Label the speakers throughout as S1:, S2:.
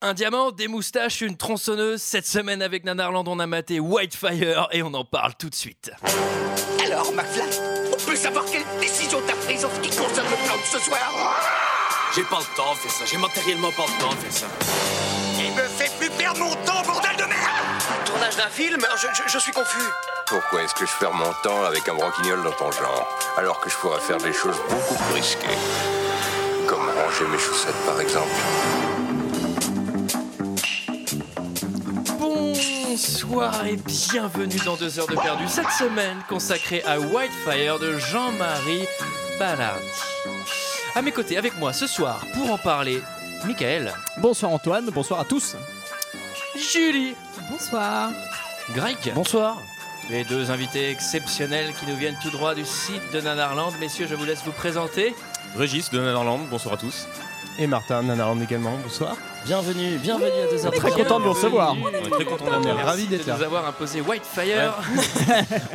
S1: Un diamant, des moustaches, une tronçonneuse. Cette semaine avec Nanarland, on a maté Whitefire et on en parle tout de suite.
S2: Alors, McFly, on peut savoir quelle décision t'as prise en ce qui concerne le plan de ce soir
S3: J'ai pas le temps de faire ça, j'ai matériellement pas le temps de faire ça.
S2: Il me fait plus perdre mon temps, bordel de merde
S4: Tournage d'un film je, je- je suis confus.
S5: Pourquoi est-ce que je perds mon temps avec un broquignol dans ton genre, alors que je pourrais faire des choses beaucoup plus risquées Comme ranger mes chaussettes, par exemple.
S1: Bonsoir et bienvenue dans 2 heures de perdu. Cette semaine consacrée à Whitefire de Jean-Marie Ballardi. À mes côtés, avec moi ce soir, pour en parler, Michael,
S6: Bonsoir Antoine, bonsoir à tous.
S1: Julie,
S7: Bonsoir.
S1: Greg. Bonsoir. Les deux invités exceptionnels qui nous viennent tout droit du site de Nanarland. Messieurs, je vous laisse vous présenter.
S8: Régis de Nanarland, bonsoir à tous.
S6: Et Martin Nanarland également, bonsoir.
S9: Bienvenue, bienvenue à deux heures.
S6: Très content de vous recevoir.
S8: On est très contents d'être
S6: On est
S8: là.
S6: ravis d'être
S1: de
S6: là.
S1: nous avoir imposé Whitefire.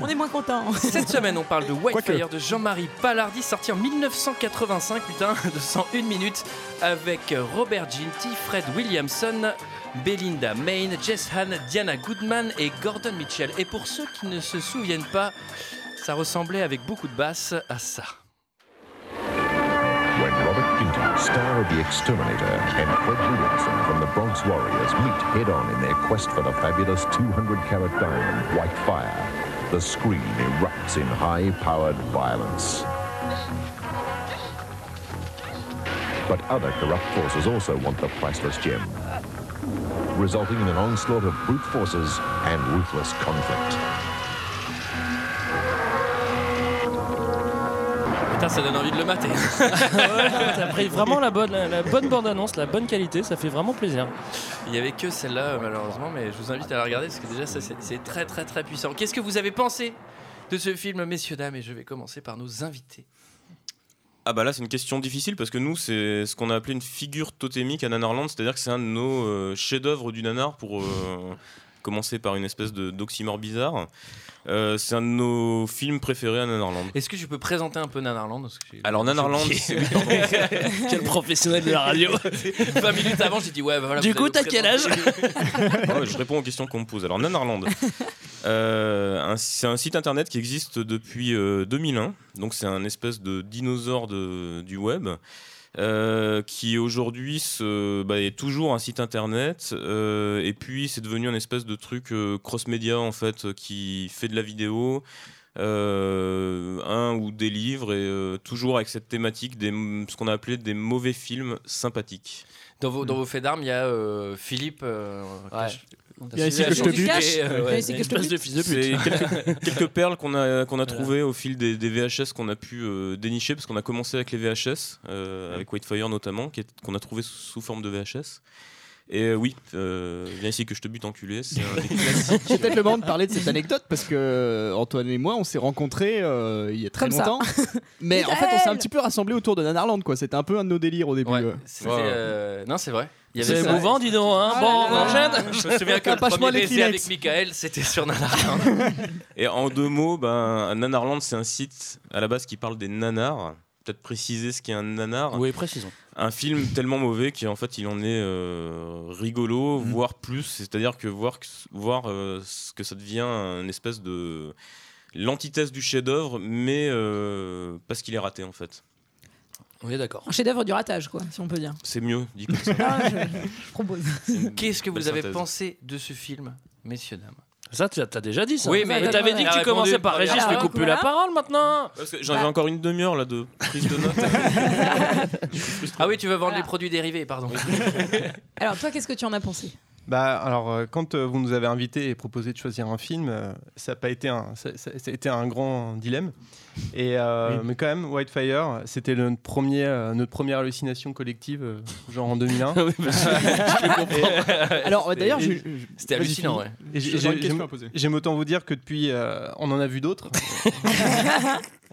S7: On est moins content.
S1: Cette semaine, on parle de Whitefire de Jean-Marie Palardi, sorti en 1985, putain, de 101 minutes, avec Robert Ginty, Fred Williamson, Belinda Main, Jess Han, Diana Goodman et Gordon Mitchell. Et pour ceux qui ne se souviennent pas, ça ressemblait avec beaucoup de basses à ça.
S10: When Robert Newton, star of The Exterminator, and Quentin Wilson from the Bronx Warriors meet head on in their quest for the fabulous 200 carat diamond, White Fire, the screen erupts in high powered violence. But other corrupt forces also want the priceless gem, resulting in an onslaught of brute forces and ruthless conflict.
S1: Putain, ça donne envie de le mater.
S9: T'as pris vraiment la bonne, la, la bonne bande-annonce, la bonne qualité, ça fait vraiment plaisir.
S1: Il n'y avait que celle-là, euh, malheureusement, mais je vous invite à la regarder parce que déjà, ça, c'est- c'est très, très, très puissant. Qu'est-ce que vous avez pensé de ce film, messieurs, dames Et je vais commencer par nos invités.
S8: Ah bah là c'est une question difficile parce que nous c'est ce qu'on a appelé une figure totémique à Nanarland, c'est-à-dire que c'est un de nos euh, chefs-d'œuvre du nanar pour euh, commencer par une espèce de d'oxymore bizarre. Euh, c'est un de nos films préférés à Nanarland.
S1: Est-ce que je peux présenter un peu Nanarland Parce que j'ai-
S8: Alors Nanarland,
S1: j'ai oublié.
S8: c'est- oui, pardon.
S9: Quel professionnel de la radio.
S1: 20 Ah, minutes avant, j'ai dit ouais, bah voilà.
S9: Du
S1: vous
S9: coup,
S1: allez
S9: t'as
S1: vous
S9: quel
S1: présenter.
S8: Ah ouais, je réponds aux questions qu'on me pose. Alors, Nanarland, euh, un- c'est un site internet qui existe depuis euh, 2001. Donc, c'est un espèce de dinosaure de- du web. euh, qui aujourd'hui se- bah, est toujours un site internet euh, et puis c'est devenu un espèce de truc euh, cross-média en fait euh, qui fait de la vidéo euh, un ou des livres et euh, toujours avec cette thématique des ce qu'on a appelé des mauvais films sympathiques
S1: Dans vos, dans vos faits d'armes, il y a euh, Philippe. euh,
S9: Ouais.
S1: je-
S6: Il y a ici
S1: t'as
S6: que je te
S1: suivi
S6: bute.
S1: la chanson, euh, ouais.
S7: Mais c'est que je te
S9: Espèce de fils de pute.
S8: C'est quelques, quelques perles qu'on a, qu'on a trouvées au fil des, des VHS qu'on a pu euh, dénicher, parce qu'on a commencé avec les VHS, euh, avec Whitefire notamment, qui est- qu'on a trouvé sous, sous forme de VHS. Et euh, oui, euh, viens ici que je te bute enculé, c'est un des classiques.
S6: C'est peut-être le moment de parler de cette anecdote parce que euh, Antoine et moi on s'est rencontrés euh, il y a très
S7: Comme ça.
S6: longtemps. Mais en fait on s'est un petit peu rassemblés autour de Nanarland quoi. C'était un peu un de nos délires au début.
S1: Ouais,
S8: euh,
S6: ouais.
S1: c'était,
S8: Ouais.
S1: euh, Non, c'est vrai. Il y
S9: C'est
S1: ça.
S9: émouvant, dis donc. Hein.
S7: Ah là
S9: bon,
S7: là.
S9: on enchaîne.
S1: Je me souviens que le
S6: Passe-moi
S1: premier
S6: les
S1: baiser
S6: Kleenex.
S1: avec Michael, c'était sur Nanarland.
S8: Et en deux mots, ben, Nanarland, c'est un site à la base qui parle des nanars. Peut-être préciser ce qu'est un nanar.
S9: Oui, précisons.
S8: un film tellement mauvais qu'en fait il en est euh, rigolo, voire plus. C'est-à-dire que voir, que- voir euh, ce que ça devient une espèce de l'antithèse du chef-d'œuvre, mais euh, parce qu'il est raté en fait.
S9: On est d'accord.
S7: Un chef-d'œuvre du ratage, quoi, si on peut dire.
S8: C'est mieux, dit comme ça.
S7: Ah, je, je propose.
S8: C'est une
S1: Qu'est-ce que
S8: belle
S1: vous avez
S8: synthèse.
S1: pensé de ce film, messieurs, dames
S9: Ça, tu as t'as déjà dit ça.
S1: Oui, mais-
S9: t'avais dit
S1: Il a
S9: que tu
S1: répondu
S9: commençais par
S1: première.
S9: Régis, je te
S7: Ah,
S9: coupe plus
S7: voilà.
S9: la parole maintenant.
S8: Parce que J'en
S1: Bah
S8: ai encore une demi-heure là de prise de notes.
S1: Ah oui, tu veux vendre
S7: Voilà.
S1: les produits dérivés, pardon.
S7: Alors, toi, qu'est-ce que tu en as pensé
S11: Bah alors euh, quand euh, vous nous avez invité et proposé de choisir un film, euh, ça a pas été un ça, ça- ça a été un grand dilemme. Et euh, mais quand même Whitefire, c'était le- notre premier euh, notre première hallucination collective euh, genre en 2001.
S9: Oui,
S6: Alors d'ailleurs j'ai-
S1: C'était
S6: Vas-y,
S1: hallucinant,
S6: finis.
S1: ouais.
S11: Et j'ai-
S6: j'aurais une
S11: j'ai-
S6: question
S11: j'aime-
S6: à poser.
S11: J'aime autant vous dire que depuis euh, on en a vu d'autres.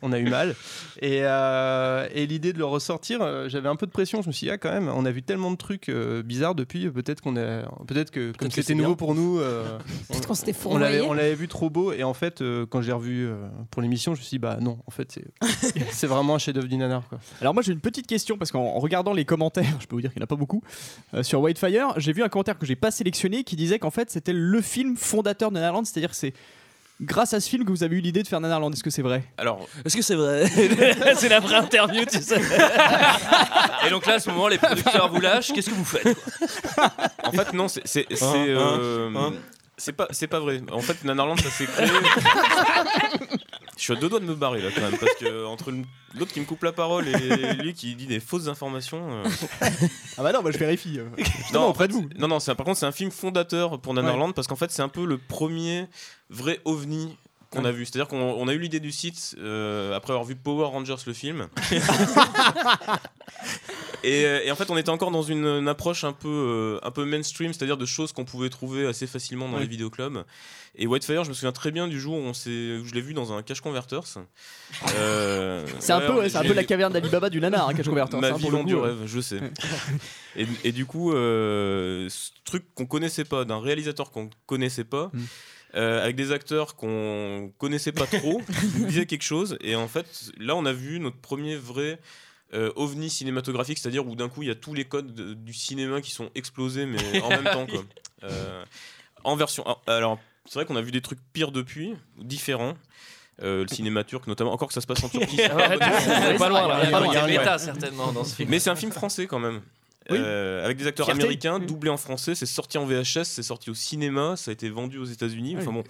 S11: on a eu mal. Et, euh, et l'idée de le ressortir, euh, j'avais un peu de pression. Je me suis dit, ah, quand même, on a vu tellement de trucs euh, bizarres depuis. Peut-être qu'on a, peut-être que comme
S9: que
S11: c'était
S9: c'est
S11: nouveau
S9: bien.
S11: pour nous, euh, on-
S7: Peut-être qu'on s'était
S11: on l'avait,
S7: fourvoyé.
S11: on l'avait vu trop beau. Et en fait, euh, quand j'ai revu euh, pour l'émission, je me suis dit, bah non, en fait, c'est, c'est vraiment un chef-d'œuvre du nanar. Quoi.
S6: Alors moi j'ai une petite question parce qu'en en regardant les commentaires, je peux vous dire qu'il n'y en a pas beaucoup, euh, sur Whitefire, j'ai vu un commentaire que j'ai pas sélectionné qui disait qu'en fait c'était le film fondateur de Nanarland, c'est-à-dire que c'est grâce à ce film que vous avez eu l'idée de faire Nanarland, est-ce que c'est vrai
S8: Alors,
S9: Est-ce que c'est vrai C'est la vraie interview, tu sais.
S1: Et donc là, à ce moment, les producteurs vous lâchent. Qu'est-ce que vous faites quoi
S8: En fait, non, c'est. C'est c'est,
S3: Hein,
S8: euh,
S3: hein, hein.
S8: c'est pas, c'est pas vrai. En fait, Nanarland, ça s'est créé. Je suis à deux doigts de me barrer là quand même, parce que euh, entre le- l'autre qui me coupe la parole et lui qui dit des fausses informations. euh,
S6: Ah bah non, moi je vérifie. euh, justement,
S8: en
S6: auprès
S8: fait,
S6: de vous.
S8: Non, non, c'est- par contre, c'est un film fondateur pour Nanarland parce qu'en fait, c'est un peu le premier vrai ovni qu'on a vu. C'est-à-dire qu'on on a eu l'idée du site euh, après avoir vu Power Rangers, le film. et, euh, et en fait, on était encore dans une, une approche un peu, euh, un peu mainstream, c'est-à-dire de choses qu'on pouvait trouver assez facilement dans les vidéoclubs. Et Whitefire, je me souviens très bien du jour où, on s'est- où je l'ai vu dans un cache converters. Euh,
S6: C'est un,
S8: ouais,
S6: peu, ouais, c'est un
S8: j'ai-
S6: peu la caverne d'Ali Baba du nanar, hein, Cache Converter.
S8: Ma
S6: hein,
S8: vie
S6: pour le
S8: vend
S6: coup,
S8: du
S6: euh.
S8: rêve, je sais. et, et du coup, euh, ce truc qu'on connaissait pas, d'un réalisateur qu'on connaissait pas,
S6: Mm.
S8: euh, avec des acteurs qu'on connaissait pas trop, qui nous disaient quelque chose. Et en fait, là, on a vu notre premier vrai. euh, ovni cinématographique, c'est-à-dire où d'un coup il y a tous les codes de- du cinéma qui sont explosés, mais en même temps. Quoi. Euh, en version. ah, Alors, c'est vrai qu'on a vu des trucs pires depuis, différents. Euh, le cinéma turc, notamment. Encore que ça se passe en Turquie. c'est pas
S9: Arrête,
S8: bon exemple.
S9: on est pas loin, là.
S1: Il y a un
S8: loin.
S1: côté
S8: Ouais.
S1: méta, certainement, dans ce film.
S8: Mais c'est un film français quand même.
S6: Oui.
S8: Euh, avec des acteurs
S6: Fierté.
S8: américains doublés en français, c'est sorti en VHS, c'est sorti au cinéma, ça a été vendu aux États-Unis. Enfin bon,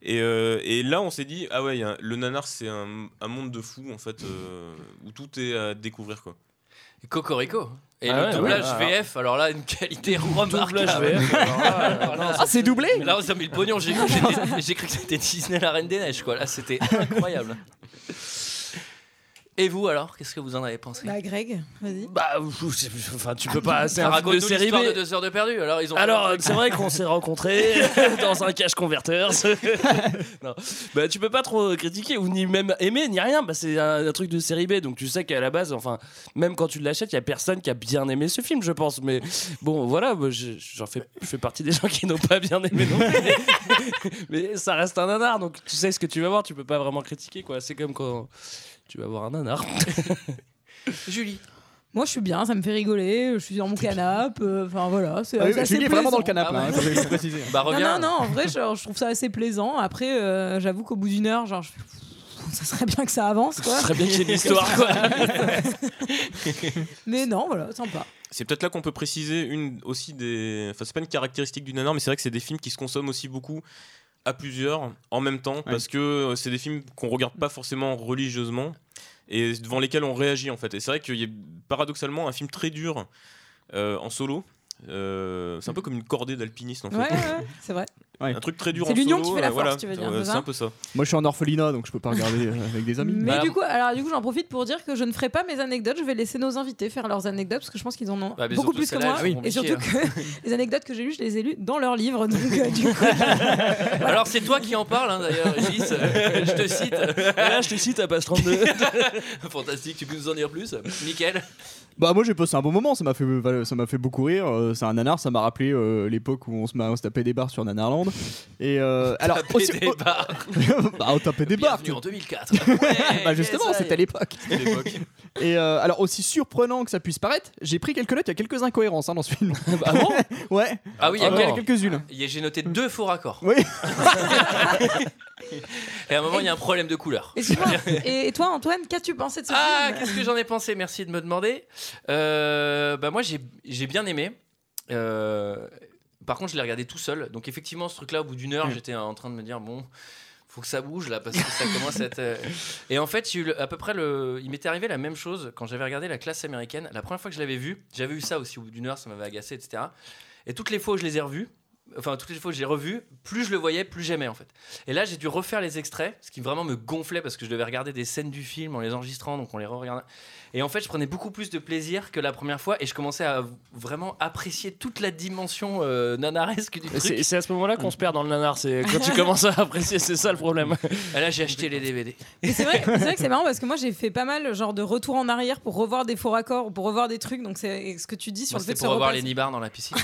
S8: et, euh, et là on s'est dit ah ouais, y a un- le nanar c'est un, un monde de fous en fait euh, où tout est à découvrir quoi.
S1: Cocorico. Et
S9: Ah
S1: le
S9: ouais,
S1: doublage
S9: ouais,
S1: VF, alors là, une qualité
S9: Doublage
S1: remarquable.
S9: VF. alors là, euh,
S1: Voilà,
S6: Ah, c'est doublé
S1: Mais Là, ça mis le pognon. J'ai cru, que c'était- j'ai cru que c'était Disney la Reine des Neiges, quoi. Là, c'était incroyable. Et vous, alors Qu'est-ce que vous en avez pensé
S7: Bah, Greg, vas-y.
S9: Bah, ouf, c'est- enfin, tu peux pas.
S1: Bah,
S9: C'est un film de série B.
S1: de deux heures de perdu. Alors, ils ont
S9: Alors, c'est vrai qu'on s'est rencontrés dans un cache converteur. non. Bah, tu peux pas trop critiquer ou ni même aimer ni rien. Bah, c'est un, un truc de série B, donc tu sais qu'à la base, enfin, même quand tu l'achètes, il y a personne qui a bien aimé ce film, je pense. Mais bon, voilà, moi, je- j'en fais, je fais partie des gens qui n'ont pas bien aimé. non plus. mais ça reste un nanar, donc tu sais ce que tu vas voir, tu peux pas vraiment critiquer, quoi. C'est comme quand tu vas voir un nanar.
S1: Julie.
S7: Moi, je suis bien, ça me fait rigoler. Je suis dans mon canapé. euh, Enfin, voilà. C'est
S6: Ah oui,
S7: c'est assez
S6: Julie est vraiment dans le
S7: plaisant.
S6: canapé,
S1: Ah ouais.
S6: hein, je vais le préciser.
S1: Bah, reviens.
S7: Non, non, non, en vrai, genre, je trouve ça assez plaisant. Après, euh, j'avoue qu'au bout d'une heure, genre, je fais, Pff, ça serait bien que ça avance, quoi.
S9: Ce serait bien qu'il y ait de l'histoire, quoi.
S7: Mais non, voilà, sympa.
S8: C'est peut-être là qu'on peut préciser une aussi des. Enfin, c'est pas une caractéristique du nanar, mais c'est vrai que c'est des films qui se consomment aussi beaucoup à plusieurs en même temps parce que euh, c'est des films qu'on regarde pas forcément religieusement et devant lesquels on réagit en fait. Et c'est vrai qu'il y a paradoxalement un film très dur euh, en solo. Euh, c'est un peu comme une cordée d'alpiniste en fait.
S7: Ouais, ouais, ouais, c'est vrai.
S8: Un truc très dur
S7: C'est
S8: en
S7: l'union
S8: solo.
S7: qui fait la
S8: euh, voilà.
S7: force, tu veux dire,
S8: Euh,
S7: c'est
S8: c'est
S7: ça
S8: un peu ça.
S6: Moi je suis en orphelinat donc je peux pas regarder euh, avec des amis.
S7: Mais
S1: Bah,
S7: du coup, alors du coup, j'en profite pour dire que je ne ferai pas mes anecdotes. Je vais laisser nos invités faire leurs anecdotes parce que je pense qu'ils en ont
S1: Bah, mais
S7: beaucoup
S1: surtout
S7: plus que
S1: celles-là,
S7: moi.
S1: elles sont hein.
S7: Et surtout que les anecdotes que j'ai lues, je les ai lues dans leur livre. Donc, euh, du coup,
S1: Alors, c'est toi qui en parles, hein, d'ailleurs, Régis. Euh, Je te cite.
S9: Et là, je te cite à page 32.
S1: Fantastique, tu peux nous en dire plus Nickel.
S6: Bah moi j'ai passé un bon moment, ça m'a fait bah, ça m'a fait beaucoup rire, euh, c'est un nanar, ça m'a rappelé euh, l'époque où on se, m'a- on se tapait des barres sur Nanarland et euh, alors
S1: Tapez
S6: aussi-
S1: des barres.
S6: bah on tapait des barres.
S1: Bienvenue
S6: tu-
S1: en 2004. Ouais,
S6: Bah justement,
S1: yes,
S6: c'était à l'époque.
S8: l'époque.
S6: Et euh, alors aussi surprenant que ça puisse paraître, j'ai pris quelques notes, il y a quelques incohérences hein, dans ce film.
S9: Ah bon
S6: ouais,
S1: Ah oui, il y a
S6: il y en a
S1: quelques-
S6: quelques-unes.
S1: il y a- j'ai noté deux faux raccords.
S6: Oui.
S1: Et à un moment, il y a un problème de couleur.
S7: excuse-moi. Et, et toi, Antoine, qu'as-tu pensé de ce
S1: Ah,
S7: film
S1: qu'est-ce que j'en ai pensé Merci de me demander. Euh, bah moi, j'ai j'ai bien aimé. Euh, par contre, je l'ai regardé tout seul. Donc effectivement, ce truc-là, au bout d'une heure, j'étais euh, en train de me dire bon, faut que ça bouge là parce que ça commence à être. euh. Et en fait, j'ai eu le- à peu près le. Il m'était arrivé la même chose quand j'avais regardé la classe américaine. La première fois que je l'avais vu, j'avais eu ça aussi au bout d'une heure, ça m'avait agacé, etc. Et toutes les fois où je les ai revus. enfin toutes les fois que j'ai revu, plus je le voyais, plus j'aimais en fait. Et là, j'ai dû refaire les extraits, ce qui vraiment me gonflait parce que je devais regarder des scènes du film en les enregistrant, donc on les re-regardait. Et en fait, je prenais beaucoup plus de plaisir que la première fois et je commençais à vraiment apprécier toute la dimension euh, nanaresque du
S9: Et
S1: truc.
S9: C'est c'est à ce moment-là qu'on se perd dans le nanar. C'est quand tu commences à apprécier, c'est ça le problème.
S1: Et là, j'ai acheté les DVD.
S7: Mais C'est vrai, c'est vrai que c'est marrant parce que moi j'ai fait pas mal genre de retour en arrière pour revoir des faux raccords ou pour revoir des trucs. Donc c'est ce que tu dis sur
S1: Moi,
S7: le fait
S1: C'était
S7: de
S1: pour
S7: se
S1: revoir
S7: repasser.
S1: les nibards dans la piscine.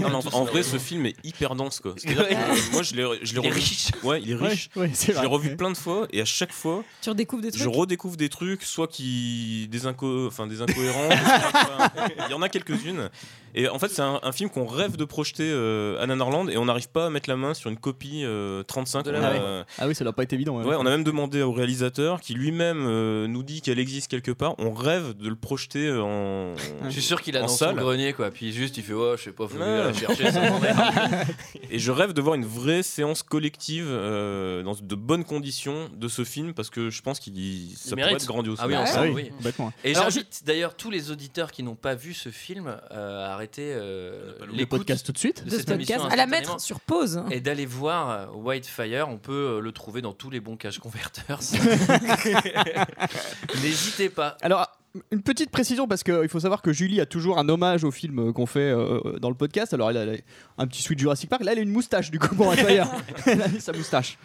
S8: Non, mais en, en vrai, ce film est hyper dense. Quoi. C'est-à-dire que, euh, moi, je l'ai je l'ai
S1: Il est
S8: revu.
S1: riche.
S8: Ouais, il est riche.
S6: Ouais, ouais, c'est
S8: je l'ai
S6: vrai.
S8: revu plein de fois et à chaque fois,
S7: Tu redécouvres des trucs.
S8: je redécouvre des trucs, soit qui des, inco- enfin, des incohérents. soit- Il y en a quelques-unes. Et en fait, c'est un, un film qu'on rêve de projeter euh, à Nanarland et on n'arrive pas à mettre la main sur une copie euh, 35.
S6: la
S8: On
S6: vraie.
S8: a-
S6: Ah oui, ça doit pas être évident.
S8: Ouais, on a même demandé au réalisateur qui lui-même euh, nous dit qu'elle existe quelque part. On rêve de le projeter euh, en.
S1: Je suis sûr qu'il a
S8: en
S1: dans
S8: salle.
S1: son grenier quoi. Puis juste, il fait oh, je sais pas, faut
S8: Ouais.
S1: aller la chercher. ça m'emmerde.
S8: Et je rêve de voir une vraie séance collective euh, dans de bonnes conditions de ce film parce que je pense qu'il y- ça pourrait
S1: mérite.
S8: être grandiose.
S1: Ah oui,
S8: Ouais.
S1: on sent,
S6: Ah oui,
S1: oui.
S6: complètement.
S1: Et
S6: Alors,
S1: j'invite d'ailleurs tous les auditeurs qui n'ont pas vu ce film euh, à arrêter euh,
S6: Le
S1: l'écoute
S6: podcast tout de suite.
S1: de
S7: de ce
S1: cette émission
S7: podcast à la
S1: instantanément.
S7: mettre sur pause. hein.
S1: et d'aller voir euh, Whitefire. On peut euh, le trouver dans tous les bons cages converteurs. N'hésitez pas.
S6: Alors, une petite précision, parce qu'il faut savoir que Julie a toujours un hommage au film euh, qu'on fait euh, dans le podcast. Alors, elle a elle a un petit sweat Jurassic Park. Là, elle a une moustache, du coup, pour Empire. elle a mis sa moustache.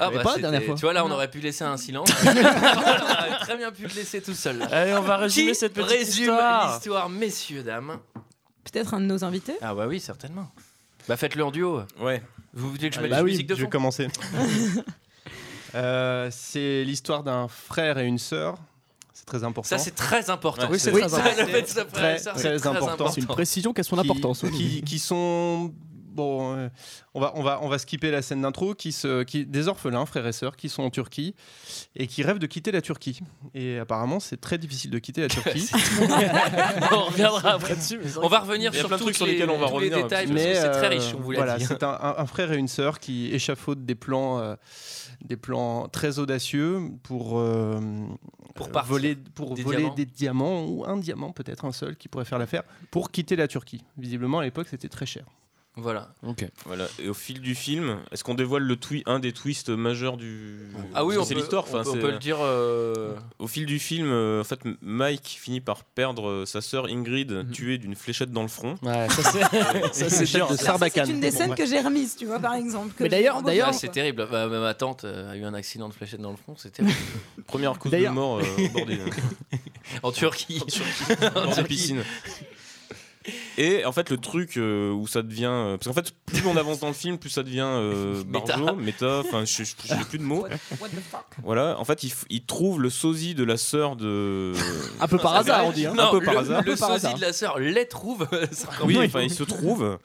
S1: Ah
S6: Mais pas la
S1: c'était-
S6: dernière fois.
S1: Tu vois, là, on aurait pu laisser un silence. on aurait très bien pu le laisser tout seul. là.
S9: Allez, on va résumer
S1: Qui
S9: cette petite
S1: résume
S9: histoire.
S1: l'histoire, messieurs, dames
S7: Peut-être un de nos invités.
S1: Ah bah oui, certainement. Bah faites-le en duo.
S8: Ouais.
S1: Vous voulez que je
S6: Ah
S1: mette
S6: bah
S1: une
S6: oui,
S1: musique de
S11: Je vais
S1: fond
S11: commencer. Euh, c'est l'histoire d'un frère et une sœur. C'est très important.
S1: Ça, c'est très important.
S11: Oui,
S1: Ça,
S11: c'est très
S1: le
S11: important.
S1: fait de se faire
S11: Très,
S1: ça,
S11: très
S1: c'est
S11: important.
S6: C'est une précision qui a son importance.
S11: Qui, qui, qui sont bon, euh, on va on va on va skipper la scène d'intro. Qui se qui des orphelins, frères et sœurs, qui sont en Turquie et qui rêvent de quitter la Turquie. Et apparemment, c'est très difficile de quitter la Turquie.
S9: on reviendra après dessus. mais c'est vrai
S1: On va revenir
S8: Il y a
S1: sur
S8: plein de
S1: toutes
S8: trucs sur
S1: les-
S8: lesquels on va
S1: tous les
S8: revenir,
S1: détails parce
S11: Mais
S1: que c'est très
S11: euh,
S1: riche, on vous l'a
S11: voilà,
S1: dit. hein,
S11: c'est un, un- un frère et une sœur qui échafaudent des plans, euh, des plans très audacieux pour euh,
S1: Pour
S11: euh,
S1: partir.
S11: voler, pour
S1: Des
S11: voler
S1: diamants.
S11: des diamants ou un diamant peut-être un seul qui pourrait faire l'affaire pour quitter la Turquie. Visiblement à l'époque c'était très cher.
S1: Voilà.
S8: Voilà. Et au fil du film, est-ce qu'on dévoile le twi- un des twists majeurs du.
S1: Ah oui,
S8: Parce
S1: on
S8: que c'est
S1: peut-
S8: l'histoire.
S1: on
S8: enfin,
S1: peut- on
S8: c'est-
S1: peut le dire. euh,
S8: Au fil du film, euh, en fait, M- Mike finit par perdre euh, sa sœur Ingrid tuée d'une fléchette dans le front.
S9: que- Ouais, ça c'est- ça, c'est dur.
S11: de
S7: Alors ça, C'est
S11: Sarbacane.
S7: une des scènes que j'ai remise, tu vois, par exemple. que
S6: Mais
S7: j'ai
S6: d'ailleurs-
S7: rembobinée,
S6: d'ailleurs-
S1: Ah,
S7: quoi.
S1: c'est terrible. Bah, ma- ma tante euh, a eu un accident de fléchette dans le front, c'est terrible.
S8: Première cause de
S6: D'ailleurs-
S8: mort euh, au bord des-
S1: en Turquie.
S8: au bord des
S1: Turquie.
S8: piscines. Et en fait, le truc euh, où ça devient. euh, parce qu'en fait, plus on avance dans le film, plus ça devient euh,
S1: Méta.
S8: barjo, méta, enfin, je je- je n'ai plus de mots.
S7: What the fuck
S8: Voilà, en fait, il, f- il trouve le sosie de la sœur de.
S6: Un peu par hasard, on dit. hein.
S1: Non,
S8: Un peu par
S1: le,
S8: hasard.
S1: Le
S6: Un peu par
S1: sosie
S6: hasard.
S1: de la sœur euh, les trouve. c'est encore
S8: oui,
S1: mieux.
S8: enfin, il se trouve.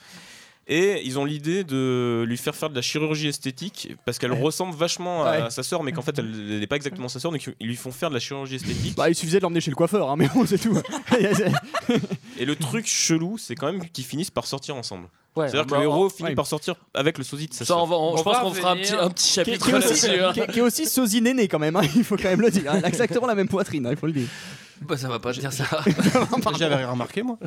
S8: Et ils ont l'idée de lui faire faire de la chirurgie esthétique parce qu'elle ressemble vachement à
S6: Ouais.
S8: sa sœur, mais qu'en fait, elle n'est pas exactement sa sœur, donc ils lui font faire de la chirurgie esthétique.
S6: Bah, il suffisait de l'emmener chez le coiffeur, hein, mais bon, c'est tout.
S8: Et le truc chelou, c'est quand même qu'ils finissent par sortir ensemble.
S9: Ouais,
S8: C'est-à-dire que
S9: bah,
S8: le héros finit
S6: ouais.
S8: par sortir avec le sosie de sa
S9: ça, on
S8: sœur.
S9: va- on-
S1: On
S9: je pense
S1: va
S9: qu'on fera un
S1: revenir.
S9: petit, un petit
S6: qui, est-
S9: chapitre
S6: qui est aussi,
S9: là-dessus. hein.
S6: qui est- qui est aussi sosie néné, quand même, hein, il faut quand même le dire. hein. Elle a exactement la même poitrine, hein, il faut le dire.
S1: Bah, ça va pas dire ça.
S11: J'avais rien remarqué moi.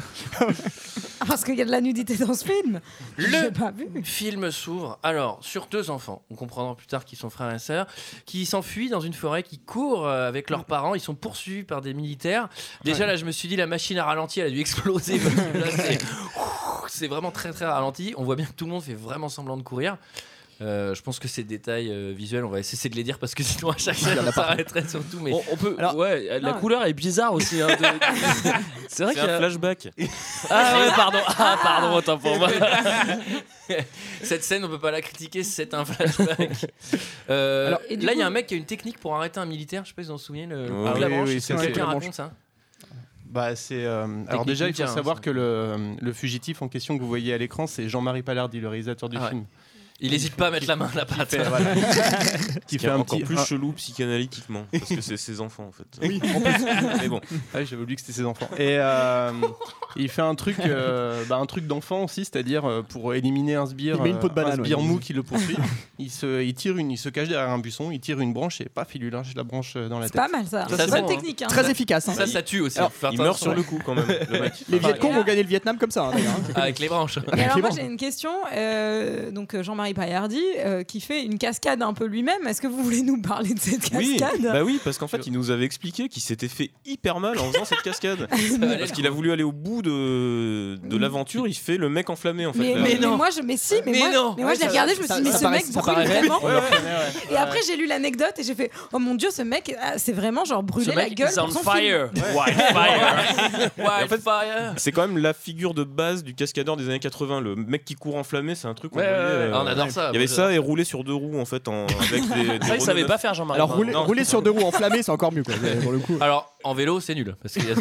S7: Ah, Parce qu'il y a de la nudité dans ce film.
S1: Le-
S7: J'ai pas vu.
S1: Le film s'ouvre alors sur deux enfants, on comprendra plus tard qu'ils sont frères et sœurs, qui s'enfuient dans une forêt, qui courent euh, avec leurs parents, ils sont poursuivis par des militaires. Déjà là, je me suis dit, la machine à ralenti, elle a dû exploser. parce que là, c'est- Ouh, C'est vraiment très très ralenti. On voit bien que tout le monde fait vraiment semblant de courir. Euh, je pense que ces détails euh, visuels, on va essayer de les dire parce que sinon à chaque scène, on s'arrêterait sur tout. Mais
S9: On, on peut.
S6: Alors-
S9: Euh, ouais, la
S7: Non.
S9: couleur est bizarre aussi. hein, de- de- C'est vrai
S8: C'est
S9: qu'il y
S8: un
S9: a.
S8: flashback.
S9: Ah ouais, pardon. Ah pardon, autant pour moi.
S1: cette scène, on peut pas la critiquer, c'est un flashback. Euh,
S6: Alors,
S7: et du
S1: là, il y a
S7: coup-
S1: un mec qui a une technique pour arrêter un militaire. Je sais pas si vous en souvenez, le, le
S8: Ouais.
S1: coup de la
S11: Oui,
S1: branche.
S11: oui, c'est-
S1: Quelqu'un
S11: c'est-
S1: raconte ça
S11: Bah, c'est, euh, alors déjà, il faut
S1: Technique, hein,
S11: savoir
S1: ça.
S11: que le, le fugitif en question que vous voyez à l'écran, c'est Jean-Marie Palardi, le réalisateur du
S1: Ah ouais.
S11: film.
S1: Il hésite pas à mettre la main à la patte.
S8: fait, voilà. qui fait
S1: un
S8: encore
S1: petit-
S8: plus
S1: ah.
S8: chelou psychanalytiquement parce que c'est ses enfants en fait.
S11: Oui, en plus.
S8: Mais bon.
S11: Ah oui, j'avais oublié que c'était ses enfants. Et euh, il fait un truc, euh, bah, un truc d'enfant aussi, c'est-à-dire euh, pour éliminer un sbire,
S6: Il met une peau de
S11: euh,
S6: banane,
S11: un sbire
S6: ouais.
S11: mou qui le poursuit. il se, il tire une, il se cache derrière un buisson, il tire une branche et paf, il lui lâche la branche euh, dans la
S7: C'est
S11: tête.
S7: pas mal, ça. Ça, Bonne c'est bon, technique, hein. hein.
S6: Très efficace, hein.
S1: Ça, ça tue aussi.
S11: Alors,
S8: Bah,
S1: Faut faire
S11: il meurt
S1: attention.
S11: sur le coup, quand même, le mec.
S6: Les Vietcong ont gagné le Vietnam comme ça, hein, d'ailleurs. hein.
S1: Avec les branches.
S7: Et alors moi j'ai une question, euh, donc euh, Jean-Marie Paillardi euh, qui fait une cascade un peu lui-même, est-ce que vous voulez nous parler de cette
S8: Oui,
S7: cascade
S8: bah oui, parce qu'en fait, il nous avait expliqué qu'il s'était fait hyper mal en faisant cette cascade.
S7: valait
S8: parce qu'il a voulu aller au bout de, de l'aventure, il fait le mec enflammé en fait.
S7: Mais,
S8: Là.
S7: mais- mais moi je mais si mais,
S1: Mais
S7: moi,
S1: non.
S7: mais moi je l'ai
S1: Ouais, ça-
S7: regardé je me suis
S1: ça-
S7: dit mais
S1: ça
S7: ce
S1: paraît-
S7: mec
S1: ça
S7: brûle
S1: paraît
S7: vraiment
S1: réel. Ouais,
S7: et après j'ai lu l'anecdote et j'ai fait oh mon dieu ce mec ah, c'est vraiment genre brûlé la gueule pour son film
S1: Wildfire.
S8: C'est quand même la figure de base du cascadeur des années 80. Le mec qui court enflammé, c'est un truc. qu'on
S9: Ouais, ouais,
S8: voyait, euh,
S9: ouais. Ah, on adore ça,
S8: Il y avait
S9: moi,
S8: ça et rouler sur deux roues en fait. En, avec des, des
S9: Ça, il
S8: Renault
S9: savait
S8: neufs.
S9: pas faire, Jean-Marie.
S6: Alors rouler,
S8: Non.
S6: rouler sur deux roues enflammées, c'est encore mieux quoi. Pour le coup.
S1: Alors, en vélo, c'est nul. Parce qu'il y a-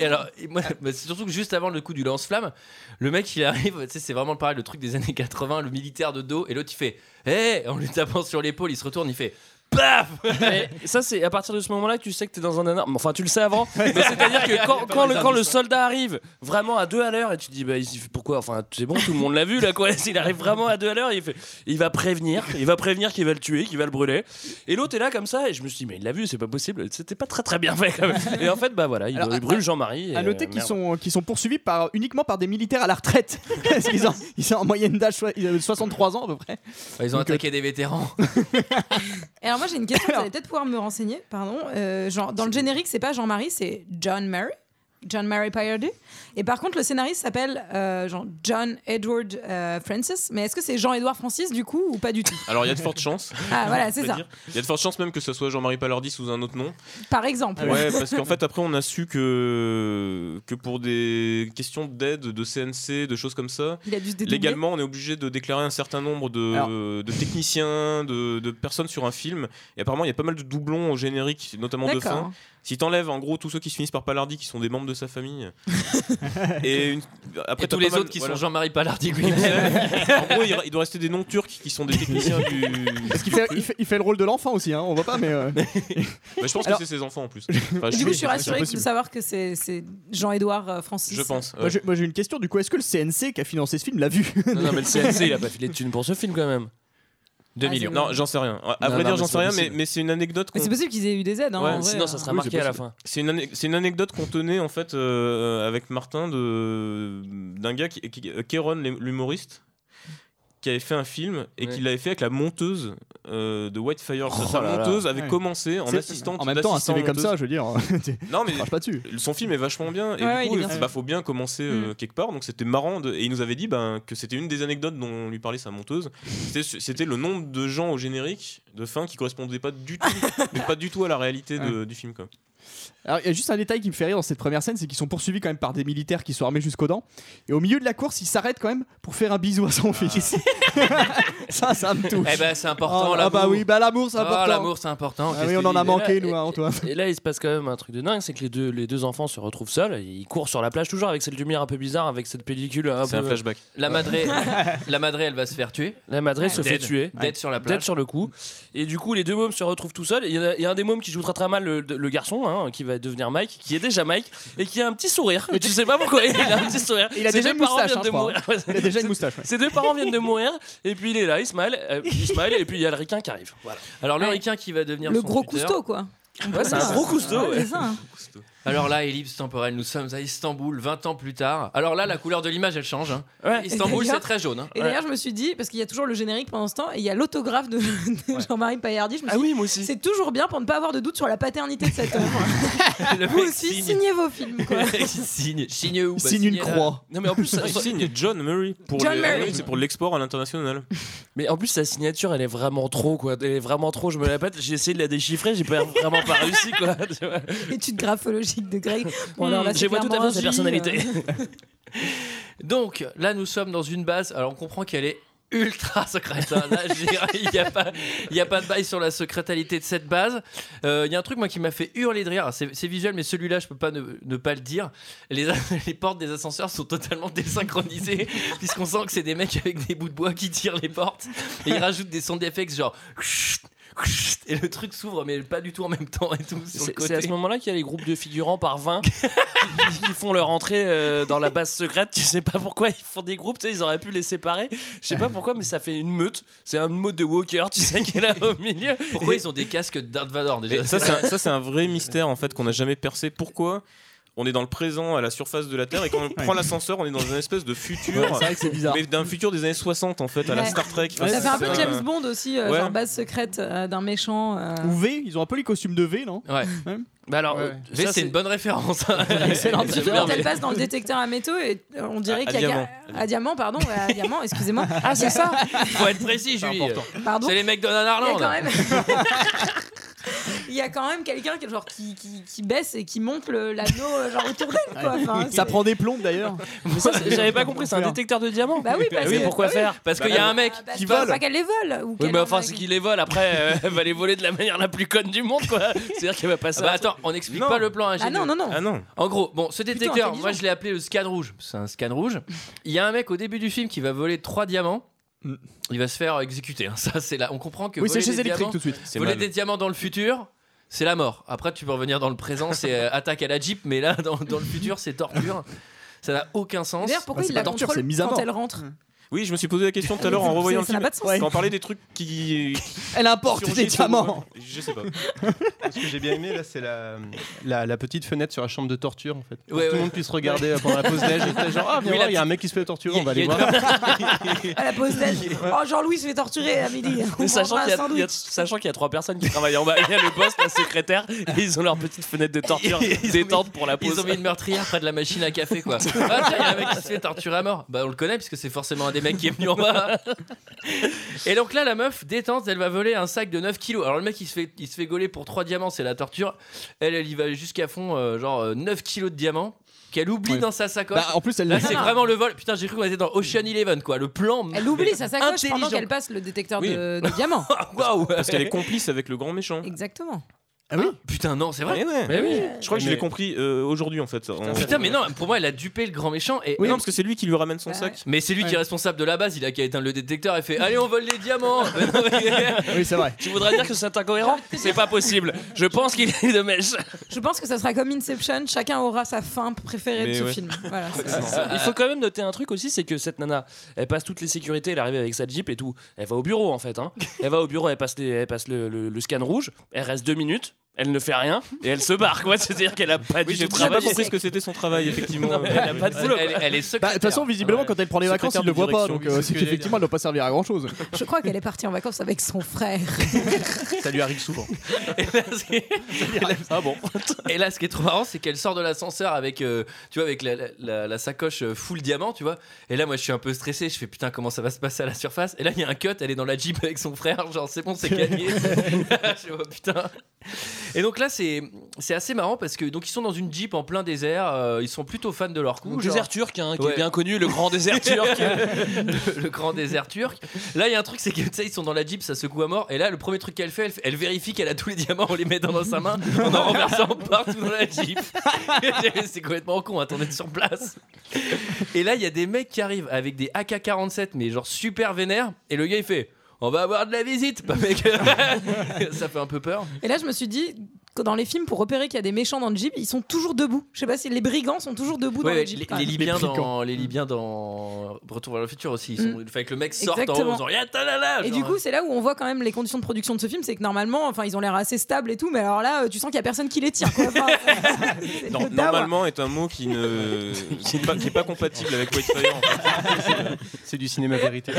S1: et alors, et moi, mais c'est surtout que juste avant le coup du lance-flamme, le mec il arrive, tu sais, c'est vraiment pareil, le truc des années 80, le militaire de dos, et l'autre il fait Hé En lui tapant sur l'épaule, il se retourne, il fait Paf
S9: Mais ça, c'est à partir de ce moment-là que tu sais que t'es dans un anarchie. Enfin, tu le sais avant. mais c'est-à-dire que quand, quand le, quand le soldat arrive vraiment à deux à l'heure et tu te dis, bah, il- pourquoi Enfin, c'est bon, tout le monde l'a vu là, quoi. Il arrive vraiment à deux à l'heure et il fait, il va prévenir, il va prévenir qu'il va le tuer, qu'il va le brûler. Et l'autre est là comme ça et je me suis dit, mais il l'a vu, c'est pas possible. C'était pas très très bien fait quand même. Et en fait, bah voilà, il,
S6: Alors,
S9: il brûle Jean-Marie. et,
S6: À noter
S9: euh,
S6: qu'ils
S9: merde.
S6: sont, qu'ils sont poursuivis par, uniquement par des militaires à la retraite. Parce qu'ils ont, ils ont en moyenne d'âge soi- ils ont 63 ans à peu près.
S1: Ils ont
S6: Donc,
S1: attaqué des vétérans.
S7: et alors moi j'ai une question vous allez peut-être pouvoir me renseigner pardon Euh, genre dans le générique c'est pas Jean-Marie c'est John Mary John Mary Paillardi et par contre le scénariste s'appelle euh, genre John Edward euh, Francis mais est-ce que c'est Jean-Edouard Francis du coup ou pas du tout
S8: Alors il y a de fortes chances.
S7: Ah, voilà, c'est
S8: On peut
S7: ça.
S8: dire. Il y a de fortes chances même que ce soit Jean-Marie Palardi sous un autre nom.
S7: par exemple
S8: Ah Ouais, parce qu'en fait, après, on a su que, que pour des questions d'aide, de CNC, de choses comme ça,
S7: Il a dû se dédoubler.
S8: légalement, on est obligé de déclarer un certain nombre de,
S6: Alors-
S8: de techniciens, de, de personnes sur un film. Et apparemment, il y a pas mal de doublons au générique, notamment de
S7: D'accord.
S8: fin. Si t'enlèves, en gros, tous ceux qui se finissent par Palardi, qui sont des membres de sa famille, et une- après
S1: Et tous
S8: t'as
S1: les
S8: pas mal-
S1: autres qui
S8: voilà.
S1: sont Jean-Marie Palardi lui-même.
S8: En gros, il, il doit rester des noms turcs qui sont des techniciens du.
S6: Parce qu'il fait, il fait, il fait le rôle de l'enfant aussi, hein, on voit pas, mais. euh,
S8: Bah, je pense
S6: Alors-
S8: que c'est ses enfants en plus. Enfin,
S7: Du coup, je suis rassurée
S8: c'est
S7: de savoir que c'est c'est Jean-Édouard euh, Francis.
S8: Je pense.
S6: Moi, j'ai- Moi j'ai une question, du coup, est-ce que le CNC qui a financé ce film l'a vu
S9: Non, non, mais le CNC, il a pas filé de thunes pour ce film quand même.
S6: Ah,
S1: 2
S7: millions.
S1: millions.
S8: Non, j'en sais rien. À
S9: Non,
S8: vrai
S9: non,
S8: dire,
S9: mais
S8: j'en
S9: c'est
S8: sais rien, mais,
S9: possible.
S8: mais c'est une anecdote.
S7: Mais
S8: qu'on-
S7: c'est possible qu'ils aient eu des aides. Hein,
S8: Ouais,
S7: en vrai,
S9: Sinon,
S7: euh.
S9: ça sera
S6: Oui,
S9: marqué
S6: c'est
S9: à la
S6: possible.
S9: fin.
S8: C'est une, ane- c'est une anecdote qu'on tenait en fait euh, avec Martin de d'un gars qui, qui euh, Kéron, l'humoriste qui avait fait un film et
S9: Ouais.
S8: qui l'avait fait avec la monteuse euh, de Whitefire.
S9: Oh
S8: Sa
S9: là là.
S8: monteuse avait
S6: Ouais.
S8: commencé en
S6: C'est-
S8: assistante.
S6: En même temps, un
S8: d'assistant
S6: CV comme ça,
S8: monteuse.
S6: je veux dire, hein, tu
S8: Non mais
S9: Oh,
S6: craches pas dessus.
S8: son film est vachement bien et
S7: Ouais, ouais, il
S8: du
S7: est
S8: coup
S7: bien
S8: bah,
S7: fait. Mm.
S8: faut bien commencer euh, quelque part donc c'était marrant de- et il nous avait dit ben, que c'était une des anecdotes dont on lui parlait sa monteuse c'était c'était le nombre de gens au générique de fin qui correspondait pas du tout mais pas du tout à la réalité de- du film quoi.
S6: Alors, il y a juste un détail qui me fait rire dans cette première scène, c'est qu'ils sont poursuivis quand même par des militaires qui sont armés jusqu'aux dents. Et au milieu de la course, ils s'arrêtent quand même pour faire un bisou à son fils. ça, ça me touche.
S1: Eh ben, c'est important
S6: ah, ah
S1: l'amour.
S6: bah oui, bah l'amour, c'est
S1: Ah,
S6: important.
S1: l'amour, c'est important.
S6: Ah
S1: qu'est-ce
S6: oui, on
S1: que
S6: en a
S1: tu dis
S6: manqué,
S9: Et là-
S6: nous, hein, Antoine.
S9: Et là, il se passe quand même un truc de dingue, c'est que les deux, les deux enfants se retrouvent seuls, et ils courent sur la plage toujours avec cette lumière un peu bizarre, avec cette pellicule un
S8: c'est un
S9: peu-
S8: flashback
S1: La madrée, la madrée, elle va se faire tuer.
S9: La Madrid se fait
S1: Dead.
S9: tuer.
S1: Dead sur la plage.
S9: Dead sur le coup. Et du coup, les deux mômes se retrouvent tout seuls. Il y, en a- il y a un des mômes qui joue très très mal le, le garçon, hein, qui va devenir Mike, qui est déjà Mike, et qui a un petit sourire. Mais tu sais pas pourquoi, il a un petit sourire.
S6: Il a
S9: Ses
S6: déjà
S9: deux
S6: une
S9: parents
S6: moustache,
S9: viennent
S6: hein,
S9: de
S6: je crois,
S9: mourir.
S6: Il a déjà une moustache. ouais.
S9: Ses deux parents viennent de mourir, et puis il est là, il smile, euh, il smile, et puis il y a le requin qui arrive. Voilà.
S1: Alors, le
S7: Ouais.
S1: ricain qui va devenir
S7: Le
S1: son
S7: gros
S1: tuteur.
S7: cousteau, quoi.
S9: Ouais, c'est un gros
S6: Ah,
S9: cousteau.
S7: Ouais,
S9: ouais.
S7: c'est ça. hein.
S1: Alors là, ellipse temporelle, nous sommes à Istanbul 20 ans plus tard. Alors là, la couleur de l'image, elle change. hein.
S9: Ouais.
S1: Istanbul,
S7: Et
S1: c'est
S7: d'ailleurs-
S1: très jaune. hein.
S7: Et d'ailleurs, je me suis dit, parce qu'il y a toujours le générique pendant ce temps, et il y a l'autographe de, de Jean-Marie Paillardi. Je me
S9: Ah
S7: suis
S9: oui, moi
S1: Mm.
S7: dit,
S9: aussi.
S7: c'est toujours bien pour ne pas avoir de doute sur la paternité de cette œuvre.
S1: Le
S7: Vous
S1: mec
S7: aussi,
S1: signe.
S7: signez vos films, quoi.
S1: Il signe. Signe où Bah,
S6: Signe une
S1: signez là.
S6: croix.
S9: Non mais en plus, ça-
S8: Ah, il signe John Murray pour
S7: John
S8: le-
S7: Murray.
S8: oui, c'est pour l'export à l'international.
S9: Mais en plus, sa signature, elle est vraiment trop, quoi. Elle est vraiment trop, je me la pète. J'ai essayé de la déchiffrer, j'ai pas, vraiment pas réussi, quoi. tu vois.
S7: Étude graphologique de Greg. Bon, alors
S1: Mm, Hmm,
S7: là,
S9: je
S7: c'est
S9: vois tout à
S7: clairement
S9: fait sa
S7: J,
S9: personnalité.
S7: euh,
S1: Donc là, nous sommes dans une base. Alors on comprend qu'elle est ultra secrète. hein. Là, je dirais, il n'y a, pas- il y a pas de bail sur la secrétalité de cette base. Euh, Il y a un truc, moi, qui m'a fait hurler de rire. Alors, C'est c'est visuel, mais celui-là, je peux pas ne, ne pas le dire. Les, a- les portes des ascenseurs sont totalement désynchronisées, puisqu'on sent que c'est des mecs avec des bouts de bois qui tirent les portes. Et ils rajoutent des sons d'effects, genre. Et le truc s'ouvre, mais pas du tout en même temps et tout. sur le
S9: C'est
S1: côté.
S9: c'est à ce moment-là qu'il y a les groupes de figurants par 20 qui, qui font leur entrée euh, dans la base secrète. Tu sais pas pourquoi ils font des groupes, tu sais, ils auraient pu les séparer. Je sais pas pourquoi, mais ça fait une meute. C'est un mode de walker, tu sais, qui est là au milieu.
S1: Pourquoi ils ont des casques de Darth Vador déjà
S8: Et ça, c'est un, ça, c'est un vrai mystère en fait qu'on n'a jamais percé. Pourquoi on est dans le présent à la surface de la Terre et quand on prend l'ascenseur, on est dans une espèce de futur.
S6: Ouais, c'est vrai que c'est bizarre.
S8: Mais d'un futur des années 60 en fait, à la
S7: Ouais.
S8: Star Trek.
S7: Ça fait un peu
S8: C'est
S7: James Bond aussi, euh,
S8: Ouais.
S7: genre base secrète euh, d'un méchant. euh.
S6: Ou V, ils ont un peu les costumes de V, non
S1: Ouais.
S6: Ouais.
S9: Bah alors,
S11: Ouais.
S9: euh,
S1: Mais
S9: ça,
S1: c'est une bonne référence.
S6: Excellent.
S1: C'est
S7: Quand
S1: bien, mais-
S7: elle passe dans le détecteur à métaux, et euh, on dirait
S8: À- à
S7: qu'il y a
S8: diamant.
S7: à diamant, pardon, ouais, à diamant, excusez-moi. Ah c'est ça,
S1: Faut être précis,
S11: C'est
S1: Julie.
S11: important.
S7: pardon.
S1: C'est les mecs de
S7: Il y a
S1: Nanarland.
S7: quand même. Il y a quand même quelqu'un qui, genre, qui, qui, qui baisse et qui monte le- l'anneau euh, genre autour d'elle quoi. Enfin,
S6: Ça
S7: c'est-
S6: prend des plombes d'ailleurs.
S9: Mais ça, c'est- j'avais pas compris, c'est un détecteur de diamants.
S7: Bah oui, parce
S9: oui,
S7: que-
S9: pourquoi
S7: bah oui.
S9: faire
S1: Parce qu'il y a un mec
S7: Ah, bah,
S1: qui
S7: faut
S1: vole.
S7: Pas qu'elle les vole. Ou
S9: Oui,
S7: qu'elle
S9: mais
S7: en
S9: enfin,
S7: a-
S9: c'est qu'il les vole. Après, euh, elle va les voler de la manière la plus conne du monde, quoi. C'est-à-dire qu'elle va
S1: Ah
S9: passer.
S1: bah
S9: un truc-
S1: attends, on n'explique
S8: Non.
S1: pas le plan ingénieux.
S7: Ah non, non, non.
S8: Ah non.
S1: En gros, bon, ce détecteur,
S7: intelligent.
S1: moi je l'ai appelé le scan rouge. C'est un scan rouge. Il y a un mec au début du film qui va voler trois diamants.
S6: Mm.
S1: Il va se faire exécuter. hein. Ça, c'est là. On comprend que
S6: Oui, c'est
S1: voler,
S6: chez
S1: des
S6: électrique
S1: diamants,
S6: tout de suite.
S8: C'est
S1: voler
S8: mal.
S1: des diamants dans le futur, c'est la mort. Après, tu peux revenir dans le présent, c'est euh, attaque à la Jeep, mais là, dans, dans le futur, c'est torture. Ça n'a aucun sens.
S7: D'ailleurs, pourquoi
S6: Bah, c'est
S7: il la
S6: pas torture,
S7: contrôle
S6: c'est mise à
S7: quand
S6: mort.
S7: elle rentre Ah,
S8: Oui, je me suis posé la question tout à l'heure en revoyant le
S7: Ça n'a pas
S8: film.
S7: de sens.
S8: Quand on parlait des trucs qui.
S6: Elle importe
S8: surgissent
S6: des
S8: au
S6: diamants.
S8: moment- Je sais pas.
S11: Ce que j'ai bien aimé, là, c'est la, la, la petite fenêtre sur la chambre de torture, en fait. Pour
S1: Ouais,
S11: que tout le
S1: ouais.
S11: monde puisse regarder euh, pendant la pause déj. et genre, ah, viens
S1: Oui,
S11: voir,
S1: la
S11: il y a un mec qui se fait torturer,
S1: Il y a-
S11: on va
S1: il y
S11: aller
S1: a
S11: voir.
S7: À la pause d'elle. Oh, Jean-Louis se fait torturer à midi. On
S9: Mais sachant
S7: prendra
S9: qu'il
S7: un
S9: y, a- il y a-
S7: sandwich.
S9: sachant qu'il y a trois personnes qui travaillent en bas, il y a le boss, la secrétaire, et ils ont leur petite fenêtre de torture
S1: Ils ont
S9: détente pour la
S1: Ils
S9: pause.
S1: ont mis une meurtrière près de la machine à café, quoi. Ah, tiens, il y a un mec qui se fait torturer à mort. Bah, on le connaît, puisque c'est forcément un des mecs qui est venu en bas. Et donc là, la meuf, détente, elle va voler un sac de 9 kilos. Alors, le mec, il se fait, il se fait gauler pour 3 diamants, c'est la torture. Elle, elle y va jusqu'à fond, euh, genre euh, 9 kilos de diamants, qu'elle oublie
S6: Ouais.
S1: dans sa sacoche.
S6: Bah, en plus, elle
S1: là,
S6: l'a
S1: c'est vraiment le vol. Putain, j'ai cru qu'on était dans Ocean Eleven, quoi. Le plan.
S7: Elle oublie sa sacoche pendant
S1: Intelligent.
S7: qu'elle passe le détecteur
S8: Oui.
S7: de, de diamants.
S1: Waouh
S8: Parce qu'elle est complice avec le grand méchant.
S7: Exactement.
S1: Putain, non, c'est vrai.
S8: Eh ouais.
S1: Mais oui.
S8: Je crois que je
S11: Mais-
S8: l'ai compris euh, aujourd'hui en fait. En-
S1: Putain, mais non, pour moi, elle a dupé le grand méchant. Et
S8: Oui, non, parce que c'est lui qui lui ramène son
S7: Bah,
S8: sac.
S1: Mais c'est lui qui est responsable de la base, il a qu'à éteindre le détecteur et fait Allez, on vole les diamants Mais non, mais-
S6: Oui, c'est vrai.
S9: Tu voudrais dire que c'est incohérent C'est pas possible. Je pense qu'il est de mèche.
S7: Je pense que ça sera comme Inception. Chacun aura sa fin préférée
S8: Mais
S7: de ce
S8: ouais.
S7: film. Voilà, c'est ça.
S9: Il faut quand même noter un truc aussi, c'est que cette nana, elle passe toutes les sécurités, elle arrive avec sa Jeep et tout. Elle va au bureau en fait. hein. Elle va au bureau, elle passe, les- elle passe le, le- le scan rouge, elle reste deux minutes, elle ne fait rien et elle se barre. quoi. C'est-à-dire qu'elle a pas
S8: Oui,
S9: du
S8: j'ai
S9: tout
S8: j'ai pas
S9: travaillé.
S8: compris ce que c'était son travail effectivement.
S9: Non, mais elle a pas de boulot.
S1: elle, elle est secrétaire.
S6: Bah, De toute façon, visiblement,
S8: Ouais.
S6: quand elle prend les vacances,
S8: Secrétaire
S6: il le
S8: de
S6: voit pas.
S8: direction,
S6: Donc,
S8: oui,
S6: euh,
S8: c'est ce
S6: c'est
S8: que j'allais
S6: qu'effectivement, elle doit pas servir à grand chose.
S7: Je crois qu'elle est partie en vacances avec son frère.
S11: Ça lui arrive souvent.
S1: Et là, c'est-
S9: Ah bon
S1: et là, ce qui est trop marrant, c'est qu'elle sort de l'ascenseur avec, euh, tu vois, avec la, la- la- la sacoche euh, full diamant, tu vois. Et là, moi, je suis un peu stressé. Je fais putain, comment ça va se passer à la surface Et là, il y a un cut. Elle est dans la jeep avec son frère. Genre, c'est bon, c'est gagné. je vois, putain. Et donc là, c'est c'est assez marrant parce que donc ils sont dans une jeep en plein désert. euh, ils sont plutôt fans de leur coup.
S9: Le
S1: genre.
S9: désert turc, hein, qui
S1: Ouais.
S9: est bien connu, le grand désert turc.
S1: le grand désert turc. Là, il y a un truc, c'est que tu sais, ils sont dans la Jeep, ça secoue à mort. Et là, le premier truc qu'elle fait, elle, fait- elle vérifie qu'elle a tous les diamants, on les met dans, dans sa main, en en renversant partout dans la Jeep. c'est complètement con, attendez sur place. Et là, il y a des mecs qui arrivent avec des AK-47, mais genre super vénères. Et le gars, il fait. On va avoir de la visite, bah mec. ça fait un peu peur.
S7: Et là, je me suis dit que dans les films, pour repérer qu'il y a des méchants dans le jeep, ils sont toujours debout. Je sais pas si les brigands sont toujours debout
S1: Ouais,
S7: dans
S1: ouais,
S7: le jeep.
S1: les,
S7: quand
S1: les
S7: même.
S1: Libyens
S6: Les flics,
S1: dans les Libyens dans Retour vers le futur aussi. Ils sont,
S7: Mm.
S1: Fait que le mec sort en haut en
S7: Exactement.
S1: faisant Ya ta la la,
S7: Et
S1: Ah, genre, euh.
S7: du coup, c'est là où on voit quand même les conditions de production de ce film, c'est que normalement, enfin, ils ont l'air assez stables et tout, mais alors là, euh, tu sens qu'il y a personne qui les tire. quoi. Enfin, c'est- c'est
S8: Non,
S7: le dawa.
S8: normalement est un mot qui ne qui n'est pas, qui est pas compatible avec Whitefire. en fait.
S11: C'est du cinéma vérité.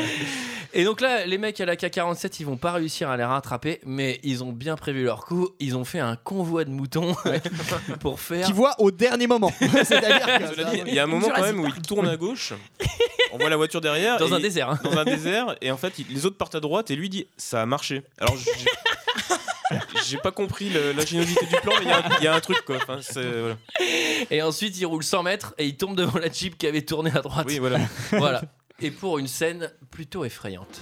S1: Et donc là, les mecs à la K47, ils vont pas réussir à les rattraper, mais ils ont bien prévu leur coup. Ils ont fait un convoi de moutons pour faire.
S6: Qui voit au dernier moment. C'est-à-dire
S9: Ah,
S6: que- bah,
S8: Cela dit, Il y a un moment quand
S7: Jurassic
S8: même où il tourne à gauche, on voit la voiture derrière,
S1: Dans
S8: et
S1: un
S8: il-
S1: désert. hein.
S8: dans un désert, et en fait il- les autres partent à droite et lui dit ça a marché. Alors j'ai- j'ai pas compris le- l'ingéniosité du plan, mais il y a un- il y, a un truc quoi. Enfin, c'est- voilà.
S1: Et ensuite, ils roulent 100 mètres et ils tombent devant la Jeep qui avait tourné à droite.
S8: Oui voilà.
S1: Voilà. et pour une scène plutôt effrayante.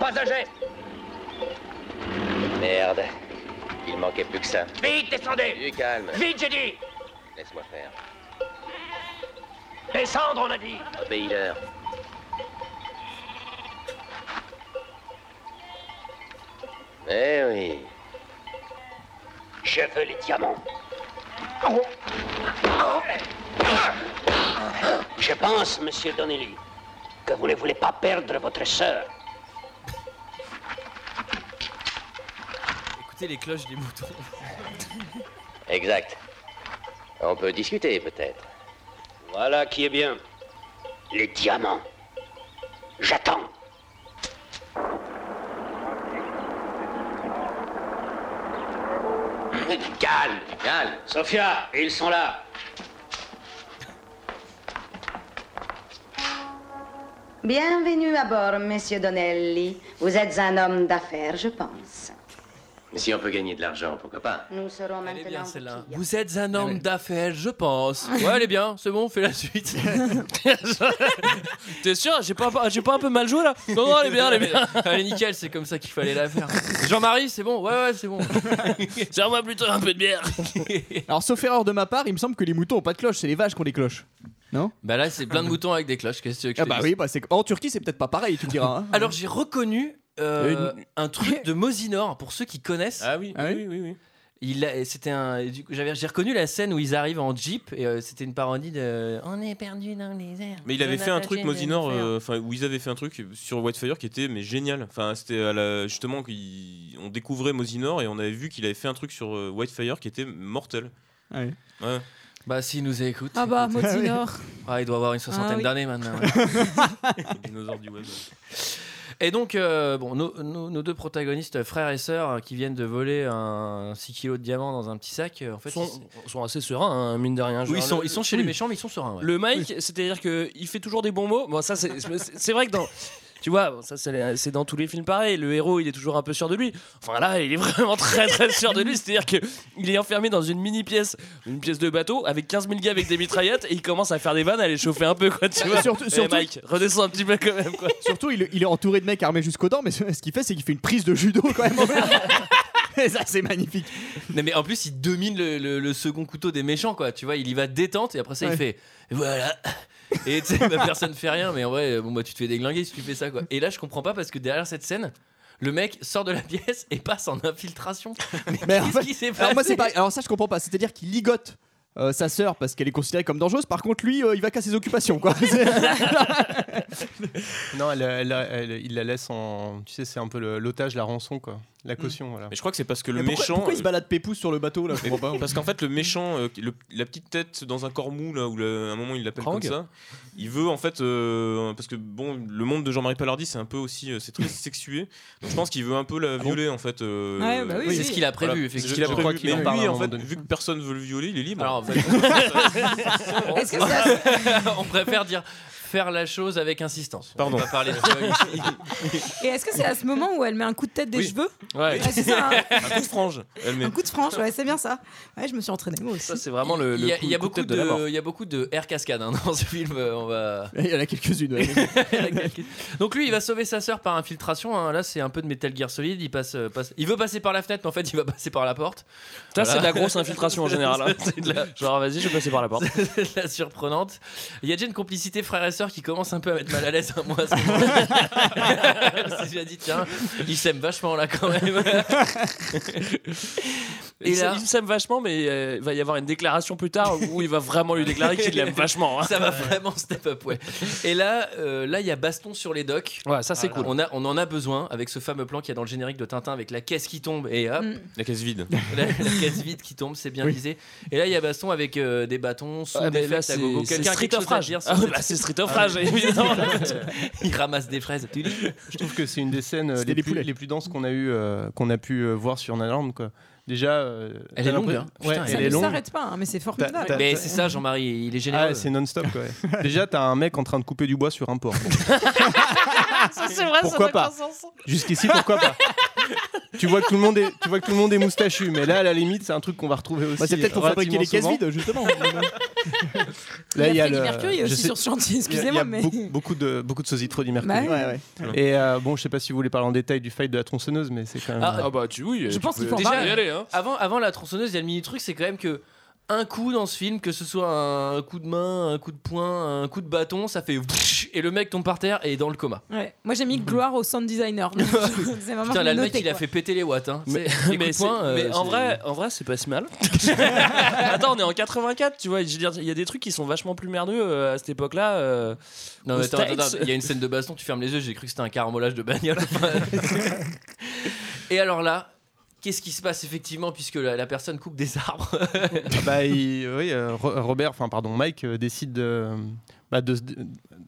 S2: Passagers
S12: Merde. Il manquait plus que ça.
S2: Vite, descendez
S12: Du calme.
S2: Vite, j'ai dit
S12: Laisse-moi faire.
S2: Descendre, on a dit
S12: Obéis-leur. Eh oui.
S2: Je veux les diamants. Je pense, monsieur Donnelly, que vous ne voulez pas perdre votre sœur.
S1: Écoutez les cloches des moutons.
S12: Exact. On peut discuter, peut-être.
S2: Voilà qui est bien. Les diamants. J'attends. Calme, calme. Sophia, ils sont là.
S13: Bienvenue à bord, monsieur Donnelly. Vous êtes un homme d'affaires, je pense.
S12: Mais si on peut gagner de l'argent, pourquoi pas
S13: Nous serons
S1: Elle est bien
S13: maintenant.
S1: celle-là. Vous êtes un homme d'affaires, je pense. Ouais, elle est bien, c'est bon, on fait la suite.
S9: T'es sûr J'ai pas, j'ai pas un peu mal joué là Non, non, elle est bien, elle est bien.
S1: Elle est nickel, c'est comme ça qu'il fallait la faire. Jean-Marie, c'est bon Ouais, ouais, c'est bon.
S9: Serre-moi plutôt un peu de bière.
S6: Alors, sauf erreur de ma part, il me semble que les moutons ont pas de cloche, c'est les vaches qui ont des cloches. Non
S1: Bah là, c'est plein de moutons avec des cloches. Qu'est-ce que tu veux que je
S6: Ah
S1: te
S6: bah
S1: dise
S6: oui, bah c'est en Turquie, c'est peut-être pas pareil, tu me diras. hein.
S1: Alors j'ai reconnu euh, un truc de Mosinor pour ceux qui connaissent.
S9: Ah oui, oui, oui, oui.
S1: Il a- c'était un. du coup, j'avais, j'ai reconnu la scène où ils arrivent en jeep et euh, c'était une parodie de. On est perdu dans les airs.
S8: Mais il avait
S1: Jonathan
S8: fait un truc,
S1: Jane
S8: Mosinor,
S1: Welfare.
S8: euh, enfin où ils avaient fait un truc sur Whitefire qui était mais génial. Enfin, c'était à la- justement qu'on découvrait Mosinor et on avait vu qu'il avait fait un truc sur euh, Whitefire qui était mortel.
S6: Ouais.
S8: Ouais.
S1: Bah s'il nous écoute.
S7: Ah bah,
S1: écoute.
S7: Mosinor.
S1: Ah, il doit avoir une soixantaine
S7: Ah oui.
S1: d'années maintenant. hein.
S8: Dinosaure du web.
S1: Et donc, euh, bon, nos, nos- nos deux protagonistes, frères et sœurs, euh, qui viennent de voler un 6 kilos de diamants dans un petit sac, euh, en fait,
S9: Ils sont,
S1: ils-
S9: sont assez sereins, hein, mine de rien.
S1: Oui, ils
S9: Genre,
S1: sont,
S9: le-
S1: ils sont chez les
S9: oui.
S1: méchants, mais ils sont sereins. ouais.
S9: Le Mike, c'est-à-dire que il fait toujours des bons mots. Bon, ça, c'est c'est- c'est vrai que dans. Tu vois, bon, ça c'est c'est dans tous les films pareil. Le héros, il est toujours un peu sûr de lui. Enfin là, il est vraiment très très sûr de lui. C'est-à-dire que il est enfermé dans une mini pièce, une pièce de bateau avec 15 000 gars avec des mitraillettes et il commence à faire des vannes, à les chauffer un peu quoi. Tu vois.
S6: surtout-
S9: Eh,
S6: surtout-
S9: Mike, redescends un petit peu quand même quoi.
S6: Surtout, il, il est entouré de mecs armés jusqu'aux dents, mais ce, ce qu'il fait, c'est qu'il fait une prise de judo quand même. Et ça, c'est magnifique.
S1: Non, mais en plus, il domine le, le- le second couteau des méchants, quoi. Tu vois, il y va détente et après ça,
S6: Ouais.
S1: il fait voilà. Et tu sais, bah, personne fait rien, mais en vrai, bon, bah, tu te fais déglinguer si tu fais ça, quoi. Et là, je comprends pas parce que derrière cette scène, le mec sort de la pièce et passe en infiltration. Mais,
S6: Mais en
S1: qu'est-ce
S6: fait-
S1: qui s'est passé
S6: Alors, moi, c'est pareil. Alors, ça, je comprends pas. C'est-à-dire qu'il ligote. euh, sa sœur parce qu'elle est considérée comme dangereuse par contre lui euh, il va qu'à ses occupations quoi
S11: Non, elle, elle- elle- il la laisse en. Tu sais, c'est un peu le- l'otage, la rançon, quoi. La caution,
S2: Hmm.
S11: voilà.
S8: Mais je crois que c'est parce que le
S6: Mais pourquoi,
S8: méchant.
S6: pourquoi il se
S8: euh,
S6: balade pépouze sur le bateau là je comprends pas
S8: Parce qu'en fait, le méchant, euh, le- la petite tête dans un corps mou, là, où le- à un moment il l'appelle
S9: Krang.
S8: comme ça, il veut en fait. euh, parce que bon, le monde de Jean-Marie Palardi, c'est un peu aussi. euh, c'est très sexué. Donc je pense qu'il veut un peu
S6: Ah
S8: la violer en fait. euh,
S7: Ouais, bah oui,
S1: Oui, c'est
S7: oui.
S1: ce qu'il a prévu,
S8: Voilà, c'est ce qu'il
S1: effectivement.
S8: a
S11: Je crois
S8: prévu.
S11: qu'il
S8: Mais
S11: en
S8: lui,
S11: parle à un
S8: en
S11: moment
S8: fait,
S11: donné.
S8: vu que personne veut le violer, il est libre.
S1: Alors, en fait,
S7: Est-ce que c'est
S1: on préfère dire faire la chose avec insistance.
S8: Pardon.
S1: On va parler de ça ici.
S7: à- Et est-ce que c'est à ce moment où elle met un coup de tête des
S8: Oui.
S7: cheveux
S9: Ouais.
S7: Ah, c'est ça, un-
S8: un coup de frange. Elle met.
S7: un coup de franche, ouais, c'est bien ça. Ouais, je me suis entraînée moi aussi.
S9: Ça c'est vraiment le. le
S1: Il y a,
S9: coup-
S1: il y a
S9: coup de
S1: beaucoup
S9: tête la mort.
S1: de, il y a beaucoup de air cascade hein, dans ce film. euh, On va.
S6: il y en a quelques-unes ouais.
S1: Donc lui, il va sauver sa sœur par infiltration. hein. Là, c'est un peu de Metal Gear Solid. Il passe, euh, passe- il veut passer par la fenêtre, mais en fait, il va passer par la porte.
S9: Ça
S1: Voilà.
S9: c'est de la grosse infiltration en général. hein. Genre vas-y, je vais passer par la porte.
S1: C'est la surprenante. Il y a déjà une complicité frère et sœur qui commence un peu à mettre mal à l'aise. hein, moi, à ce moment-là. Parce que je me dis, tiens, ils s'aiment vachement là quand même. Et
S9: il
S1: là-
S9: s- il s'aime vachement, mais euh, il va y avoir une déclaration plus tard où il va vraiment lui déclarer qu'il l'aime vachement. hein.
S1: Ça va vraiment step up, ouais. Et là, euh, là, il y a baston sur les docks.
S9: Ouais, ça Ah, c'est
S1: Voilà. On, a, on en a besoin avec ce fameux plan qu'il y a dans le générique de Tintin avec la caisse qui tombe et hop,
S7: Mm.
S8: La caisse vide.
S1: la, la caisse vide qui tombe, c'est bien
S6: Oui.
S1: visé. Et là, il y a baston avec euh, des bâtons, sous
S9: cool. Ah,
S1: des
S9: mais là,
S1: fesses à
S9: c'est
S1: gogo.
S9: c'est
S1: Quelqu'un a
S9: street
S1: quelque
S9: of
S1: chose à
S9: rage.
S1: dire sur
S9: Ah, ouais,
S1: cette-
S9: bah, c'est street of rage, évidemment.
S1: Il ramasse des fraises. Tu dis
S11: Je trouve que c'est une des scènes euh,
S6: C'était
S11: les
S6: des
S11: plus,
S6: poulets.
S11: les plus denses qu'on a, eu, euh, qu'on a pu euh, voir sur Naland, quoi. Déjà. euh,
S1: Elle
S11: t'as
S1: est longue,
S11: l'impression-
S1: hein.
S11: Ouais,
S1: Putain,
S11: elle
S7: ça
S11: est
S7: ne
S11: longue.
S7: s'arrête pas, hein, mais c'est
S11: T'as-
S7: formidable.
S11: t'as-
S1: Mais c'est ça, Jean-Marie, il est généreux.
S11: Ah, c'est non-stop, quoi. Déjà, t'as un mec en train de couper du bois sur un port.
S7: c'est vrai,
S11: Pourquoi pas Jusqu'ici, pourquoi pas tu vois, que tout le monde est, tu vois que tout le monde est moustachu, mais là, à la limite, c'est un truc qu'on va retrouver aussi.
S6: Bah, c'est peut-être pour fabriquer les caisses
S11: relativement
S6: vides justement
S7: Il y a Freddie Mercury aussi sur ce chantier,
S11: Il y
S7: excusez-moi,
S11: a
S7: mais.
S11: beaucoup, beaucoup de, beaucoup de sosies de Freddie Mercury.
S7: Bah ouais.
S11: Ouais, ouais. Et euh, bon, je sais pas si vous voulez parler en détail du fight de la tronçonneuse, mais c'est quand même.
S1: Ah, ah
S9: bah tu oui.
S1: Je pense qu'il faut déjà y aller.
S9: hein.
S1: Avant, avant la tronçonneuse, il y a le mini truc, c'est quand même que un coup dans ce film, que ce soit un coup de main, un coup de poing, un coup de bâton, ça fait whoosh et le mec tombe par terre et est dans le coma.
S7: Ouais. Moi j'ai mis gloire au sound designer. donc je- C'est vraiment
S1: Putain, là, le
S7: noté,
S1: mec, il a
S7: quoi.
S1: fait péter les watts. Hein. C'est-
S9: Mais,
S1: les coups
S9: mais
S1: de
S9: c'est-
S1: poing, euh,
S9: mais en
S1: c'est-
S9: vrai, en vrai, c'est pas si mal. Attends, on est en 84, tu vois. je veux dire, Il y a des trucs qui sont vachement plus merdeux euh, à cette époque-là. euh,
S1: Non,
S9: aux
S1: mais attends,
S9: States.
S1: attends, attends, il y a une scène de baston, tu fermes les yeux, j'ai cru que c'était un carambolage de bagnole. et alors là, qu'est-ce qui se passe effectivement, puisque la, la personne coupe des arbres
S11: Ah bah, il- oui, euh, Ro- Robert, enfin pardon, Mike euh, décide de, bah, de se- de-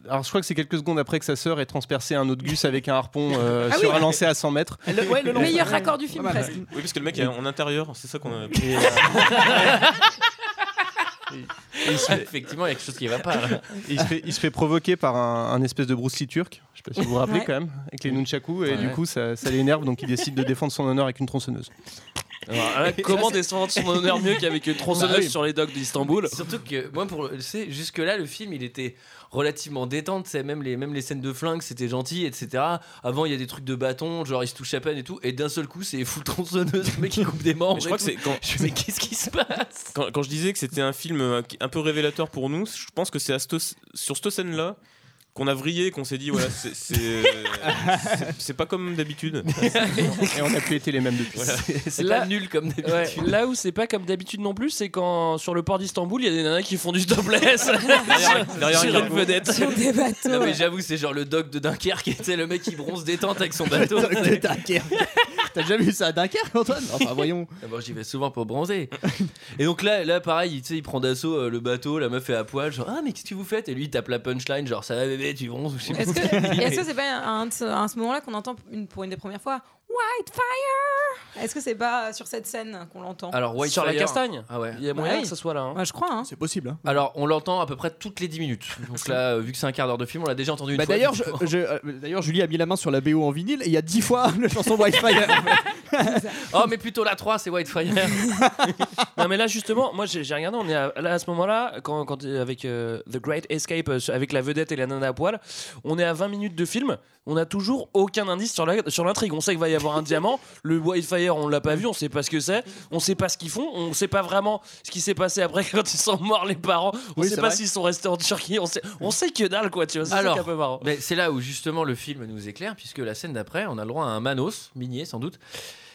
S11: Alors je crois que c'est quelques secondes après que sa sœur ait transpercé un autre gus avec un harpon euh,
S7: Ah
S11: sur
S7: oui.
S11: un lancer à 100 mètres.
S7: Le- ouais, le lancer. Meilleur raccord du film, Pas mal. presque.
S8: Oui, euh, parce que le mec est en intérieur, c'est ça qu'on a.
S1: Effectivement, il y a quelque chose qui va pas. là.
S11: Et il, se fait, il se fait provoquer par un, un espèce de Bruce Lee turc, je sais pas si vous vous rappelez
S1: Ouais.
S11: quand même, avec les nunchakus, et
S1: Ouais.
S11: du coup ça, ça l'énerve, donc il décide de défendre son honneur avec une tronçonneuse.
S9: Alors, là, comment descendre son honneur mieux qu'avec une tronçonneuse
S1: Bah oui.
S9: sur les docks d'Istanbul
S1: Surtout que moi, pour le- tu sais, jusque-là, le film, il était relativement détente. C'est même les, même les scènes de flingue, c'était gentil, etc. Avant, il y a des trucs de bâton, genre ils se touchent à peine et tout. Et d'un seul coup, c'est full tronçonneuse, le mec qui coupe des membres.
S8: Mais je crois
S1: et
S8: que
S1: tout.
S8: c'est quand-
S1: Je me dis, Mais qu'est-ce qui se passe
S8: Quand, quand je disais que c'était un film euh, qui- un peu révélateur pour nous, je pense que c'est à cette- sur cette scène-là qu'on a vrillé, qu'on s'est dit voilà, c'est- c'est c'est- c'est pas comme d'habitude.
S11: Et on a pu être les mêmes depuis.
S8: Voilà.
S1: C'est
S9: Là-
S1: pas nul comme d'habitude.
S9: Ouais, là où c'est pas comme d'habitude non plus, c'est quand sur le port d'Istanbul, il y a des nanas qui font du topless
S1: derrière
S9: sur
S1: un
S9: une vedette.
S7: Sur des bateaux.
S1: Non, mais j'avoue, c'est genre le doc de Dunkerque, tu sais, le mec qui bronze détente avec son bateau.
S6: Doc de Dunkerque. T'as déjà vu ça à Dunkerque, Antoine Enfin, voyons.
S1: D'abord, j'y vais souvent pour bronzer. Et donc là, là pareil, il- tu sais, il prend d'assaut euh, le bateau, la meuf est à poil, genre Ah, mais qu'est-ce que vous faites Et lui, il tape la punchline, genre Ça va bébé, tu bronzes ou je sais
S7: Est-ce
S1: pas.
S7: que, est-ce que c'est pas à, un de ce- à ce moment-là qu'on entend une- pour une des premières fois White Fire Est-ce que c'est pas euh, sur cette scène qu'on l'entend
S1: Alors, White
S9: Sur la
S1: Fire-
S9: castagne.
S1: Ah ouais.
S9: Il y hein. a moyen
S7: Ouais.
S9: que ce soit là. hein.
S7: Ouais, Je crois. hein.
S6: C'est possible. hein.
S1: Alors, on l'entend à peu près toutes les 10 minutes. Donc là, euh, vu que c'est un quart d'heure de film, on l'a déjà entendu une
S6: Bah,
S1: fois.
S6: d'ailleurs, je- je- euh, d'ailleurs, Julie a mis la main sur la BO en vinyle et il y a 10 fois la chanson Wi-Fi.
S1: Oh, mais plutôt la 3, c'est White Fire.
S9: Non mais là justement, moi j'ai j'ai regardé, on est à, là, à ce moment-là, quand, quand euh, avec euh, The Great Escape, euh, avec la vedette et la nana à poil, on est à 20 minutes de film, on a toujours aucun indice sur la- sur l'intrigue. on sait qu'il va y avoir un diamant, le Wildfire on l'a pas vu, on sait pas ce que c'est, on sait pas ce qu'ils font, on sait pas vraiment ce qui s'est passé après quand ils sont morts les parents, on
S6: Oui,
S9: sait
S6: c'est
S9: pas
S6: vrai.
S9: s'ils sont restés en Turquie, on sait, on sait que dalle quoi, tu vois, c'est ça qui
S1: Alors,
S9: est un peu marrant.
S1: Mais c'est là où justement le film nous éclaire, puisque la scène d'après, on a le droit à un Manos, minier sans doute,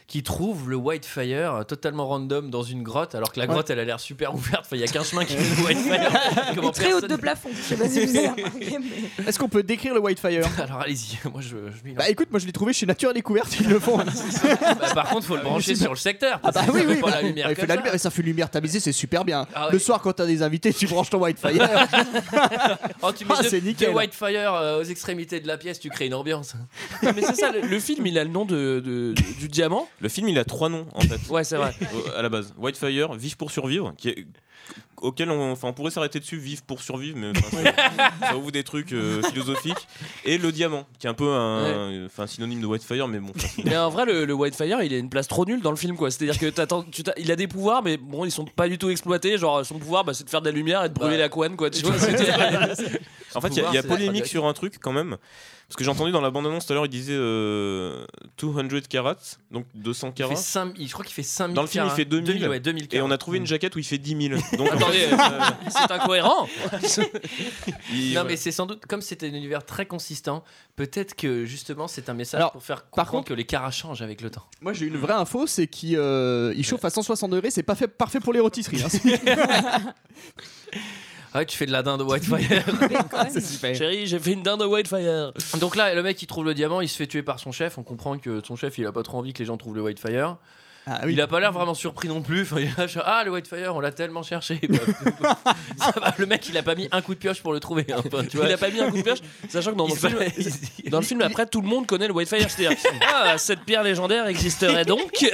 S1: qui trouve le Whitefire euh, totalement random dans une grotte, alors que la grotte elle a l'air super ouverte, enfin il y a qu'un chemin qui mène au Whitefire. Comment
S7: Et très haute de
S1: personne-
S7: plafond. Je sais pas si vous avez remarqué, mais-
S6: Est-ce qu'on peut décrire le Whitefire
S1: Alors allez-y, moi je, je m'y lance.
S6: Bah écoute, moi je l'ai trouvé chez Nature et Découverte, ils le font.
S1: Bah, par contre, faut le brancher sur le secteur.
S6: Ah bah
S1: parce que
S6: oui,
S1: ça fait
S6: oui,
S1: pas la
S6: bah,
S1: lumière.
S6: il fait
S1: comme
S6: la
S1: ça.
S6: lumière et ça fait lumière tamisée, c'est super bien.
S1: Ah
S6: Le
S1: oui.
S6: soir, quand t'as des invités, tu branches ton Whitefire.
S1: Oh, tu mets
S6: Ah,
S1: deux,
S6: c'est nickel.
S1: deux Whitefire euh, aux extrémités de la pièce, tu crées une ambiance.
S9: Non, mais c'est ça, le, le film il a le nom de, de- du diamant,
S8: Le film, il a trois noms en fait
S9: ouais c'est vrai.
S8: au- Euh, à la base. Whitefire, Vive pour survivre, qui est- auquel on, enfin, on pourrait s'arrêter dessus, Vive pour survivre, mais enfin, ça- ça ouvre des trucs euh, philosophiques. Et le diamant, qui est un peu un, enfin, synonyme de Whitefire, mais bon. enfin,
S9: Mais en vrai, le, le Whitefire, il a une place trop nulle dans le film, quoi. C'est-à-dire que t'attends, tu t'as- il a des pouvoirs, mais bon, ils sont pas du tout exploités. Genre, son pouvoir, bah, c'est de faire de la lumière et de brûler
S1: Ouais.
S9: la couenne, quoi. Tu vois, c'est-
S8: En fait, il y a- il y a,
S1: pouvoir, c'est la
S8: polémique
S1: traduction.
S8: sur un truc quand même. Parce que j'ai entendu dans la bande-annonce tout à l'heure, il disait euh, 200 carats, donc 200
S1: Il fait
S8: carats.
S1: cinq- il- je crois qu'il fait 5000
S8: Dans le film, il fait 2000.
S1: ouais, 2000
S8: Et on a
S1: carats.
S8: trouvé une jaquette où il fait 10 000. Donc,
S9: Attendez, euh, c'est incohérent.
S8: il-
S1: Non,
S8: ouais.
S1: mais c'est sans doute, comme c'était un univers très consistant, peut-être que justement c'est un message
S6: Alors,
S1: pour faire
S6: par
S1: comprendre
S6: contre-
S1: que les caras changent avec le temps.
S6: Moi j'ai une vraie info, c'est qu'il euh, il chauffe à 160 degrés, c'est pas fait- parfait pour les rôtisseries. hein.
S1: Ah ouais, tu fais de la dinde au Whitefire.
S6: c'est super.
S9: Chérie, j'ai fait une dinde au Whitefire.
S1: Donc là, le mec il trouve le diamant, il se fait tuer par son chef. On comprend que son chef il a pas trop envie que les gens trouvent le Whitefire.
S6: Ah oui.
S1: Il a pas l'air vraiment surpris non plus. Enfin, il est là, genre, ah, le Whitefire, on l'a tellement cherché. Bah, ça va, le mec il a pas mis un coup de pioche pour le trouver. hein. Enfin, tu vois,
S9: Il a pas mis un coup de pioche, sachant que dans le
S1: il se-
S9: film.
S1: il- il-
S9: Dans le film, après, tout le monde connaît le Whitefire. C'est-à-dire, ah, cette pierre légendaire existerait donc.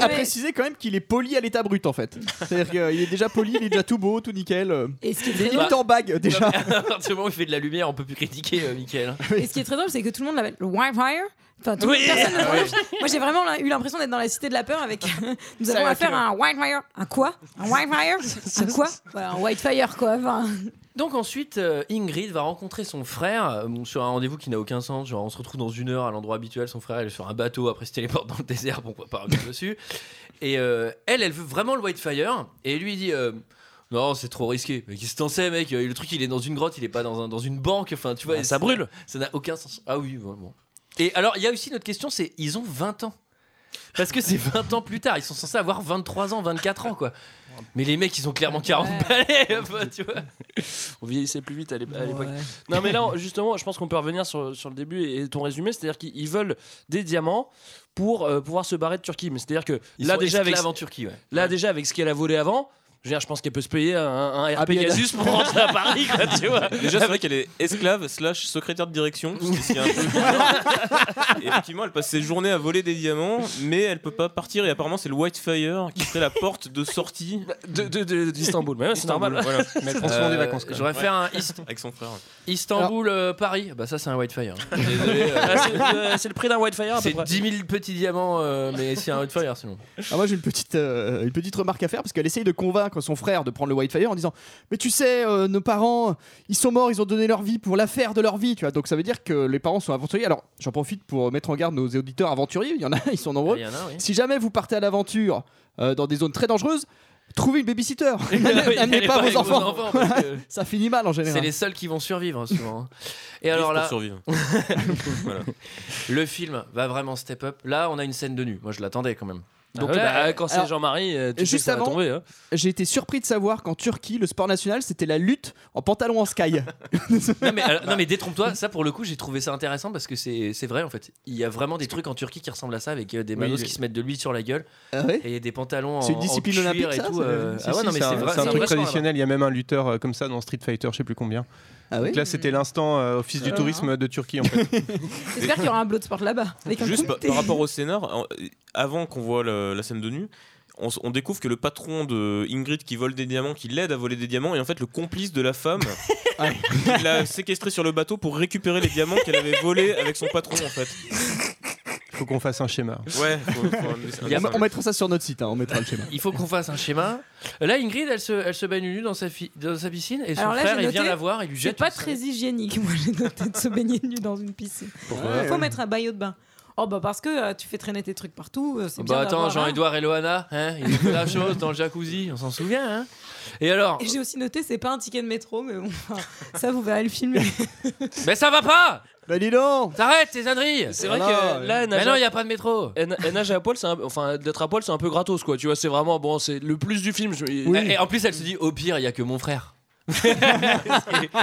S6: À préciser quand même qu'il est poli à l'état brut en fait. C'est-à-dire qu'il est déjà poli, il est déjà tout beau, tout nickel. euh.
S7: Et ce qui est
S6: Il
S7: très
S6: est
S1: Bah,
S7: drôle,
S6: limite en bague déjà.
S1: à partir du moment où il fait de la lumière, on peut plus critiquer, euh, Michael.
S7: et ce qui est très drôle, c'est que tout le monde l'appelle le Whitefire, Enfin, tout-
S9: Oui.
S7: personne ne le
S9: Oui.
S7: prononce. Moi, j'ai vraiment eu l'impression d'être dans la cité de la peur avec. Nous avons
S9: va
S7: affaire
S9: plus
S7: à un wildfire. Un quoi Un wildfire Un quoi Voilà, Un wildfire, quoi. Enfin,
S1: Donc ensuite, euh, Ingrid va rencontrer son frère euh, bon, sur un rendez-vous qui n'a aucun sens. Genre, on se retrouve dans une heure à l'endroit habituel. Son frère, elle est sur un bateau, après se téléporte dans le désert. Bon, on va pas revenir dessus. Et euh, elle, elle veut vraiment le Whitefire. Et lui, il dit euh, Non, c'est trop risqué. Mais qu'est-ce que t'en sais, mec Le truc, il est dans une grotte, il est pas dans, un- dans une banque. Enfin, tu vois.
S9: Ah,
S1: et
S9: ça brûle.
S1: Ça n'a aucun sens. Ah oui, bon. bon. Et alors, il y a aussi notre question c'est ils ont 20 ans. Parce que c'est 20 ans plus tard. Ils sont censés avoir 23 ans, 24 ans, quoi. Mais les mecs, ils ont clairement 40 balais, enfin, tu vois.
S9: On vieillissait plus vite à l'ép- à l'époque. Non, mais là, justement, je pense qu'on peut revenir sur, sur le début et et ton résumé, c'est-à-dire qu'ils ils veulent des diamants pour euh, pouvoir se barrer de Turquie. Mais c'est-à-dire que
S1: Ils
S9: là,
S1: sont
S9: déjà avec,
S1: esclaves en Turquie, ouais.
S9: là, déjà, avec ce qu'elle a volé avant. Je, veux dire, je pense qu'elle peut se payer un, un
S1: Ah,
S9: RP
S8: bien.
S9: Pegasus pour rentrer à Paris, quoi, tu vois.
S8: Déjà, c'est vrai qu'elle est esclave slash secrétaire de direction. ce qui est un peu Et effectivement, elle passe ses journées à voler des diamants, mais elle peut pas partir. Et apparemment, c'est le Whitefire qui serait la porte de sortie
S9: d'Istanbul. Mais ouais, c'est normal.
S8: Voilà.
S9: Mais elle prend souvent des vacances, quand même.
S1: Euh, J'aurais fait un
S8: Ouais.
S1: Ist-
S8: Avec son frère.
S1: Istanbul, euh, Paris. Ah Bah, ça, c'est un Whitefire.
S9: Ah, c'est- euh, c'est le prix d'un Whitefire, à peu
S1: C'est
S9: près.
S1: 10 000 petits diamants, euh, mais c'est un Whitefire sinon.
S6: Ah, moi j'ai une petite, euh, une petite remarque à faire parce qu'elle essaye de convaincre son frère de prendre le Whitefire en disant Mais tu sais, euh, nos parents, ils sont morts, ils ont donné leur vie pour l'affaire de leur vie, tu vois. Donc ça veut dire que les parents sont aventuriers. Alors j'en profite pour mettre en garde nos auditeurs aventuriers, il y en a, ils sont nombreux.
S1: Ah, il y en a, oui.
S6: Si jamais vous partez à l'aventure euh, dans des zones très dangereuses, trouvez une babysitter.
S1: Oui,
S6: Amenez
S1: allez
S6: pas
S1: pas avec
S6: vos
S1: vos
S6: enfants.
S1: enfants, parce que-
S6: ça finit mal en
S1: C'est
S6: général.
S1: les seuls qui vont survivre souvent. hein. Et
S6: Juste
S1: alors
S6: pour
S1: là,
S8: survivre. Voilà.
S1: le film va vraiment step up. Là, on a une scène de nu. Moi, je l'attendais quand même.
S9: Donc là,
S1: euh,
S9: Ah bah, quand c'est
S1: alors-
S9: Jean-Marie, euh, tu sais que
S6: Juste
S9: ça va
S6: avant,
S9: tomber. hein.
S6: j'ai été surpris de savoir qu'en Turquie, le sport national, c'était la lutte en pantalon en sky.
S1: non mais, alors- non, mais détrompe-toi, ça pour le coup j'ai trouvé ça intéressant parce que c'est c'est vrai en fait. Il y a vraiment des trucs en Turquie qui ressemblent à ça avec euh, des
S6: Oui,
S1: manos
S6: les-
S1: qui se mettent de l'huile sur la gueule
S6: Ah ouais
S1: et des pantalons en,
S6: C'est une
S1: en
S6: discipline
S1: cuir
S6: olympique,
S1: et
S6: ça,
S1: tout.
S6: c'est-
S1: euh,
S6: si,
S1: ah ouais,
S6: si,
S1: non, mais
S6: c'est
S1: c'est
S6: un-
S1: vrai-
S6: c'est
S11: C'est un
S1: c'est
S11: truc
S1: vrai sport,
S11: traditionnel, il y a même un lutteur euh, comme ça dans Street Fighter, je sais plus combien.
S6: Ah oui
S11: Donc là, c'était l'instant euh, office du
S7: Ah.
S11: tourisme de Turquie en fait.
S7: j'espère qu'il y aura un blood sport là-bas. Avec un
S8: Juste bah, par,
S7: comité.
S8: par rapport au scénar, en- avant qu'on voit le- la scène de nu, on, s- on découvre que le patron de Ingrid qui vole des diamants, qui l'aide à voler des diamants, est en fait le complice de la femme qui l'a séquestré sur le bateau pour récupérer les diamants qu'elle avait volés avec son patron en fait.
S11: Faut qu'on fasse un schéma.
S8: Ouais, faut- faut un- un-
S6: Il y a-
S8: un-
S6: on mettra ça sur notre site, hein, on mettra le schéma.
S1: Il faut qu'on fasse un schéma. Euh, Là, Ingrid, elle se, elle se baigne nue dans sa, fi- dans sa piscine et son
S7: Alors là,
S1: frère,
S7: j'ai
S1: il vient
S7: noté,
S1: la voir et lui
S7: C'est
S1: jette.
S7: pas très hygiénique, moi, j'ai noté de se baigner nu dans une piscine.
S1: Pourquoi
S7: Faut mettre un maillot de bain. Oh, bah parce que euh, tu fais traîner tes trucs partout. euh, c'est
S1: Bah
S7: bien
S1: attends,
S7: d'avoir un.
S1: Jean-Edouard et Loana, hein, ils ont fait la chose dans le jacuzzi, on s'en souvient. Hein et alors
S7: Et j'ai aussi noté, c'est pas un ticket de métro, mais bon, enfin, ça vous verrez le film.
S1: Mais ça va pas
S6: Bah dis donc
S1: T'arrêtes tes âneries
S9: C'est
S6: Ah
S9: vrai que là,
S1: Mais non, il n'y a pas de métro
S9: Un, un nage à poil, c'est un- enfin d'être à poil, c'est un peu gratos quoi. Tu vois, c'est vraiment bon, c'est le plus du film. je-
S1: Et, et en plus, elle se dit au pire, il n'y a que mon frère.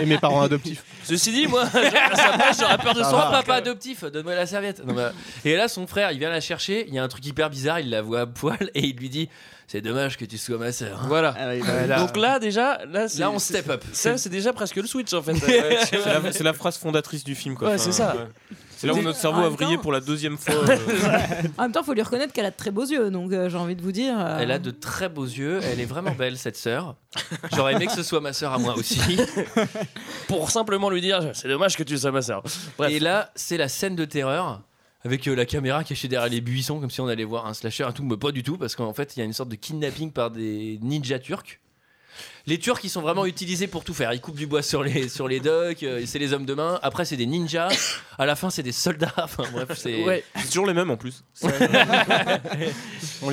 S11: Et mes parents adoptifs.
S9: Ceci dit, moi, à sa place, j'aurais peur de
S1: Sois
S9: son
S1: papa adoptif, donne-moi la serviette. Non, bah, et là, son frère, il vient la chercher. Il y a un truc hyper bizarre. Il la voit à poil et il lui dit C'est dommage que tu sois ma sœur. hein.
S9: Voilà.
S6: Ah bah
S1: Voilà.
S9: Donc là, déjà, là, c'est-
S1: Là, on step up.
S9: Ça, c'est déjà presque le switch en fait.
S8: Ouais,
S9: Ouais, tu
S8: c'est
S9: vois.
S8: la, c'est la phrase fondatrice du film quoi.
S9: Ouais, c'est ça.
S8: C'est là où notre cerveau
S7: En
S8: a
S7: même
S8: vrillé
S7: temps-
S8: pour la deuxième fois. euh,
S7: En même temps, faut lui reconnaître qu'elle a de très beaux yeux, donc euh, j'ai envie de vous dire. euh,
S1: Elle a de très beaux yeux. Elle est vraiment belle, cette sœur. J'aurais aimé que ce soit ma sœur à moi aussi.
S9: Pour simplement lui dire, c'est dommage que tu sois ma sœur. Bref.
S1: Et là, c'est la scène de terreur. Avec euh, la caméra cachée derrière les buissons, comme si on allait voir un slasher et tout, mais pas du tout, parce qu'en fait, il y a une sorte de kidnapping par des ninjas turcs. Les Turcs, ils sont vraiment utilisés pour tout faire. Ils coupent du bois sur les, sur les docks, euh, c'est les hommes de main. Après, c'est des ninjas. À la fin, c'est des soldats. Enfin, bref, c'est.
S9: Ouais.
S8: C'est toujours les mêmes en plus.
S11: On les
S9: Et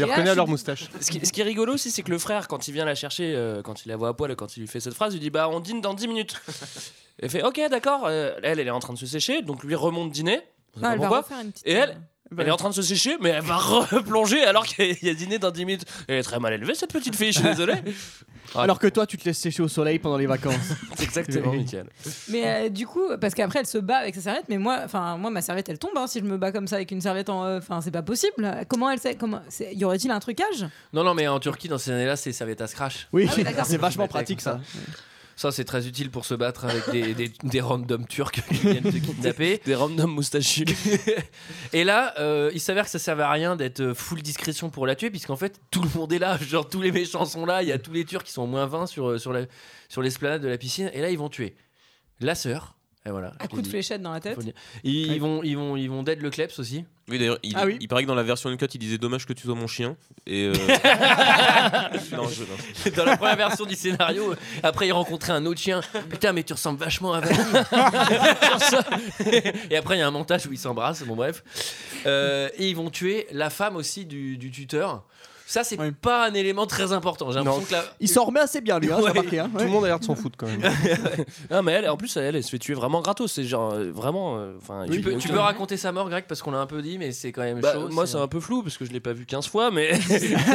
S9: là,
S11: reconnaît à
S9: je
S11: leur
S9: suis-
S11: moustache.
S9: Ce qui, ce qui est rigolo aussi, c'est que le frère, quand il vient la chercher, euh, quand il la voit à poil et quand il lui fait cette phrase, il dit Bah, on dîne dans 10 minutes. Elle fait Ok, d'accord. Euh, elle, elle est en train de se sécher, donc lui remonte dîner.
S1: Ah,
S9: On sait
S7: non,
S9: pas
S7: elle va
S9: pourquoi.
S7: refaire une petite.
S9: Et elle,
S1: bah
S9: elle est en train de se sécher, mais elle va replonger alors qu'il y a dîner dans 10 minutes. Elle est très mal élevée, cette petite fille, je suis désolé.
S6: Alors que toi, tu te laisses sécher au soleil pendant les vacances.
S9: C'est exactement,
S6: Oui.
S9: Michael.
S7: Mais euh, du coup, parce qu'après, elle se bat avec sa serviette, mais moi, enfin, moi, ma serviette, elle tombe. hein, si je me bats comme ça avec une serviette en, euh, enfin, c'est pas possible. Comment elle sait Comment c'est- Y aurait-il un trucage
S1: Non, non, mais en Turquie, dans ces années-là, c'est Saveta Scratch.
S6: Oui,
S7: Ah oui, d'accord.
S6: c'est vachement pratique ça.
S1: Ça, c'est très utile pour se battre avec des, des, des randoms turcs qui viennent te kidnapper.
S9: Des random moustachus.
S1: Et là, euh, il s'avère que ça servait à rien d'être euh, full discrétion pour la tuer, puisqu'en fait, tout le monde est là. Genre, tous les méchants sont là. Il y
S9: Mm.
S1: a tous les Turcs qui sont au moins 20 sur, euh, sur, la- sur l'esplanade de la piscine. Et là, ils vont tuer la sœur, Et voilà.
S7: Un coup de fléchette dans la tête.
S1: Faut le dire. Ils, ils vont, ils, vont, ils vont dead le kleps aussi.
S8: Oui, d'ailleurs, il,
S1: Ah oui.
S8: il paraît que dans la version uncut, il disait dommage que tu sois mon chien. Et. euh, non, je. non.
S1: Dans la première version du scénario, après il rencontrait un autre chien. Putain, mais tu ressembles vachement à Vanille. Tu ressembles- et après il y a un montage où ils s'embrassent. Bon bref. Euh, et ils vont tuer la femme aussi du, du tuteur. Ça c'est pas un élément très important. J'ai l'impression que la-
S6: Il s'en remet assez bien, lui, hein, j'ai
S1: Ouais.
S6: remarqué. hein.
S1: Tout
S6: Ouais.
S1: le monde a l'air de
S11: s'en foutre quand même.
S9: non, mais elle, en plus, elle, elle se fait tuer vraiment gratos. C'est genre euh, vraiment. euh, enfin, il y
S1: tu,
S9: a
S1: peux, tu
S9: aucun-
S1: peux raconter sa mort, Greg, parce qu'on l'a un peu dit, mais c'est quand même
S9: Bah,
S1: chaud.
S9: moi, c'est un peu flou parce que je l'ai pas vu 15 fois, mais.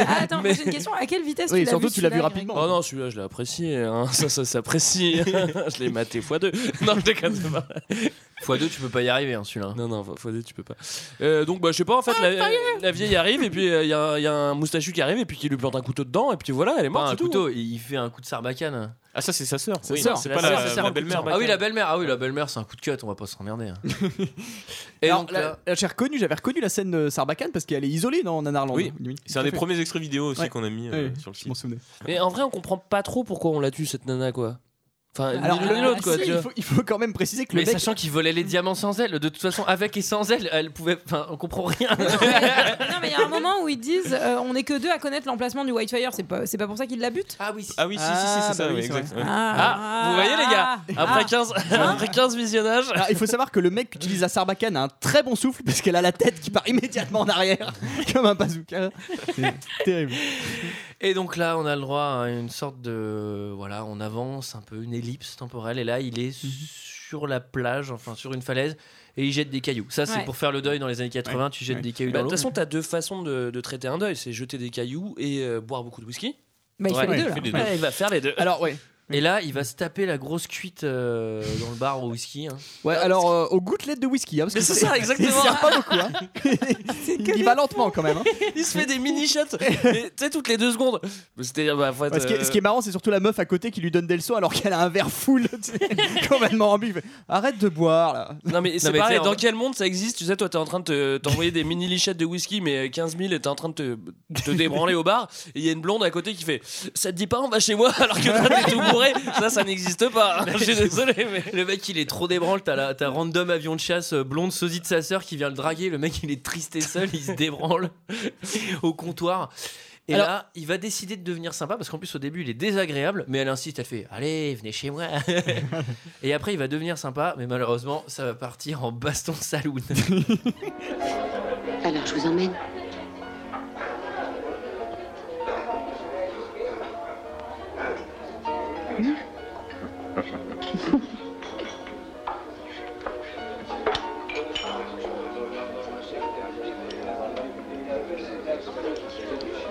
S7: Ah, attends, j'ai une question. À quelle vitesse tu l'as vu celui-là, Greg
S9: Oh non, celui-là, je l'ai apprécié. hein. Ça, ça s'apprécie. je l'ai maté x2. Non, je déconne c'est pas.
S1: x2, tu peux pas y arriver, hein, celui-là.
S9: Non, non, x2, tu peux pas. Euh, donc, bah, je sais pas, en
S1: Ah,
S9: fait, la, la vieille arrive, et puis euh, il y, a- y a un moustachu qui arrive, et puis qui lui plante un couteau dedans, et puis voilà, elle est
S1: Pas
S9: morte.
S1: un
S9: c'est tout.
S1: couteau, il il fait un coup de sarbacane.
S8: Ah, ça, c'est sa sœur.
S1: Sa
S9: Oui,
S1: sœur.
S9: c'est pas la-
S1: sœur,
S9: la
S1: sa sœur, un coup de
S9: belle-mère.
S1: sarbacane. Ah oui, la belle-mère, ah oui, la belle-mère, c'est un coup de cut, on va pas s'emmerder. hein. Et
S6: Alors,
S1: donc euh,
S6: la-
S1: là-
S6: la- j'ai reconnu, j'avais reconnu la scène de Sarbacane parce qu'elle est isolée non, en Anarland.
S8: Oui, c'est un des premiers extraits vidéo aussi
S6: Ouais.
S8: qu'on a mis euh,
S6: Ouais.
S8: sur le site.
S9: Mais en vrai, on comprend pas trop pourquoi on l'a tue, cette nana, quoi. Enfin,
S6: Alors,
S9: ni l'un ni l'autre, quoi. tu
S6: il,
S9: vois.
S6: faut, il faut quand même préciser que
S1: mais
S6: le mec.
S1: sachant qu'il volait les diamants sans elle, de toute façon, avec et sans elle, elle pouvait. Enfin, on comprend rien.
S7: Non, mais il y a un moment où ils disent euh, on est que deux à connaître l'emplacement du Whitefire. C'est pas, c'est pas pour ça qu'ils la butent
S1: Ah oui.
S8: Ah oui, si, si, si, c'est ça, oui, exact. ouais.
S9: Ah, vous voyez, les gars
S7: Ah.
S9: Après 15,
S1: Ah.
S9: après 15 visionnages.
S6: Alors, il faut savoir que le mec qui utilise la Sarbacane a un très bon souffle parce qu'elle a la tête qui part immédiatement en arrière comme un bazooka. C'est terrible.
S1: Et donc là, on a le droit à une sorte de. Voilà, on avance un peu, une ellipse temporelle. Et là, il est
S9: Mhm.
S1: sur la plage, enfin sur une falaise, et il jette des cailloux. Ça, c'est
S9: Ouais.
S1: pour faire le deuil dans les années 80, tu jettes des cailloux
S9: Bah,
S1: dans
S9: De
S1: l'eau.
S9: toute façon, t'as deux façons de, de traiter un deuil c'est jeter des cailloux et euh, boire beaucoup de whisky.
S7: Bah, il fait les deux, là.
S9: Ouais, il va faire les deux.
S6: Alors, ouais.
S1: Et là, il va se taper la grosse cuite euh, dans le bar au whisky. hein.
S6: Ouais, alors euh, aux gouttelettes de whisky. Hein, parce
S1: Mais
S6: que
S1: c'est ça, exactement.
S6: Il sert pas beaucoup. Hein. il va lentement quand même. hein.
S9: Il se fait des mini shots, mais, tu sais, toutes les deux secondes. C'est-à-dire, bah, faut être,
S6: Ouais, ce, qui est, ce qui est marrant, c'est surtout la meuf à côté qui lui donne des leçons alors qu'elle a un verre full tu sais, complètement rempli. Il fait, Arrête de boire là.
S9: euh, Non, mais c'est
S6: mais
S9: pareil,
S6: t'sais,
S9: dans
S6: on-
S9: quel monde ça existe Tu sais, toi, t'es en train de te- t'envoyer des mini lichettes de whisky, mais euh, 15 000 et t'es en train de te, te débranler au bar. Et il y a une blonde à côté qui fait Ça te dit pas, on va chez moi, alors que toi, t'es tout bourré. Ça, ça n'existe pas. Je suis désolé, mais.
S1: Le mec, il est trop débranle. T'as la- t'as un random avion de chasse euh, blonde sosie de sa sœur qui vient le draguer. Le mec, il est triste et seul. Il se débranle au comptoir. Et
S6: Alors-
S1: là, il va décider de devenir sympa parce qu'en plus, au début, il est désagréable. Mais elle insiste, elle fait Allez, venez chez moi. et après, il va devenir sympa. Mais malheureusement, ça va partir en baston saloon.
S13: Alors je vous emmène.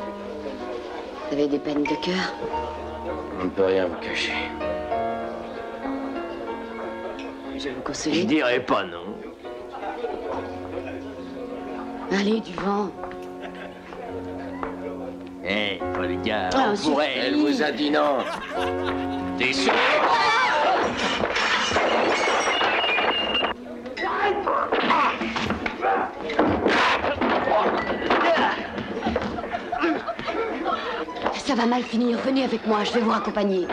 S13: Vous avez des peines de cœur
S12: On ne peut rien vous cacher.
S13: Je vais vous
S12: Je
S13: consoler.
S12: dirais pas non.
S13: Allez, du vent.
S12: Eh, les gars,
S13: Ah,
S12: on
S13: c'est
S12: pourrait.
S13: fini.
S12: Elle vous a dit non. T'es sûr
S13: Ça va mal finir. Venez avec moi, je vais vous accompagner.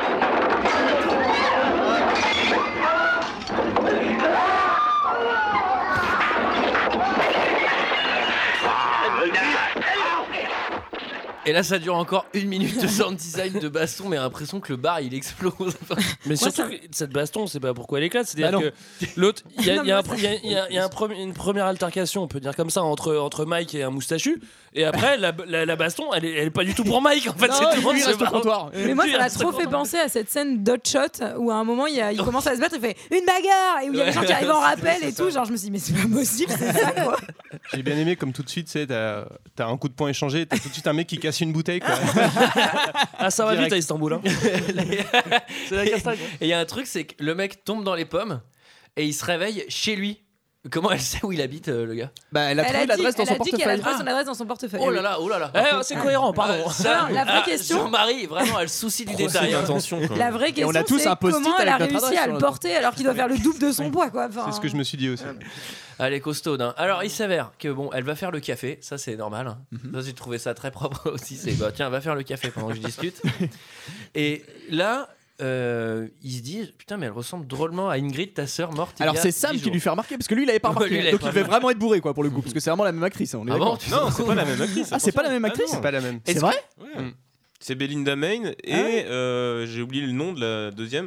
S1: et là, ça dure encore une minute de sound design de baston. Mais l'impression que le bar, il explose.
S9: Mais surtout, que cette baston, c'est pas pourquoi elle éclate.
S1: Bah
S9: C'est-à-dire
S1: non.
S9: que l'autre, il y a,
S1: Non,
S9: il y a
S1: mais
S9: un pre- il y a- il y a- il y a un premier- une première altercation, on peut dire comme ça, entre, entre Mike et un moustachu. Et après, la, la- la baston, elle est, elle est pas du tout pour Mike. En fait,
S7: Non,
S9: c'est tout le
S7: lui,
S9: monde
S7: il
S9: se
S7: reste au
S9: barre.
S7: comptoir. Mais moi,
S9: Lui,
S7: ça m'a
S9: reste au
S7: trop fait
S9: comptoir.
S7: penser à cette scène d'Hot Shot où à un moment, il, y a- il commence à se battre, il fait une bagarre et où il y a des gens qui arrivent en rappel et tout. Genre, je me suis dit, mais c'est pas possible, c'est ça quoi.
S11: J'ai bien aimé comme tout de suite, tu sais, t'as t'as un coup de poing échangé, t'as tout de suite un mec qui casse une bouteille. Quoi.
S9: Ah, ça va vite à Istanbul. hein.
S1: C'est la Et il y a un truc, c'est que le mec tombe dans les pommes et il se réveille chez lui. Comment elle sait où il habite, euh, le gars
S6: Bah,
S7: Elle a dit- elle a dit qu'elle a trouvé son adresse dans son portefeuille.
S1: Oh là là, oh là là.
S9: Eh, c'est cohérent, pardon.
S1: Ah, ça,
S7: Alors, la vraie
S1: ah,
S7: question-
S1: Jean-Marie, vraiment, elle se soucie du détail. hein.
S11: d'intention, quoi.
S7: La vraie
S11: Et on
S7: question,
S11: a tous
S7: c'est
S11: un post-it
S7: comment elle a
S11: avec notre
S7: réussi
S11: adresse
S7: à
S11: sur
S7: le
S11: le-
S7: porter alors qu'il doit faire le double de son poids quoi. Enfin,
S11: C'est ce que je me suis dit aussi.
S1: Elle est costaude. hein. Alors, il s'avère que bon, elle va faire le café. Ça, c'est normal. hein. Ça, j'ai trouvé ça très propre aussi. C'est bah tiens, va faire le café pendant que je discute. Et là, euh, il se dit Putain, mais elle ressemble drôlement à Ingrid, ta sœur morte. il
S6: Alors
S1: y a
S6: c'est Sam
S1: 10
S6: qui lui
S1: jours.
S6: fait remarquer parce que lui il avait pas
S1: Ouais,
S6: remarqué.
S1: lui, il avait
S6: donc
S1: pas
S6: il devait
S1: remarqué.
S6: vraiment être bourré quoi pour le coup parce que c'est vraiment la même actrice. hein, on est
S1: Ah bon,
S6: d'accord.
S1: tu Non, sais c'est pas la même
S8: actrice,
S6: Ah c'est pas la même actrice.
S8: non. C'est pas la même.
S6: C'est
S8: Est-ce
S6: vrai
S8: Mm. C'est Belinda Main et euh, j'ai oublié le nom de la deuxième.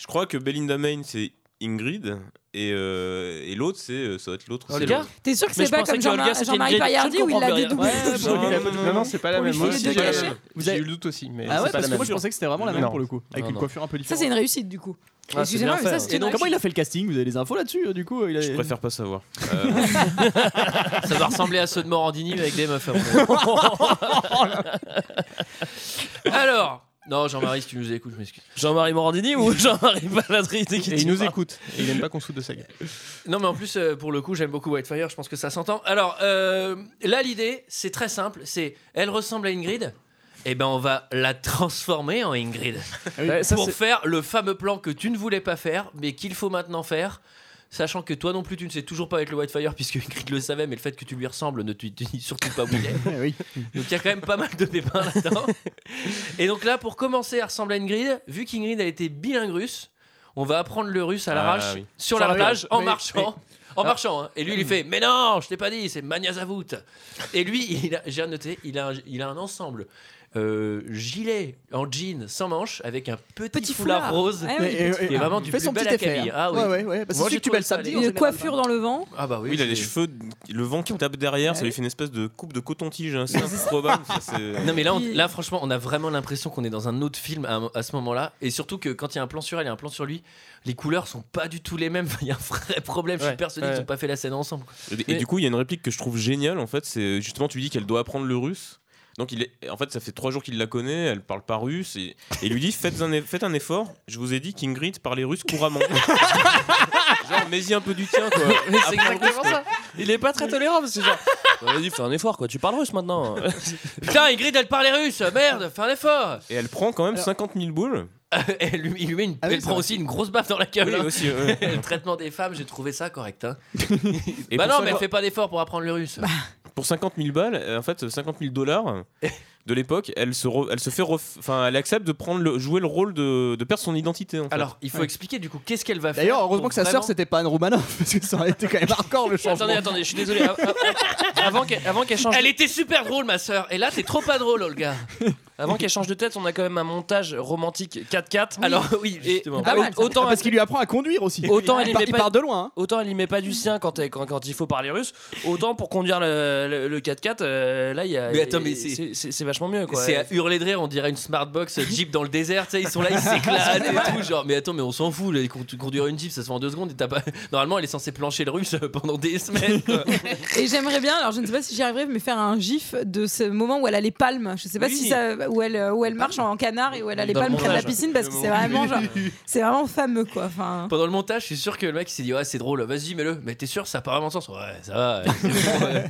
S8: Je crois que Belinda Main c'est Ingrid et, euh, et l'autre c'est euh, ça va être l'autre. c'est
S9: Olga
S8: l'autre.
S7: T'es sûr que
S9: Mais
S7: c'est
S9: je
S7: pas
S9: pensais
S7: comme
S9: que
S7: Jean-
S9: Olga, c'était
S7: Jean-Marie
S9: Ingrid.
S7: Paillardi
S9: Je
S7: où il l'a
S9: comprends plus
S7: dédoublé
S9: rien. Ouais,
S7: Jean-Marie
S11: non, non, non, non, c'est pas la
S7: Pour lui filer
S11: même. Moi aussi,
S7: des
S11: j'ai-
S7: cachets.
S6: Vous
S11: j'ai
S6: avez-
S11: eu le doute aussi. Mais
S6: Ah ouais
S11: c'est pas
S6: parce
S11: la
S6: que moi
S11: même.
S6: je pensais que c'était vraiment la même
S11: Non.
S6: pour le coup avec
S11: Non,
S6: une
S11: non.
S6: coiffure un
S7: Ça,
S6: peu différente.
S7: c'est une réussite du coup.
S8: Ah, c'est bien
S7: Excusez-moi, mais ça,
S1: hein.
S8: fait,
S7: c'est
S8: ouais.
S6: Et
S7: une
S6: donc comment il
S7: réussite.
S6: a fait le casting Vous avez des infos là-dessus euh, du coup il a...
S8: Je préfère pas savoir. Euh,
S1: Ça doit ressembler à ceux de Morandini mais avec des meufs. Alors, non, Jean-Marie, si tu nous écoutes, je m'excuse.
S9: Jean-Marie Morandini ou Jean-Marie Paladri dès qu'il
S11: Et
S9: dit
S11: il nous
S9: pas.
S11: écoute. Et il aime pas qu'on soude de sa gueule.
S1: Non, mais en plus, euh, pour le coup, j'aime beaucoup Whitefire, je pense que ça s'entend. Alors, euh, là, l'idée, c'est très simple c'est elle ressemble à Ingrid eh ben on va la transformer en Ingrid
S6: Ah
S9: Ouais, Bah, ça,
S1: pour
S9: c'est-
S1: faire le fameux plan que tu ne voulais pas faire mais qu'il faut maintenant faire sachant que toi non plus tu ne sais toujours pas avec le Whitefire puisque Ingrid le savait mais le fait que tu lui ressembles ne te te dit surtout pas où il est
S6: oui.
S1: donc il y a quand même pas mal de débats là-dedans. Et donc là, pour commencer à ressembler à Ingrid, vu qu'Ingrid a été bilingue russe, on va apprendre le russe à
S9: Ah
S1: l'arrache
S8: oui.
S1: sur
S6: Sur
S1: la
S6: la
S1: plage
S6: plage.
S1: en
S6: Mais- ah.
S1: marchant. En marchant, hein. et lui il fait Mais non, je t'ai pas dit, c'est Magnazavout. Et lui, il a- j'ai noté, il a, un, il a un ensemble euh, gilet en jean sans manches avec un petit,
S7: Petit
S1: foulard,
S7: foulard.
S1: rose.
S7: Ouais,
S1: Ah,
S7: oui,
S6: Et- et-
S1: qui est
S6: et-
S1: vraiment du
S6: fait
S1: plus
S6: son
S1: bel
S6: petit effet.
S1: acabit.
S6: hein.
S1: Ah oui.
S6: Ouais ouais ouais.
S1: Moi,
S6: Bah, C'est celui
S1: j'ai
S6: que tu mets
S1: trouvé
S6: le
S1: ça
S6: samedi.
S1: laid.
S6: en
S7: Une
S6: général.
S7: coiffure dans le vent.
S1: Ah bah oui.
S8: oui, Euh, il a les cheveux, le vent qui tape derrière, ça lui fait une espèce de coupe de coton-tige. hein, C'est improbable. ça, c'est-
S1: Non mais là, on-
S7: Puis-
S1: là franchement, on a vraiment l'impression qu'on est dans un autre film à, à ce moment-là, et surtout que quand il y a un plan sur elle et un plan sur lui, les couleurs sont pas du tout les mêmes. Il y a un vrai problème. Je suis
S9: Ouais,
S1: persuadé
S9: ouais.
S1: qu'ils ont pas fait la scène ensemble. quoi.
S8: Et, et
S1: Mais-
S8: du coup, il y a une réplique que je trouve géniale en fait. C'est justement, tu dis qu'elle doit apprendre le russe. Donc, il est, en fait, ça fait trois jours qu'il la connaît, elle parle pas russe. Et, et il lui dit faites un, eff- faites un effort, je vous ai dit qu'Ingrid parlait russe couramment. Genre, mets-y un peu du tien, quoi.
S9: C'est exactement ça. Il est pas très tolérant parce que genre. On lui dit fais un effort quoi, tu parles russe maintenant.
S1: Putain, Ingrid, elle parlait russe. Merde, fais un effort.
S8: Et elle prend quand même
S6: Alors-
S8: 50 000 boules.
S1: elle, lui, il lui met une-
S6: Ah oui,
S1: elle
S6: c'est
S1: prend
S6: vrai.
S1: aussi une grosse baffe dans la gueule.
S8: Oui,
S1: hein.
S8: aussi, ouais.
S1: le traitement des femmes, j'ai trouvé ça correct. hein.
S8: Et
S1: bah
S8: pour
S1: non, mais elle
S8: cinquante-
S1: fait pas d'effort pour apprendre le russe.
S6: Bah,
S8: Pour 50 000 balles, euh, en fait, 50 000 dollars de l'époque, elle se, re- elle se fait, ref- enfin, elle accepte de prendre le, jouer le rôle de, de perdre son identité. En fait.
S1: Alors, il faut expliquer du coup qu'est-ce qu'elle va faire.
S6: D'ailleurs heureusement que sa sœur
S1: c'est
S6: c'était pas Anne Roumanoff parce que ça aurait été quand même hardcore le changement.
S9: attendez, attendez, je suis désolé. A- a- Avant qu'elle avant qu'elle change,
S1: Elle était super drôle, ma sœur. Et là, t'es trop pas drôle, Olga.
S9: avant qu'elle change de tête, on a quand même un montage romantique 4x4.
S1: Alors oui,
S9: Et-
S1: justement.
S9: Ah,
S6: oui.
S9: au- autant,
S6: Ah, parce qu'il lui apprend à conduire aussi.
S9: Autant
S6: il,
S9: elle
S6: part,
S9: aimait
S6: il
S9: pas-
S6: part de loin. hein.
S9: autant elle y met pas du sien quand, elle- quand, quand il faut parler russe, autant pour conduire le, le- le 4x4, euh, là il y a.
S1: Mais attends, mais c'est-
S9: c'est- c'est c'est vachement mieux quoi.
S1: C'est à hurler de rire, on dirait une smartbox euh, Jeep dans le désert, tu sais, ils sont là, ils s'éclatent et tout. Genre, mais attends, mais on s'en fout, là, con- conduire une Jeep, ça se fait en deux secondes. Et t'as pas... Normalement, elle est censée plancher le russe euh, pendant des semaines. quoi.
S7: Et j'aimerais bien, alors je ne sais pas si j'y arriverai, mais faire un gif de ce moment où elle a les palmes. Je ne sais pas
S1: Oui.
S7: si ça, où elle, où elle marche en canard et où elle a les
S1: Dans le
S7: palmes près de la
S1: montage.
S7: piscine parce que c'est vraiment, genre, c'est vraiment fameux quoi. Enfin,
S1: pendant le montage, je suis sûr que le mec il s'est dit, ouais, c'est drôle, vas-y, mets-le. Mais t'es sûr, ça a pas vraiment de sens. Ouais, ça va. ouais, c'est bon, ouais.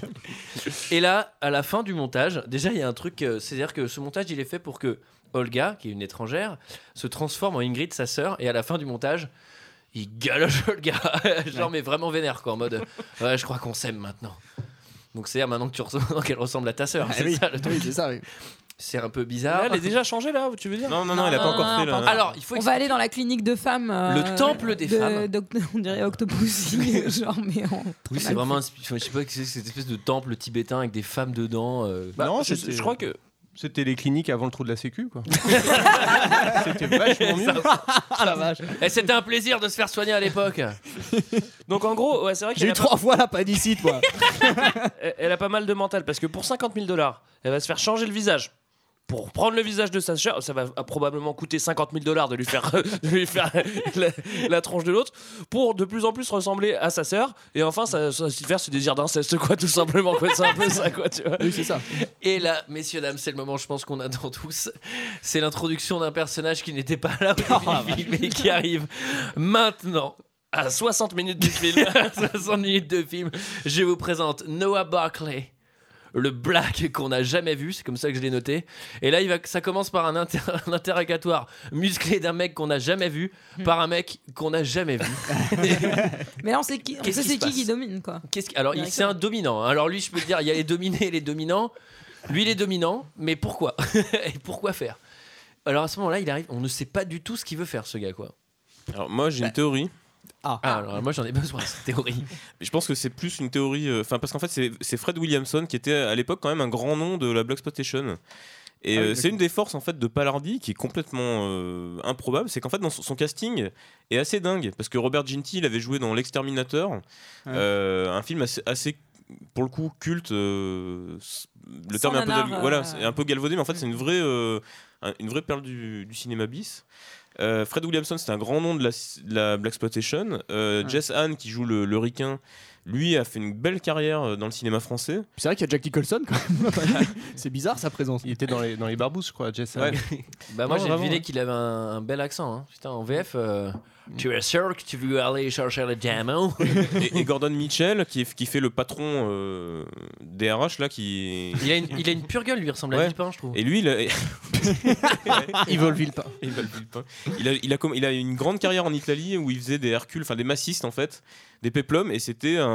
S1: et là, à la fin du montage, déjà, il y a un truc, euh, c'est-à-dire que ce montage, il est fait pour que Olga, qui est une étrangère, se transforme en Ingrid, sa sœur, et à la fin du montage, il galoche Olga, genre mais vraiment vénère quoi, en mode euh, ouais, je crois qu'on s'aime maintenant. Donc c'est à dire maintenant que tu ressembles, qu'elle ressemble à ta sœur,
S6: Ah
S1: c'est
S6: oui,
S1: ça le truc.
S6: oui, c'est ça, oui.
S1: C'est un peu
S9: Là,
S1: bizarre.
S9: elle est déjà changée là, tu veux dire
S8: Non, non, non, elle a
S7: Non,
S8: pas
S7: non,
S8: encore
S7: non,
S8: fait.
S7: non,
S8: le-
S7: pardon.
S1: Alors il faut
S7: on va aller dans la clinique de femmes. euh,
S1: Le temple des
S7: de-
S1: femmes.
S7: d'oct- on dirait Octopus, genre, mais en.
S1: Oui, c'est vraiment un, je sais pas, c'est cette espèce de temple tibétain avec des femmes dedans. euh.
S11: Bah,
S9: non,
S11: Non,
S9: je,
S11: c'était-
S9: je crois que.
S11: C'était les cliniques avant le trou de la Sécu, quoi. C'était vachement mieux.
S6: Ah la vache.
S1: Et
S9: Eh,
S1: c'était un plaisir de se faire soigner à l'époque.
S9: Donc en gros, ouais, c'est vrai
S6: J'ai
S9: qu'elle
S6: eu
S9: a,
S6: trois fois Ah, la panicite moi.
S9: pas- elle- elle a pas mal de mental parce que pour 50 000 dollars, elle va se faire changer le visage. Pour prendre le visage de sa sœur, ça va euh, probablement coûter 50 000 dollars de lui faire, de lui faire la, la tronche de l'autre, pour de plus en plus ressembler à sa sœur, et enfin, ça, ça se faire ce désir d'inceste, quoi, tout simplement, quoi. C'est un peu ça, quoi, tu vois.
S6: oui c'est ça.
S1: Et là, messieurs, dames, c'est le moment, je pense qu'on attend tous. C'est l'introduction d'un personnage qui n'était pas là au début du film et qui arrive maintenant.
S9: À 60 minutes du film.
S1: 60 minutes de film, je vous présente Noah Barclay. Le black qu'on n'a jamais vu, c'est comme ça que je l'ai noté. Et là, il va, ça commence par un, inter- un interrogatoire musclé d'un mec qu'on n'a jamais vu, par un mec qu'on n'a jamais vu.
S7: Mais là, on sait qui, on
S1: Qu'est-ce qui se
S7: sait c'est qui
S1: passe
S7: qui domine quoi.
S1: Qu'est-ce qui- Alors, il- c'est un dominant. hein. Alors, lui, je peux te dire, il y a les dominés et les dominants. Lui, il est dominant, mais pourquoi Et pourquoi faire alors à ce moment-là, il arrive, on ne sait pas du tout ce qu'il veut faire, ce gars, quoi.
S8: Alors moi j'ai une théorie.
S1: Ah. alors moi j'en ai besoin cette théorie.
S8: Je pense que c'est plus une théorie. euh, Enfin, parce qu'en fait, c'est- c'est Fred Williamson qui était à l'époque quand même un grand nom de la Blaxploitation. Et
S11: Ah oui,
S8: euh, c'est une des forces en fait de Palardi qui est complètement euh, improbable, c'est qu'en fait dans son, son casting est assez dingue parce que Robert Ginty il avait joué dans l'exterminateur, euh, un film assez, assez, pour le coup culte, euh, s- le
S11: Sans
S8: terme est un peu
S11: nanar,
S8: gal-
S11: euh,
S8: voilà, c'est un peu galvaudé mais en fait c'est une vraie euh, un- une vraie perle du, du cinéma bis. Euh, Fred Williamson, c'est un grand nom de la, de la Black Exploitation. Euh,
S6: Ouais.
S8: Jess Hahn, qui joue le, le ricain, lui a fait une belle carrière euh, dans le cinéma français.
S6: C'est vrai qu'il y a Jack Nicholson quand même. c'est bizarre sa présence.
S11: Il était dans les, dans les barbousses, je crois, Jess.
S8: Ouais.
S1: Bah moi j'ai deviné qu'il avait un, un bel accent. hein. Putain, en VF, euh,
S11: Mm.
S1: tu es sûr que tu veux aller chercher le diamant
S8: et, et Gordon Mitchell, qui, est- qui fait le patron euh, DRH, là, qui.
S1: il a, une, il a une pure gueule, lui il ressemble à
S8: Ouais.
S1: Villepin, je trouve.
S8: Et lui, il a.
S11: Ils veulent Villepin.
S8: Ils veulent Villepin. Il a, il, a, comm- il a une grande carrière en Italie où il faisait des Hercules, enfin des massistes en fait, des péplums, et c'était un,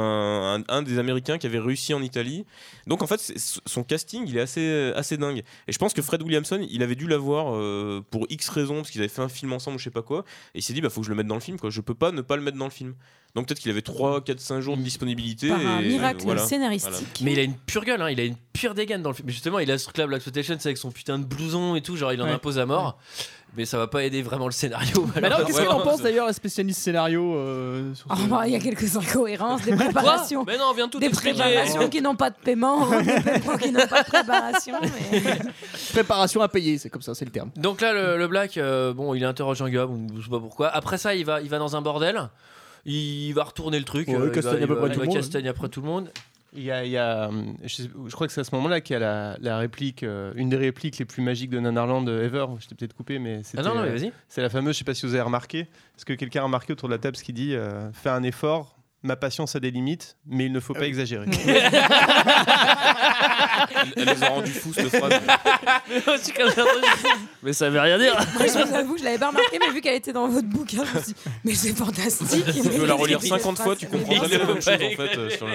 S8: un- un des Américains qui avait réussi en Italie. Donc en fait, c'est- son casting, il est assez, assez dingue. Et je pense que Fred Williamson, il avait dû l'avoir euh, pour X raisons, parce qu'ils avaient fait un film ensemble ou je sais pas quoi, et il s'est dit, bah faut que je le mette dans le film, quoi. Je peux pas ne pas le mettre dans le film. Donc peut-être qu'il avait 3, 4, 5 jours de disponibilité.
S7: Par un
S8: et
S7: miracle
S8: voilà.
S7: scénaristique.
S8: Voilà.
S1: Mais il a une pure gueule, hein, il a une pure dégaine dans le film. Mais Justement, il a ce truc-là, Black Exploitation, c'est avec son putain de blouson et tout, genre il en
S6: Ouais.
S1: impose à mort. Mais ça va pas aider vraiment le scénario.
S6: Mais alors,
S1: malheureusement.
S6: qu'est-ce qu'elle en pense d'ailleurs, la spécialiste scénario euh, sur
S7: Oh,
S6: ce-
S7: bah, il y a quelques incohérences, des préparations.
S1: Mais non, on vient tout
S7: des
S1: expliquer.
S7: préparations qui n'ont pas de paiement, des paiements qui n'ont pas de préparation. mais-
S6: Préparation à payer, c'est comme ça, c'est le terme.
S1: Donc là, le, le Black, euh, bon, il interroge un gars, bon, je sais pas pourquoi. Après ça, il va, il va dans un bordel. Il va retourner le truc.
S11: Ouais,
S1: euh, il va-
S11: castagne à
S1: il
S11: peu
S1: va-
S11: près tout
S1: il va
S11: le monde.
S1: castagne après tout le monde. Ah
S11: Il y a, il y a, hum, je, sais- je crois que c'est à ce moment-là qu'il y a la, la réplique, euh, une des répliques les plus magiques de Nanarland euh, ever. Je t'ai peut-être coupé, mais c'était,
S1: non, non, mais
S11: euh,
S1: vas-y.
S11: C'est la fameuse, je sais pas si vous avez remarqué, est-ce que quelqu'un a remarqué autour de la table ce qui dit euh, Fais un effort, ma patience a des limites, mais il ne faut pas exagérer.
S8: Elle les a rendus fous, cette phrase.
S9: Mais ça veut rien dire.
S7: Moi, je vous avoue, que je l'avais pas remarqué, mais vu qu'elle était dans votre bouquin, je me suis dit, mais c'est fantastique.
S8: Tu
S7: mais
S8: peux la
S7: c'est
S8: relire
S7: des
S8: 50 fois,
S7: phrases
S8: tu comprends
S7: magnifiques.
S8: jamais la même chose en fait. euh, sur le-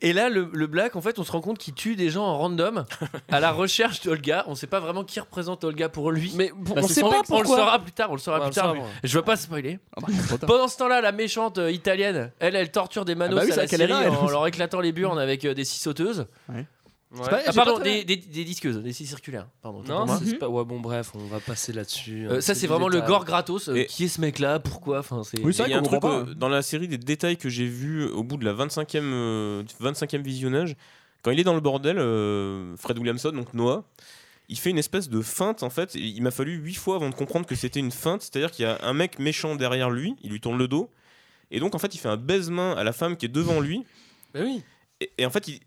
S1: Et là, le, le Black, en fait, on se rend compte qu'il tue des gens en random à la recherche d'Olga. On sait pas vraiment qui représente Olga pour lui. Mais
S9: on sait pas
S1: On le
S9: pourquoi.
S1: saura plus tard. On le saura
S9: Ouais, on
S1: plus
S9: le
S1: tard.
S9: saura, ouais.
S1: Je veux pas spoiler.
S6: Ah, bah, trop tard.
S1: Pendant ce temps-là, la méchante euh, italienne, elle, elle torture des manos
S6: Ah bah oui,
S1: à
S6: c'est
S1: la
S6: vrai qu'elle est
S1: série
S6: là, elle.
S1: en leur éclatant les burnes avec euh, des scies sauteuses.
S6: C'est pas-
S1: Ah,
S6: j'ai
S1: pardon,
S6: pas
S1: des,
S6: trouvé-
S1: des- des disqueuses, des scies circulaires. Pardon, autant
S9: Non,
S1: pour moi.
S9: c'est pas. Ouais, bon, bref, on va passer là-dessus.
S1: Euh,
S9: hein,
S1: ça, c'est
S9: du
S1: vraiment le
S9: détail.
S1: gore gratos. Euh, Qui est ce mec-là Pourquoi enfin, c'est...
S8: Et il y a un truc euh, dans la série des détails que j'ai vu au bout de la 25e, euh, du 25e visionnage. Quand il est dans le bordel, euh, Fred Williamson, donc Noah, il fait une espèce de feinte en fait. Il il m'a fallu 8 fois avant de comprendre que c'était une feinte. C'est-à-dire qu'il y a un mec méchant derrière lui, il lui tourne le dos. Et donc en fait, il fait un baise-main à la femme qui est devant lui.
S9: bah
S8: Et, et en fait, il,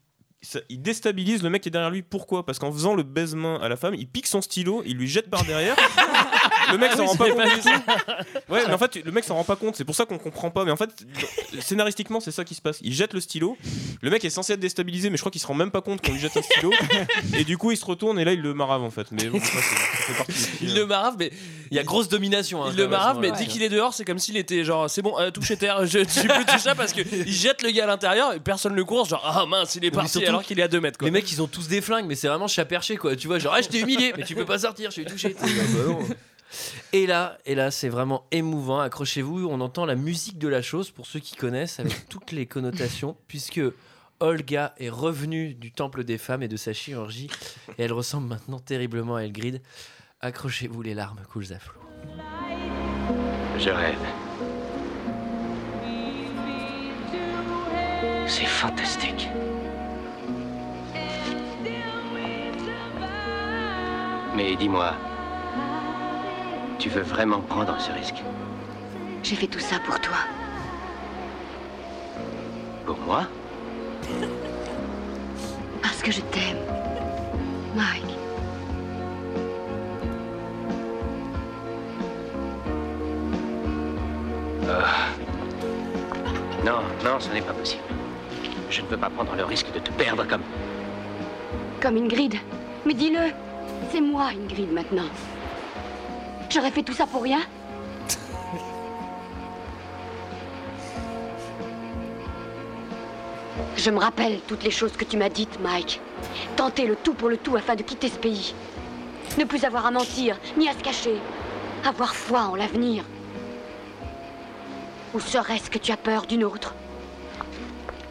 S8: ça- il déstabilise le mec qui est derrière lui. Pourquoi Parce qu'en faisant le baise-main à la femme, il pique son stylo, il lui jette par derrière. le mec
S9: Ah Oui,
S8: s'en rend pas
S9: c'est
S8: compte.
S9: pas
S8: du tout. Ouais, mais en fait, le mec s'en rend pas compte. C'est pour ça qu'on comprend pas. Mais en fait, scénaristiquement, c'est ça qui se passe. Il jette le stylo. Le mec est censé être déstabilisé, mais je crois qu'il se rend même pas compte qu'on lui jette un stylo. et du coup, il se retourne et là, il le marave en fait. Mais bon, ça, c'est- ça fait partie du-
S1: Il le marave, mais il y a grosse domination. hein,
S9: Il
S1: quand
S9: le
S1: même, à ce
S9: marave, mais
S1: moment-là.
S9: dès qu'il est dehors, c'est comme s'il était genre c'est bon, euh, touché terre, je je suis plus touché ça parce que il jette le gars à l'intérieur et personne le course, genre ah mince, il est
S1: Mais
S9: parti
S1: surtout-
S9: alors qu'il est à 2 mètres quoi.
S1: Les mecs, ils ont tous des flingues, mais c'est vraiment chat perché, quoi. Tu vois, genre, ah, je t'ai humilié, mais tu peux pas sortir, je suis touché. Tu sais, genre, bah non. Et là, et là, c'est vraiment émouvant. Accrochez-vous, on entend la musique de la chose pour ceux qui connaissent, avec toutes les connotations, puisque Olga est revenue du temple des femmes et de sa chirurgie, et elle ressemble maintenant terriblement à Elgrid. Accrochez-vous, les larmes coulent à flot.
S12: Je rêve. C'est fantastique. Mais dis-moi, tu veux vraiment prendre ce risque
S13: J'ai fait tout ça pour toi.
S12: Pour moi
S13: Parce que je t'aime. Mike.
S12: Ah. Non, non, ce n'est pas possible. Je ne veux pas prendre le risque de te perdre comme...
S13: Comme Ingrid. Mais dis-le, c'est moi Ingrid maintenant. J'aurais fait tout ça pour rien Je me rappelle toutes les choses que tu m'as dites, Mike. Tenter le tout pour le tout afin de quitter ce pays. Ne plus avoir à mentir, ni à se cacher. Avoir foi en l'avenir. Ou serait-ce que tu as peur d'une autre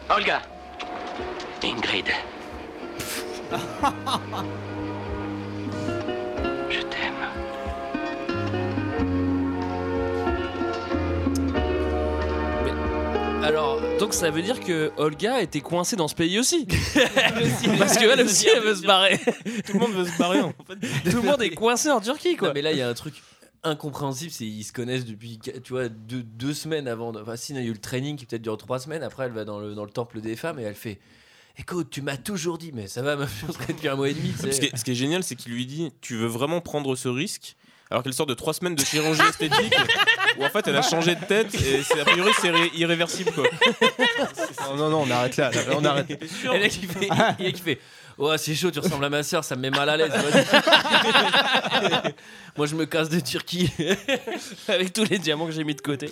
S12: Olga Ingrid. Je t'aime.
S9: Alors, donc ça veut dire que Olga était coincée dans ce pays aussi. Parce que elle aussi, elle veut se barrer.
S8: Tout le monde veut se barrer.
S9: Tout le monde est coincé en Turquie, quoi.
S1: Non, mais là, il y a un truc incompréhensible, c'est ils se connaissent depuis tu vois deux, deux semaines avant. de- Enfin, si, il y a eu le training qui peut-être dure trois semaines. Après, elle va dans le, dans le temple des femmes et elle fait. Écoute, tu m'as toujours dit, mais ça va, meuf, on se connaît depuis un mois et demi. tu sais.
S8: Ce qui, est, ce qui est génial, c'est qu'il lui dit Tu veux vraiment prendre ce risque Alors qu'elle sort de trois semaines de chirurgie esthétique, où en fait elle a changé de tête, et c'est- a priori c'est irré- irréversible quoi.
S11: Non, non, non, on arrête là, là, on arrête.
S1: Et là, qui fait, il y a qui fait Ouais, c'est chaud, tu ressembles à ma soeur, ça me met mal à l'aise. Vas-y. Moi, je me casse de Turquie
S9: avec tous les diamants que j'ai mis de côté.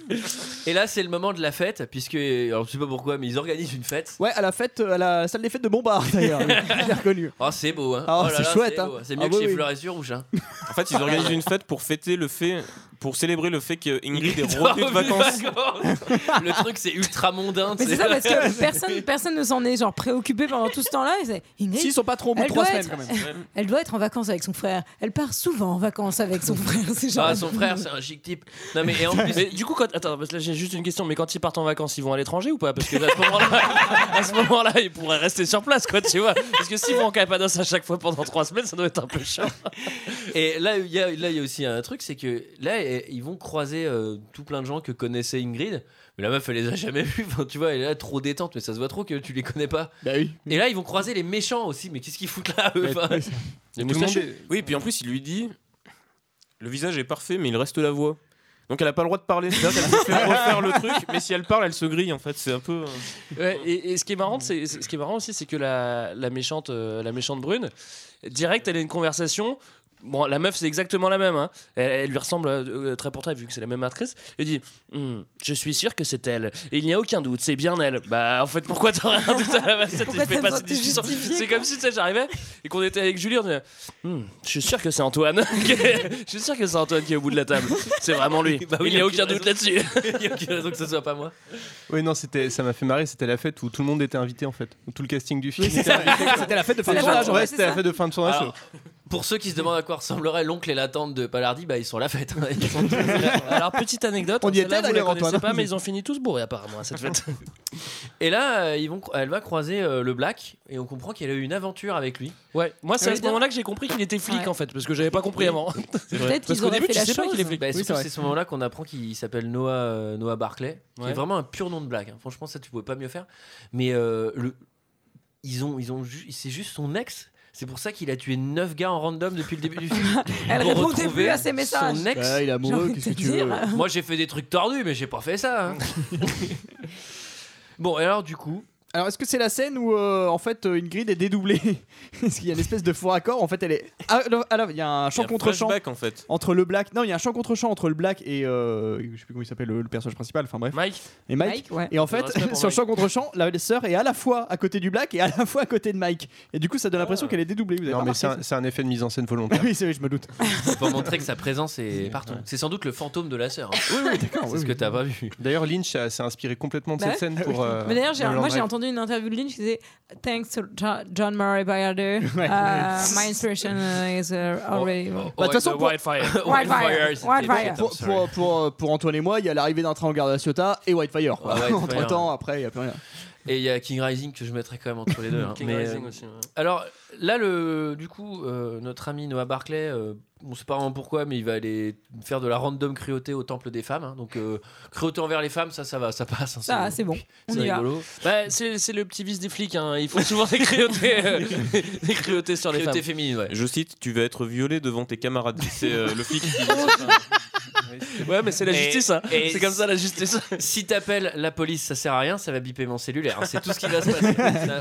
S1: Et là, c'est le moment de la fête, puisque alors, je sais pas pourquoi, mais ils organisent une fête.
S6: Ouais, à la fête, euh, à la salle des fêtes de Bombard d'ailleurs. J'ai reconnu.
S1: Oh, c'est beau, hein.
S6: Ah,
S1: là
S6: c'est
S1: là,
S6: chouette,
S1: c'est
S6: hein.
S1: beau. C'est
S6: Ah,
S1: mieux que
S6: oui,
S1: chez
S6: oui.
S1: Fleurs et Sur Rouge, hein.
S8: En fait, ils organisent une fête pour fêter le fait, pour célébrer le fait que Ingrid est revenue
S1: Revenu
S8: de
S1: de
S8: vacances.
S1: vacances. le truc, c'est ultra mondain.
S7: Mais c'est ça parce que personne, personne ne s'en est genre préoccupé pendant tout ce temps-là. Et c'est, Ingrid,
S6: Si, ils sont pas trop au bout de
S7: elle
S6: trois
S7: doit
S6: semaines,
S7: être-
S6: quand même.
S7: Elle doit être en vacances avec son frère. Elle part souvent en vacances avec son frère. C'est genre-
S1: Ah, son frère, c'est un chic type. Non, mais et en plus,
S9: Mais du coup, quand... attends, parce que là j'ai juste une question. Mais quand ils partent en vacances, ils vont à l'étranger ou pas Parce que à ce moment-là, à ce moment-là, ils pourraient rester sur place, quoi, tu vois. Parce que s'ils vont en Cappadoce à chaque fois pendant trois semaines, ça doit être un peu chiant.
S1: Et là, il y, a- là, il y a aussi un truc, c'est que là, eh, ils vont croiser euh, tout plein de gens que connaissait Ingrid, mais la meuf, elle les a jamais vus. Enfin, tu vois, elle est là, trop détente, mais ça se voit trop que tu les connais pas. Et là, ils vont croiser les méchants aussi, Bah mais qu'est-ce qu'ils foutent là, eux Enfin,
S8: Les
S1: tout le monde
S8: moustachus. Oui, puis en plus, il lui dit Le visage est parfait, mais il reste la voix. Donc elle a pas le droit de parler. C'est-à-dire qu'elle se fait refaire le truc, mais si elle parle, elle se grille en fait. C'est un peu. euh,
S9: Ouais, et, et ce qui est marrant, c'est c'est- ce qui est marrant aussi, c'est que la, la méchante, euh, la méchante brune, direct, elle a une conversation. Bon, la meuf, c'est exactement la même. hein. Elle, elle lui ressemble euh, très pour très, vu que c'est la même actrice. Elle dit Hmm, Je suis sûr que c'est elle. Et il n'y a aucun doute, c'est bien elle. Bah, en fait, pourquoi t'aurais un doute à la base Ça te
S4: Pourquoi
S9: fait
S4: t'as
S9: pas
S4: besoin
S9: cette
S4: de te
S9: discussion.
S4: justifier,
S9: C'est comme si, tu sais, j'arrivais et qu'on était avec Julie, on disait Hmm, Je suis sûr que c'est Antoine. je suis sûr que c'est Antoine qui est au bout de la table. C'est vraiment lui.
S1: Bah oui,
S9: il n'y a
S1: aucune
S9: aucun doute là-dessus.
S1: il y a aucune raison que ce soit pas moi.
S11: Oui, non, c'était, ça m'a fait marrer. C'était la fête où tout le monde était invité en fait, où tout le casting du film.
S1: Oui, c'est
S11: était
S1: ça.
S11: invité.
S1: C'était la fête de fin de
S11: Ouais,
S1: tournage, en
S11: Ouais,
S1: fait, c'est
S11: c'était la
S1: ça. Ah.
S11: fête de fin de tournage.
S1: Alors, Pour ceux qui se demandent à quoi ressemblerait l'oncle et la tante de Palardi, bah ils sont à la fête. hein. Ils sont tous-
S9: Alors, petite anecdote,
S1: On y
S9: celle-là,
S1: était,
S9: vous la
S1: d'ailleurs,
S9: connaissez
S1: Antoine.
S9: pas, mais ils ont fini tous bourrés apparemment à cette fête.
S1: Et là, euh, ils vont, cro- elle va croiser euh, le Black et on comprend qu'elle a eu une aventure avec lui.
S9: Ouais, Moi, c'est à ce
S1: moment-là
S9: moment-là que j'ai compris qu'il était flic
S1: Ouais.
S9: en fait, parce que j'avais pas compris
S1: Oui.
S9: avant.
S1: C'est vrai.
S9: Parce qu'au début, tu sais pas qu'il est flic.
S1: Bah,
S9: Oui,
S1: surtout,
S9: vrai.
S1: c'est ce moment-là qu'on apprend qu'il s'appelle Noah, euh, Noah Barclay, qui
S9: Ouais.
S1: est vraiment un pur nom de blague. hein. Franchement, ça, tu pouvais pas mieux faire. Mais euh, le... ils ont, ils ont, ju- c'est juste son ex. C'est pour ça qu'il a tué 9 gars en random depuis le début du film.
S7: Elle
S1: Pour
S7: répondait
S1: retrouver
S7: plus à ses messages.
S1: Son ex.
S7: Bah, il est amoureux, J'ai envie qu'est-ce de que te tu veux dire.
S1: Moi, j'ai fait des trucs tordus, mais j'ai pas fait ça. hein. bon, et alors du coup.
S6: Alors, est-ce que c'est la scène où euh, en fait euh, Ingrid est dédoublée Est-ce qu'il y a une espèce de faux raccord En fait, elle est. Ah, non, ah, non, il y a un
S8: Il y a
S6: champ
S8: un
S6: contre champ
S8: flashback, en fait.
S6: entre le Black. Non, il y a un champ contre champ entre le Black et euh, je sais plus comment il s'appelle le, le personnage principal. Enfin bref.
S9: Mike.
S6: Et Mike.
S9: Mike, ouais.
S6: Et en
S9: Faudra se mettre
S6: fait,
S9: pour
S6: sur le
S9: Mike.
S6: champ contre champ, la sœur est à la fois à côté du Black et à la fois à côté de Mike. Et du coup, ça donne l'impression qu'elle est dédoublée. Vous avez
S11: Non,
S6: pas
S11: mais
S6: remarqué ça
S11: c'est un, c'est un effet de mise en scène volontaire.
S6: oui, c'est vrai, je me doute.
S1: Pour montrer que sa présence est partout. C'est sans doute le fantôme de la sœur. hein.
S11: Oui, oui, d'accord.
S1: C'est ce que t'as pas vu.
S11: D'ailleurs, Lynch a- s'est inspiré complètement de
S7: Bah
S11: cette
S7: ouais.
S11: scène pour. euh,
S7: Mais d'ailleurs, j'ai-
S11: Mulholland
S7: moi j'ai
S11: Drive.
S7: entendu une interview de Lynch qui disait Thanks to Jo- John Murray Bayardo,
S11: Ouais.
S7: uh, my inspiration uh, is uh, already.
S1: Oh,
S6: Bah, de toute façon, pour-
S7: Wildfire. Wildfire, c'était Wildfire. le
S6: Pour,
S7: titre,
S6: pour, pour, euh, pour Antoine et moi, il y a l'arrivée d'un train en gare de la Ciotat et Whitefire.
S1: Ouais, Whitefire.
S6: Entre temps, après, il n'y a plus rien.
S1: Et il y a King Rising que je mettrais quand même entre les deux. hein.
S9: King
S1: Mais,
S9: Rising
S1: euh,
S9: aussi, ouais.
S1: Alors là, le, du coup, euh, notre ami Noah Barclay, euh, on sait pas vraiment pourquoi, mais il va aller faire de la random cruauté au temple des femmes. hein. Donc euh, cruauté envers les femmes, ça, ça va, ça passe. hein.
S7: Ça, c'est bon. On
S1: c'est
S7: y va.
S1: rigolo.
S9: Bah, c'est c'est le petit vice des flics, hein. ils font souvent des cruautés, euh, des cruautés sur les femmes.
S1: Cruauté féminine, ouais.
S8: Je cite Tu vas être violé devant tes camarades. C'est euh, le flic.
S9: Ouais, mais c'est la
S1: Et-
S9: justice, hein.
S1: et
S9: c'est comme ça la justice.
S1: Si t'appelles la police, ça sert à rien, ça va biper mon cellulaire. hein. C'est tout ce qui va se passer. Ça-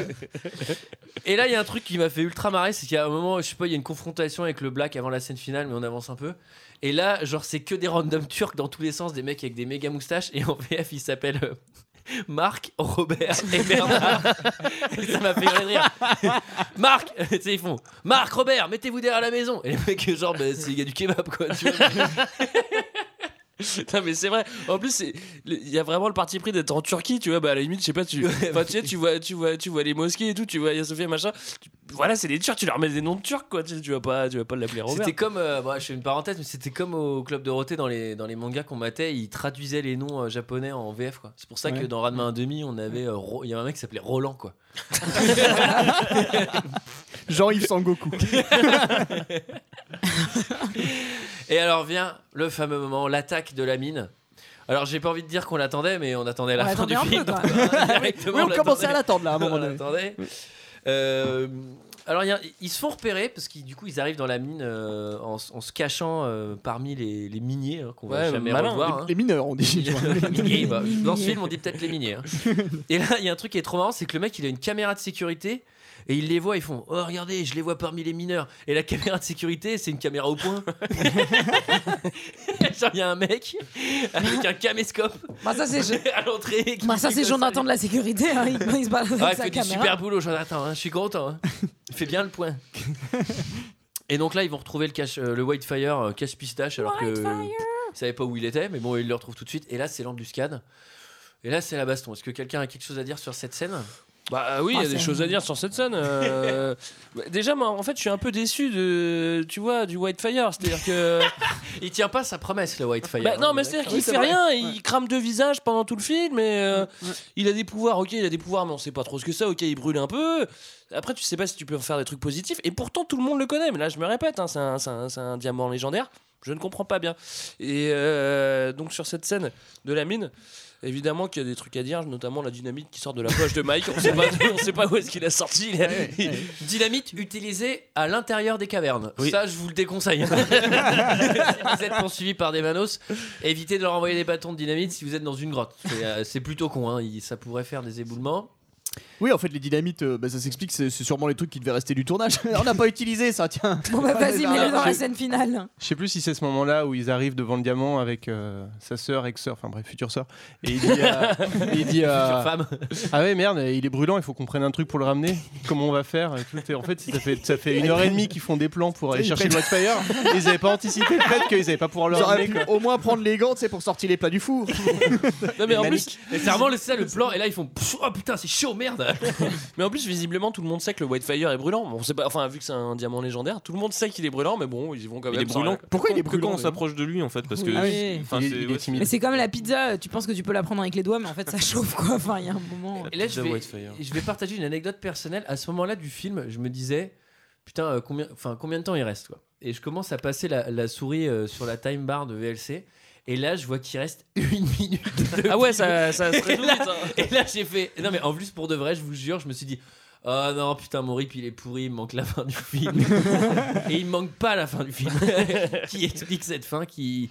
S1: Et là, il y a un truc qui m'a fait ultra marrer, c'est qu'il y a un moment, je sais pas, il y a une confrontation avec le Black avant la scène finale, mais on avance un peu. Et là, genre, c'est que des random turcs dans tous les sens, des mecs avec des méga moustaches. Et en VF, il s'appelle euh, Marc, Robert et Bernard. Et ça m'a fait rire. Marc, tu sais, ils font Marc, Robert, mettez-vous derrière la maison. Et les mecs, genre, bah, c'est il y a du kebab, quoi. Tu vois
S9: Putain, mais c'est vrai. En plus, c'est- le- il y a vraiment le parti pris d'être en Turquie, tu vois. Bah, à la limite, je sais pas, tu, enfin, tu, sais, tu vois, tu, vois, tu vois les mosquées et tout, tu vois Sofia, machin. Tu- voilà, c'est des Turcs, tu leur mets des noms de Turcs, quoi. Tu, tu vas pas, tu vas pas l'appeler Robert.
S1: C'était comme, euh, bah, je fais une parenthèse, mais c'était comme au Club Dorothée dans les, dans les mangas qu'on matait, ils traduisaient les noms euh, japonais en VF. quoi. C'est pour ça que
S9: Ouais.
S1: dans Ranma 1,5, on avait, euh, Ro- il y avait un mec qui s'appelait Roland. quoi.
S6: Jean-Yves Sangoku.
S1: Et alors vient le fameux moment, l'attaque de la mine. Alors j'ai pas envie de dire qu'on l'attendait, mais on attendait la
S6: On
S1: fin
S6: l'attendait
S1: du
S6: un peu,
S1: film.
S6: quoi.
S1: Directement,
S6: Oui, on
S1: l'attendait.
S6: commençait à l'attendre, là, à un moment
S1: On
S6: donné.
S1: l'attendait. Euh, alors il y a- ils se font repérer parce qu'ils du coup ils arrivent dans la mine euh, en, s- en se cachant euh, parmi les, les miniers hein, qu'on va
S6: Ouais,
S1: jamais
S6: malin.
S1: revoir.
S6: Les-
S1: hein.
S6: les mineurs, on dit.
S1: Les miniers, bah,
S6: Les
S1: dans ce
S6: miniers.
S1: film on dit peut-être les miniers. hein. Et là il y a un truc qui est trop marrant, c'est que le mec il a une caméra de sécurité. Et ils les voient, ils font Oh, regardez, je les vois parmi les mineurs. Et la caméra de sécurité, c'est une caméra au point. Genre, il y a un mec avec un caméscope
S7: Bah, ça, c'est-
S1: à l'entrée. qui
S7: Bah, ça,
S1: dit
S7: c'est
S1: comme
S7: Jonathan de la sécurité. hein, Il, il se balade avec
S1: Ah, il
S7: sa
S1: fait du
S7: caméra.
S1: super boulot, Jonathan. hein, Je suis content. hein. Il fait bien le point. Et donc là, ils vont retrouver le, cache, euh, le Whitefire euh, cache pistache, alors que ils savaient pas où il était, mais bon, ils le retrouvent tout de suite. Et là, c'est l'embuscade. Et là, c'est la baston. Est-ce que quelqu'un a quelque chose à dire sur cette scène
S9: Bah euh, oui, il y a des choses à dire sur cette scène. euh, bah, déjà, moi, en fait, je suis un peu déçu de, tu vois, du Whitefire. C'est-à-dire que
S1: il tient pas sa promesse, le Whitefire.
S9: Bah, non, mais c'est-à-dire
S1: Ah Oui,
S9: qu'il
S1: c'est
S9: fait
S1: vrai.
S9: rien.
S1: Ouais.
S9: Il crame deux visages pendant tout le film. Mais euh, il a des pouvoirs. Ok, il a des pouvoirs, mais on sait pas trop ce que c'est. Ok, il brûle un peu. Après, tu sais pas si tu peux faire des trucs positifs. Et pourtant, tout le monde le connaît. Mais là, je me répète, hein, c'est un, c'est un- c'est un diamant légendaire. Je ne comprends pas bien. Et euh, donc sur cette scène de la mine. Évidemment qu'il y a des trucs à dire, notamment la dynamite qui sort de la poche de Mike. On sait pas, on sait pas où est-ce qu'il a sorti. Il a- il-
S1: Dynamite utilisée à l'intérieur des cavernes.
S9: Oui.
S1: Ça, je vous le déconseille. si vous êtes poursuivi par des manos, évitez de leur envoyer des bâtons de dynamite si vous êtes dans une grotte. C'est, euh, C'est plutôt con, hein. Il- ça pourrait faire des éboulements.
S6: Oui, en fait, les dynamites, euh, bah, ça s'explique, c'est c'est sûrement les trucs qui devaient rester du tournage. On n'a pas utilisé ça, tiens.
S7: Bon, bah, vas-y, mets-le dans la
S11: J'ai-
S7: scène finale.
S11: Je sais plus si c'est ce moment-là où ils arrivent devant le diamant avec euh, sa sœur, ex-sœur, enfin bref, future sœur, et il dit, euh, il dit
S1: Future
S11: euh,
S1: femme.
S11: ah ouais merde, il est brûlant, il faut qu'on prenne un truc pour le ramener. Comment on va faire et tout. Et En fait, ça fait ça fait une heure et demie qu'ils font des plans pour aller
S6: Ils
S11: chercher le
S6: prennent-
S11: Watchfire. Ils n'avaient pas anticipé le fait qu'ils n'avaient pas pouvoir le
S6: Ils auraient
S11: ramener.
S6: pu
S11: quoi.
S6: au moins prendre les gants, c'est pour sortir les plats du four.
S9: Non, mais en plus,
S1: Et c'est vraiment ça le plan. Et là, ils font Pfff, Oh putain, c'est chaud, merde
S9: Mais en plus, visiblement, tout le monde sait que le Whitefire est brûlant. Bon, on sait pas, enfin, vu que c'est un diamant légendaire, tout le monde sait qu'il est brûlant, mais bon, ils y vont quand
S8: Il
S9: même.
S8: est
S9: sans
S8: brûlant.
S9: rien.
S8: Pourquoi il est Que quand on s'approche de lui, en fait, parce que.
S9: Ah oui.
S8: enfin,
S9: Il est-
S8: c'est-
S9: il est
S8: ouais,
S7: Mais c'est comme la pizza, tu penses que tu peux la prendre avec les doigts, mais en fait ça chauffe quoi. Enfin, il y a un moment.
S1: Et là, je
S8: Pizza
S1: vais,
S8: Whitefire.
S1: je vais partager une anecdote personnelle. À ce moment-là du film, je me disais, putain, euh, combien, enfin, combien de temps il reste quoi Et je commence à passer la, la souris euh, sur la time bar de VLC. Et là, je vois qu'il reste une minute. de
S9: Ah ouais,
S1: film.
S9: ça- ça se
S1: et,
S9: résout
S1: là,
S9: vite, hein.
S1: et là, j'ai fait. Non, mais en plus, pour de vrai, je vous jure, je me suis dit. Oh non, putain, mon rip, il est pourri, il me manque la fin du film. et il me manque pas la fin du film. qui explique cette fin qui.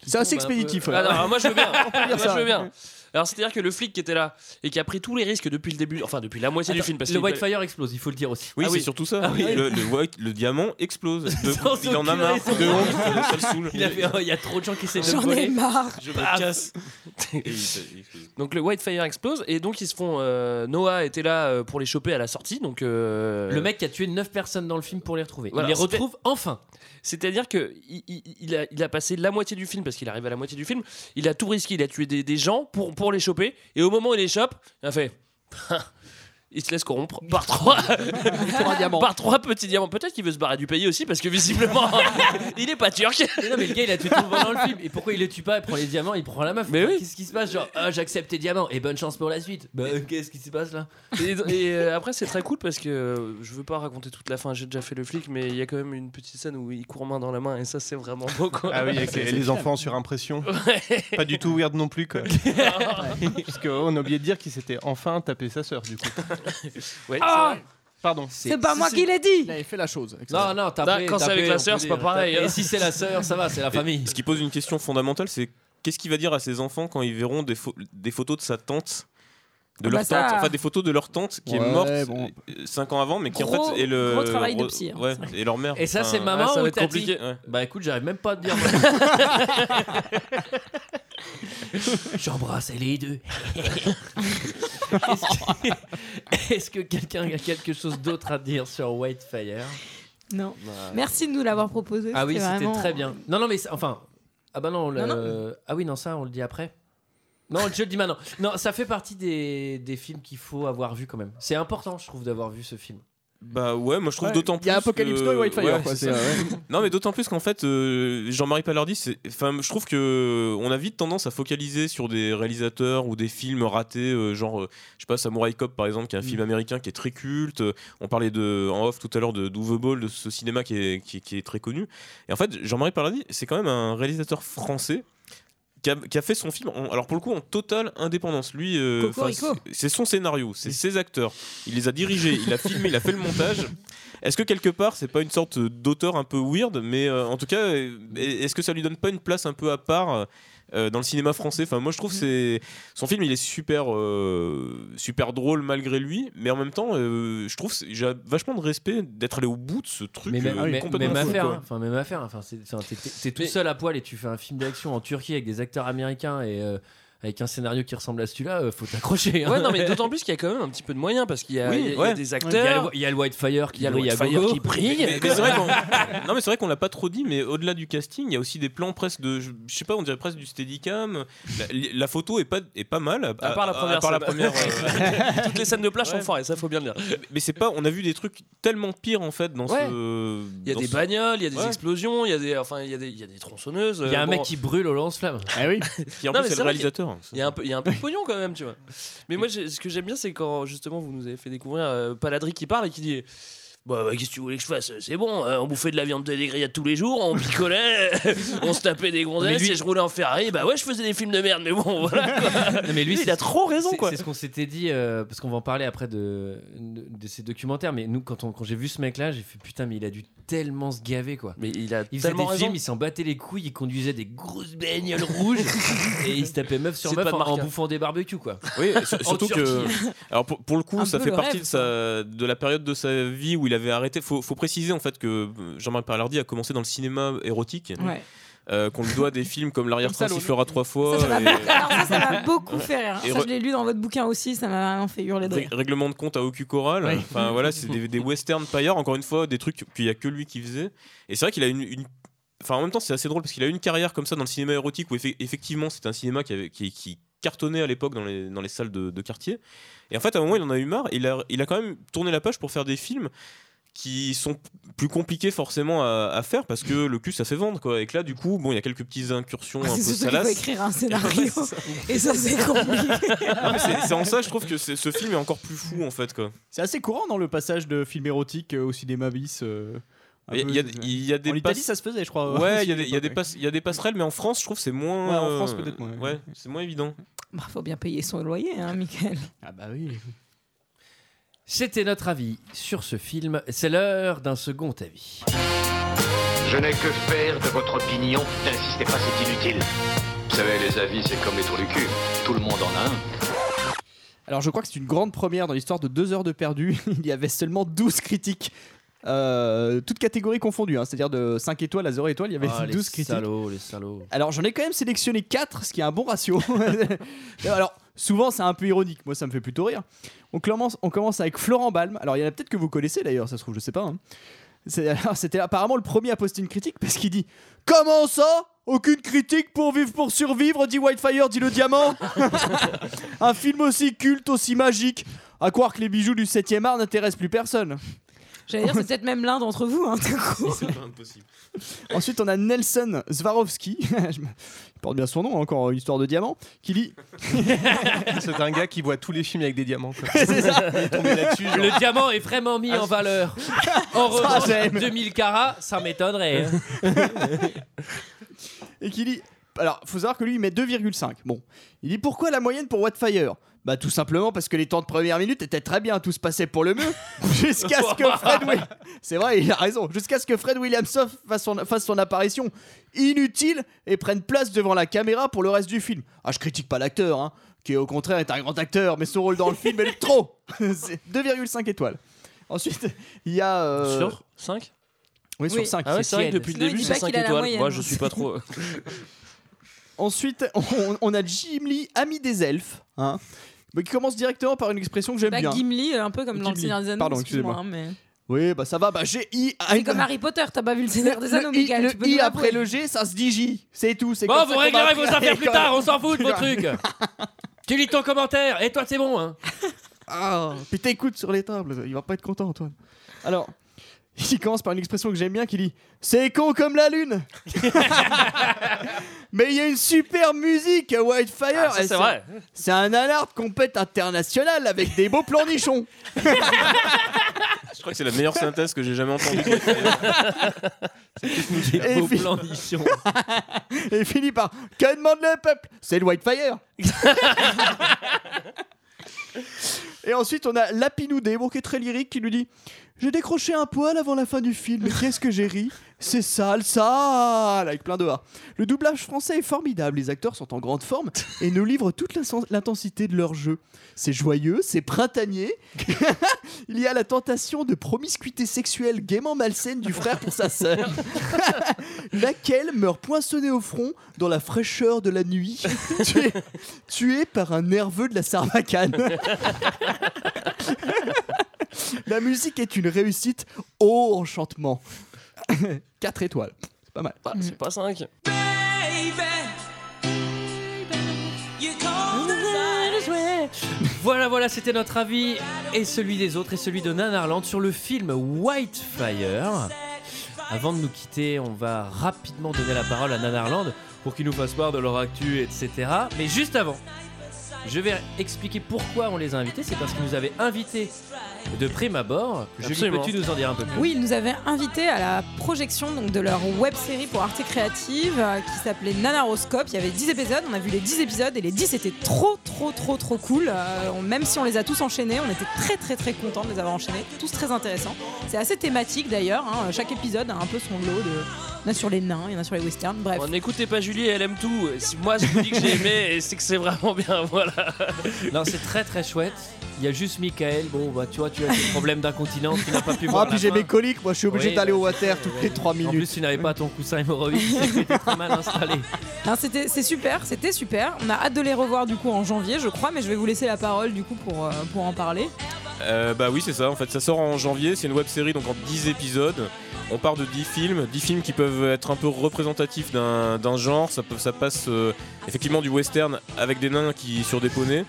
S1: qui
S6: C'est assez
S1: tombe un peu-
S6: expéditif, ouais.
S9: Ah non, alors moi je veux bien.
S1: On peut dire
S9: Moi,
S1: ça.
S9: je veux bien. Alors c'est-à-dire que le flic qui était là et qui a pris tous les risques depuis le début, enfin depuis la moitié du
S1: Attends,
S9: film, parce
S1: le
S9: qu'il-
S1: Whitefire explose, il faut le dire aussi.
S8: Oui,
S1: Ah
S8: c'est surtout ça.
S1: Ah oui.
S8: Le, le white- le diamant explose. De-
S1: Sans
S8: il en a
S1: aucune
S8: marre.
S1: raison.
S8: De honte, ça le saoule.
S1: Il a fait, oh, il y a trop de gens qui essaient de
S9: J'en
S1: me voler.
S9: ai marre. Je me
S1: Baf.
S9: casse. Donc le Whitefire explose et donc ils se font. euh, Noah était là euh, pour les choper à la sortie, donc euh,
S1: Le mec qui a tué 9 personnes dans le film pour les retrouver.
S9: Voilà,
S1: il les
S9: c'était-
S1: retrouve enfin.
S9: C'est-à-dire que il, il- il a, il a passé la moitié du film parce qu'il arrive à la moitié du film. Il a tout risqué, il a tué des, des gens pour, pour les choper. Et au moment où il les chope, il a fait. ah, Il se laisse corrompre par trois, par trois petits diamants. Peut-être qu'il veut se barrer du pays aussi parce que visiblement, il est pas turc.
S1: Non, mais le gars, il a tué tout le monde dans le film. Et pourquoi il le tue pas Il prend les diamants, il prend la meuf.
S9: Mais oui.
S1: Qu'est-ce qui se passe Genre, ah, j'accepte tes diamants et bonne chance pour la suite. Bah, euh, qu'est-ce qui se passe là
S9: Et, et, euh, après, c'est très cool parce que euh, je veux pas raconter toute la fin. J'ai déjà fait le flic, mais il y a quand même une petite scène où il court main dans la main et ça, c'est vraiment beau. Quoi.
S11: Ah oui, avec les, les enfants sur impression. Pas du tout weird non plus. Quoi. Parce qu'on a oublié de dire qu'il s'était enfin tapé sa sœur, du coup.
S9: Ouais,
S11: ah Pardon.
S7: C'est pas moi qui l'ai dit.
S6: Il avait fait la chose.
S1: Non, non, t'as
S9: Non,
S1: pris-
S9: quand
S1: t'as
S9: c'est avec
S1: pris,
S9: la
S1: on
S9: sœur,
S1: peut
S9: c'est pas
S1: dire, t'as
S9: pareil,
S1: pris.
S9: hein.
S1: Et si c'est la sœur, ça va, c'est la
S8: Et
S1: famille.
S8: Ce qui pose une question fondamentale, c'est qu'est-ce qu'il va dire à ses enfants quand ils verront des, pho- des photos de sa tante de
S7: Ah
S8: leur
S7: bah ça-
S8: tante, enfin des photos de leur tante qui
S6: Ouais,
S8: est morte
S6: bon.
S8: 5 ans avant, mais qui en
S1: Gros-
S8: fait est le
S1: gros travail de
S8: re-
S1: psy, hein,
S8: ouais, et leur mère.
S1: Et ça,
S8: Enfin,
S1: c'est maman
S8: ouais, ça
S1: ou
S8: va être Bah,
S1: tati
S8: compliqué. ouais.
S1: Bah écoute, j'arrive même pas à te dire. J'embrasse les deux. Est-ce que, est-ce que quelqu'un a quelque chose d'autre à dire sur Whitefire
S7: Non. Merci de nous l'avoir proposé.
S1: Ah oui, c'était
S7: vraiment-
S1: très bien. Non, non, mais c'est- enfin. Ah bah non, le-
S7: Non,
S1: ah oui, non, ça, on le dit après. Non, je le dis maintenant. Non, ça fait partie des, des films qu'il faut avoir vu quand même. C'est important, je trouve, d'avoir vu ce film.
S8: Bah ouais, moi je trouve
S1: Ouais,
S8: d'autant
S1: il y
S8: plus.
S1: a Apocalypse
S8: que-
S1: Now et Whitefire,
S8: ouais,
S1: quoi,
S8: c'est euh,
S1: c'est-
S8: ça.
S1: ouais.
S8: non, mais d'autant plus qu'en fait, euh, Jean-Marie Palardy, c'est. Enfin, je trouve que on a vite tendance à focaliser sur des réalisateurs ou des films ratés, euh, genre, euh, je sais pas, Samurai Cop par exemple, qui est un film américain qui est très culte. Euh, On parlait de, en off tout à l'heure de d'Uwe Ball, de ce cinéma qui est, qui, qui est très connu. Et en fait, Jean-Marie Palardy, c'est quand même un réalisateur français. Qui a, qui a fait son film, en- alors pour le coup, en totale indépendance. Lui, euh, enfin,
S14: Cocorico.
S8: c'est- c'est son scénario, c'est ses acteurs. Il les a dirigés, il a filmé, il a fait le montage. Est-ce que quelque part, c'est pas une sorte d'auteur un peu weird, mais euh, en tout cas, euh, est-ce que ça lui donne pas une place un peu à part euh, dans le cinéma français Enfin, moi, je
S9: Mm.
S8: trouve que c'est son film, il est super, euh, super drôle malgré lui, mais en même temps, euh, je trouve que c'est- j'ai vachement de respect d'être allé au bout de ce truc.
S1: Mais
S8: euh,
S1: même, mais-
S8: complètement
S1: même
S8: fou,
S1: affaire,
S8: quoi.
S1: hein. enfin même affaire. Enfin, c'est- enfin, t'es- t'es t'es tout seul à poil et tu fais un film d'action en Turquie avec des acteurs américains et euh, avec un scénario qui ressemble à celui-là, euh, faut t'accrocher. hein.
S9: Ouais, non, mais d'autant plus qu'il y a quand même un petit peu de moyens parce qu'il y a,
S1: Oui,
S9: il y a- il y a
S1: ouais.
S9: des
S1: Il y a
S9: acteurs.
S1: le- il y a le Whitefire qui
S9: il y a le
S1: brille à
S9: Whitefire
S1: gogo.
S9: qui brille.
S8: Mais- mais c'est vrai qu'on- non mais c'est vrai qu'on l'a pas trop dit mais au-delà du casting il y a aussi des plans presque de je je sais pas on dirait presque du steadicam la, la photo est pas est pas mal
S9: Euh, À part la première
S8: part la
S9: scène.
S8: première, euh,
S9: Toutes les scènes de plage sont foirées, ça faut bien le dire.
S8: mais c'est pas on a vu des trucs tellement pires en fait dans
S9: Ouais.
S8: ce
S9: Il y a
S8: dans
S9: des
S8: ce-
S9: bagnoles, il y a des
S8: Ouais.
S9: explosions, il y a des, enfin, il y a des, il y a des tronçonneuses.
S1: Il y a
S9: euh,
S1: un mec
S9: bon.
S1: qui brûle au lance-flamme.
S8: Ah oui. Qui
S9: Non,
S8: en plus
S9: mais
S8: c'est
S9: c'est
S8: le
S9: vrai qu'il y a-
S8: réalisateur.
S9: Il y a un peu, il y a un peu de pognon quand même, tu vois. Mais moi, j'ai- ce que j'aime bien, c'est quand justement vous nous avez fait découvrir euh, Paladri qui parle et qui dit. Bah, bah, qu'est-ce que tu voulais que je fasse C'est bon, euh, on bouffait de la viande dégrillade tous les jours, on picolait, on se tapait des gondesses
S1: Mais lui-
S9: et je roulais en Ferrari. Bah ouais, je faisais des films de merde, mais bon, voilà. quoi.
S1: Non, mais lui,
S9: il
S1: c'est-
S9: a trop raison,
S1: c'est-
S9: quoi.
S1: C'est ce qu'on s'était dit euh, parce qu'on va en parler après de, de, de ces documentaires. Mais nous, quand, on- quand j'ai vu ce mec-là, j'ai fait putain, mais il a dû tellement se gaver, quoi.
S9: Mais il a
S1: il faisait
S9: tellement
S1: des
S9: raison.
S1: films, il s'en battait les couilles, il conduisait des grosses bagnoles rouges et il se tapait meuf sur
S9: C'est
S1: meuf
S9: pas de
S1: en,
S9: marque,
S1: en
S9: hein.
S1: bouffant des barbecues, quoi.
S8: Oui,
S1: En
S8: sur- surtout que.
S1: Turquie.
S8: Alors pour, pour le coup,
S1: Un
S8: ça
S1: peu
S8: fait
S1: le
S8: partie
S1: rêve,
S8: de, sa, de la période de sa vie où il avait arrêté. Faut, faut préciser en fait que euh, Jean-Marie Palardy a commencé dans le cinéma érotique.
S7: Ouais.
S8: Euh, qu'on lui doit des films comme L'arrière-train
S7: Comme Salon.
S8: sifflera trois fois.
S7: Ça, ça m'a-
S8: et-
S7: Alors ça, ça m'a beaucoup fait rire.
S8: Et
S7: Ça,
S8: re-
S7: je l'ai lu dans votre bouquin aussi, ça m'a vraiment fait hurler de
S8: Ré-
S7: rire.
S8: règlement de compte à Ocu Coral. Enfin voilà, c'est des, des westerns paillards, encore une fois, des trucs qu'il n'y a que lui qui faisait. Et c'est vrai qu'il a une. une- Enfin, en même temps, c'est assez drôle parce qu'il a eu une carrière comme ça dans le cinéma érotique où effe- effectivement c'était un cinéma qui, avait- qui- qui cartonnait à l'époque dans les, dans les salles de, de quartier. Et en fait, à un moment, il en a eu marre. Il a, il a quand même tourné la page pour faire des films qui sont p- plus compliqués forcément à, à faire parce que le cul ça fait vendre quoi. Et que là, du coup, bon, il y a quelques petites incursions un peu
S7: Ah, C'est surtout qu'il faut
S8: salaces.
S7: écrire un scénario. et ça, c'est compliqué.
S8: Non, mais c'est c'est en ça, je trouve que c'est- ce film est encore plus fou en fait quoi.
S6: C'est assez courant dans le passage de film érotique euh, au cinéma bis. euh, un
S7: Ah
S8: Il y a-
S6: peu,
S8: il y a-
S6: c'est-
S8: il y a des
S6: en Italie,
S8: passes-
S6: ça se faisait, je crois.
S8: Ouais, il y a des- il y, a des passes- il y a des passerelles, mais en France, je trouve que c'est moins.
S6: Ouais, en France,
S8: euh,
S6: peut-être moins,
S8: Ouais, c'est moins évident.
S7: Bah, faut bien payer son loyer, hein, Michael.
S6: Ah bah oui.
S1: C'était notre avis sur ce film. C'est l'heure d'un second avis.
S6: Ah,
S2: Je n'ai que faire de votre opinion. N'insistez pas, c'est inutile.
S15: Vous savez, les avis, c'est comme les trous du cul. Tout le monde en a un.
S6: Alors je crois que c'est une grande première dans l'histoire de deux heures de perdu. Il y avait seulement 12 critiques. euh, toutes catégories confondues, hein, c'est-à-dire de 5 étoiles à 0 étoiles, il y avait
S1: Ah,
S6: 12
S1: les
S6: critiques.
S1: salauds, les salauds.
S6: Alors j'en ai quand même sélectionné 4, ce qui est un bon ratio. Alors souvent c'est un peu ironique, moi ça me fait plutôt rire. On commence, on commence avec Florent Balm. Alors il y en a peut-être que vous connaissez d'ailleurs, ça se trouve, je sais pas. hein. C'est- alors, C'était apparemment le premier à poster une critique parce qu'il dit Comment ça Aucune critique pour vivre pour survivre, dit Whitefire, dit le diamant. un film aussi culte, aussi magique. À croire que les bijoux du 7ème art n'intéressent plus personne.
S7: J'allais dire, c'est peut-être même l'un d'entre vous, hein, tout court.
S6: Ensuite, on a Nelson Swarovski. Je me- Il porte bien son nom, hein, encore une histoire de diamant. Qui lit.
S11: C'est un gars qui voit tous les films avec des diamants. quoi.
S6: C'est ça.
S11: Il est tombé là-dessus, genre.
S1: Le diamant est vraiment mis en valeur. En
S6: Ah, Ça,
S1: revanche,
S6: j'aime.
S1: 2000 carats, ça m'étonnerait. hein.
S6: Et qui lit. Alors, faut savoir que lui, il met 2,5. Bon. Il dit pourquoi la moyenne pour Wattfire bah tout simplement parce que les temps de première minute étaient très bien, tout se passait pour le mieux, jusqu'à ce que Fred Wi- c'est vrai, il a raison, jusqu'à ce que Fred Williamson fasse son, fasse son apparition inutile et prenne place devant la caméra pour le reste du film. Ah je critique pas l'acteur, hein, qui au contraire est un grand acteur, mais son rôle dans le film est trop. c'est 2,5 étoiles. Ensuite, il y a euh,
S9: Sur 5
S6: Oui, sur 5.
S1: Ah
S8: hein.
S9: Ah ouais, c'est vrai que depuis le début, c'est 5 étoiles. Moi, je suis pas trop.
S6: Ensuite, on, on a Jim Lee, ami des elfes, hein, mais qui commence directement par une expression que j'aime
S7: Bah,
S6: bien.
S7: Gimli, un peu comme dans le
S6: Gimli.
S7: Seigneur des Anneaux.
S6: Pardon,
S7: excuse-moi,
S6: excusez-moi.
S7: hein, mais-
S6: Oui, bah ça va, bah j'ai I.
S7: C'est comme Harry Potter, t'as pas vu le Seigneur des
S6: Le
S7: Anneaux,
S6: I-
S7: Michael.
S6: le
S7: tu peux
S6: I
S7: nous
S6: après
S7: l'avouer.
S6: le G, ça se dit J. C'est tout. C'est
S1: Bon,
S6: comme
S1: vous
S6: ça qu'on
S1: réglerez
S6: va
S1: vos
S6: apprendre à
S1: affaires plus
S6: l'école.
S1: tard, on s'en fout de vos trucs. tu lis ton commentaire, et toi, c'est bon. Hein.
S6: Ah, putain, écoute sur les tables, il va pas être content, Antoine. Alors, il commence par une expression que j'aime bien qui dit C'est con comme la lune Mais il y a une super musique à Wildfire
S9: Ah, ça,
S6: et
S9: c'est vrai.
S6: C'est un alarme qu'on pète international avec des beaux plans nichons
S8: Je crois que c'est la meilleure synthèse que j'ai jamais entendue.
S6: Et fi- Et finit par Que demande le peuple C'est le Whitefire Et ensuite, on a Lapinou bon, qui est très lyrique, qui nous dit J'ai décroché un poil avant la fin du film, mais qu'est-ce que j'ai ri C'est sale, sale Avec plein de A. Le doublage français est formidable, les acteurs sont en grande forme et nous livrent toute la sen- l'intensité de leur jeu. C'est joyeux, c'est printanier. Il y a la tentation de promiscuité sexuelle gaiement malsaine du frère pour sa sœur laquelle meurt poinçonnée au front dans la fraîcheur de la nuit, tuée, tuée par un nerveux de la Sarvacane. la musique est une réussite au enchantement. 4 étoiles, c'est pas mal.
S9: C'est pas 5.
S1: Voilà, voilà, c'était notre avis et celui des autres et celui de Nan Arland sur le film Whitefire. Avant de nous quitter, on va rapidement donner la parole à Nan Arland pour qu'ils nous fassent part de leur actu, etc. Mais juste avant, je vais expliquer pourquoi on les a invités. C'est parce qu'ils nous avaient invités de prime abord. Julie,
S9: Absolument.
S1: peux-tu nous en dire un peu plus
S7: Oui, ils nous avaient invités à la projection donc, de leur web série pour Arte Créative euh, qui s'appelait Nanaroscope. Il y avait 10 épisodes, on a vu les 10 épisodes et les 10 étaient trop, trop, trop, trop cool. Euh, on- même si on les a tous enchaînés, on était très, très, très contents de les avoir enchaînés. Tous très intéressants. C'est assez thématique d'ailleurs. hein. Chaque épisode a un peu son lot. De... Il y en a sur les nains, il y en a sur les westerns, bref.
S9: On n'écoutez pas Julie, elle aime tout. Si moi je vous dis que j'ai aimé, c'est que c'est vraiment bien, voilà.
S1: Non, c'est très très chouette. Il y a juste Michael. Bon, bah tu vois, tu as des problèmes d'incontinence, tu n'as pas pu voir.
S6: Ah, puis
S1: la
S6: j'ai
S1: fin.
S6: mes coliques, moi je suis obligé
S1: Oui,
S6: d'aller au
S1: bah,
S6: water toutes les 3
S1: En
S6: minutes.
S1: plus, tu n'avais pas ton coussin hémorroïde, c'était très mal installé.
S7: Non, c'était, c'est super, c'était super. On a hâte de les revoir du coup en janvier, je crois, mais je vais vous laisser la parole du coup pour, euh, pour en parler.
S8: Euh, bah oui, c'est ça. En fait, ça sort en janvier. C'est une web série, donc en 10 épisodes. On part de 10 films, 10 films qui peuvent être un peu représentatifs d'un d'un genre. Ça, peut- ça passe euh, effectivement du western avec des nains qui sur des poneys.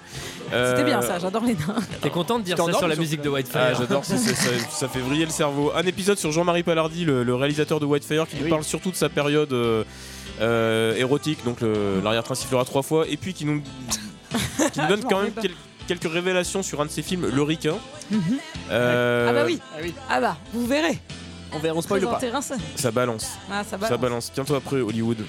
S7: C'était
S8: Euh,
S7: bien ça, j'adore les nains.
S1: T'es content de dire ça
S8: T'es en
S1: sur
S8: norme,
S1: la
S8: sur-
S1: musique de Whitefire
S8: Ah, j'adore, ça, ça, ça, ça fait vriller le cerveau. Un épisode sur Jean-Marie Palardi, le, le réalisateur de Whitefire, qui nous parle surtout de sa période euh, euh, érotique, donc le- l'arrière-train sifflera trois fois, et puis qui nous, qui nous donne
S7: Je m'en
S8: quand
S7: remets
S8: même
S7: pas.
S8: quel- quelques révélations sur un de ses films, Le Ricain.
S7: Mhm.
S8: Euh,
S7: Ah bah oui. ah bah vous verrez.
S6: On verra, on
S7: Très intéressant.
S8: Ça balance.
S7: Ah, ça balance.
S8: Ça balance. Tiens-toi après, Hollywood.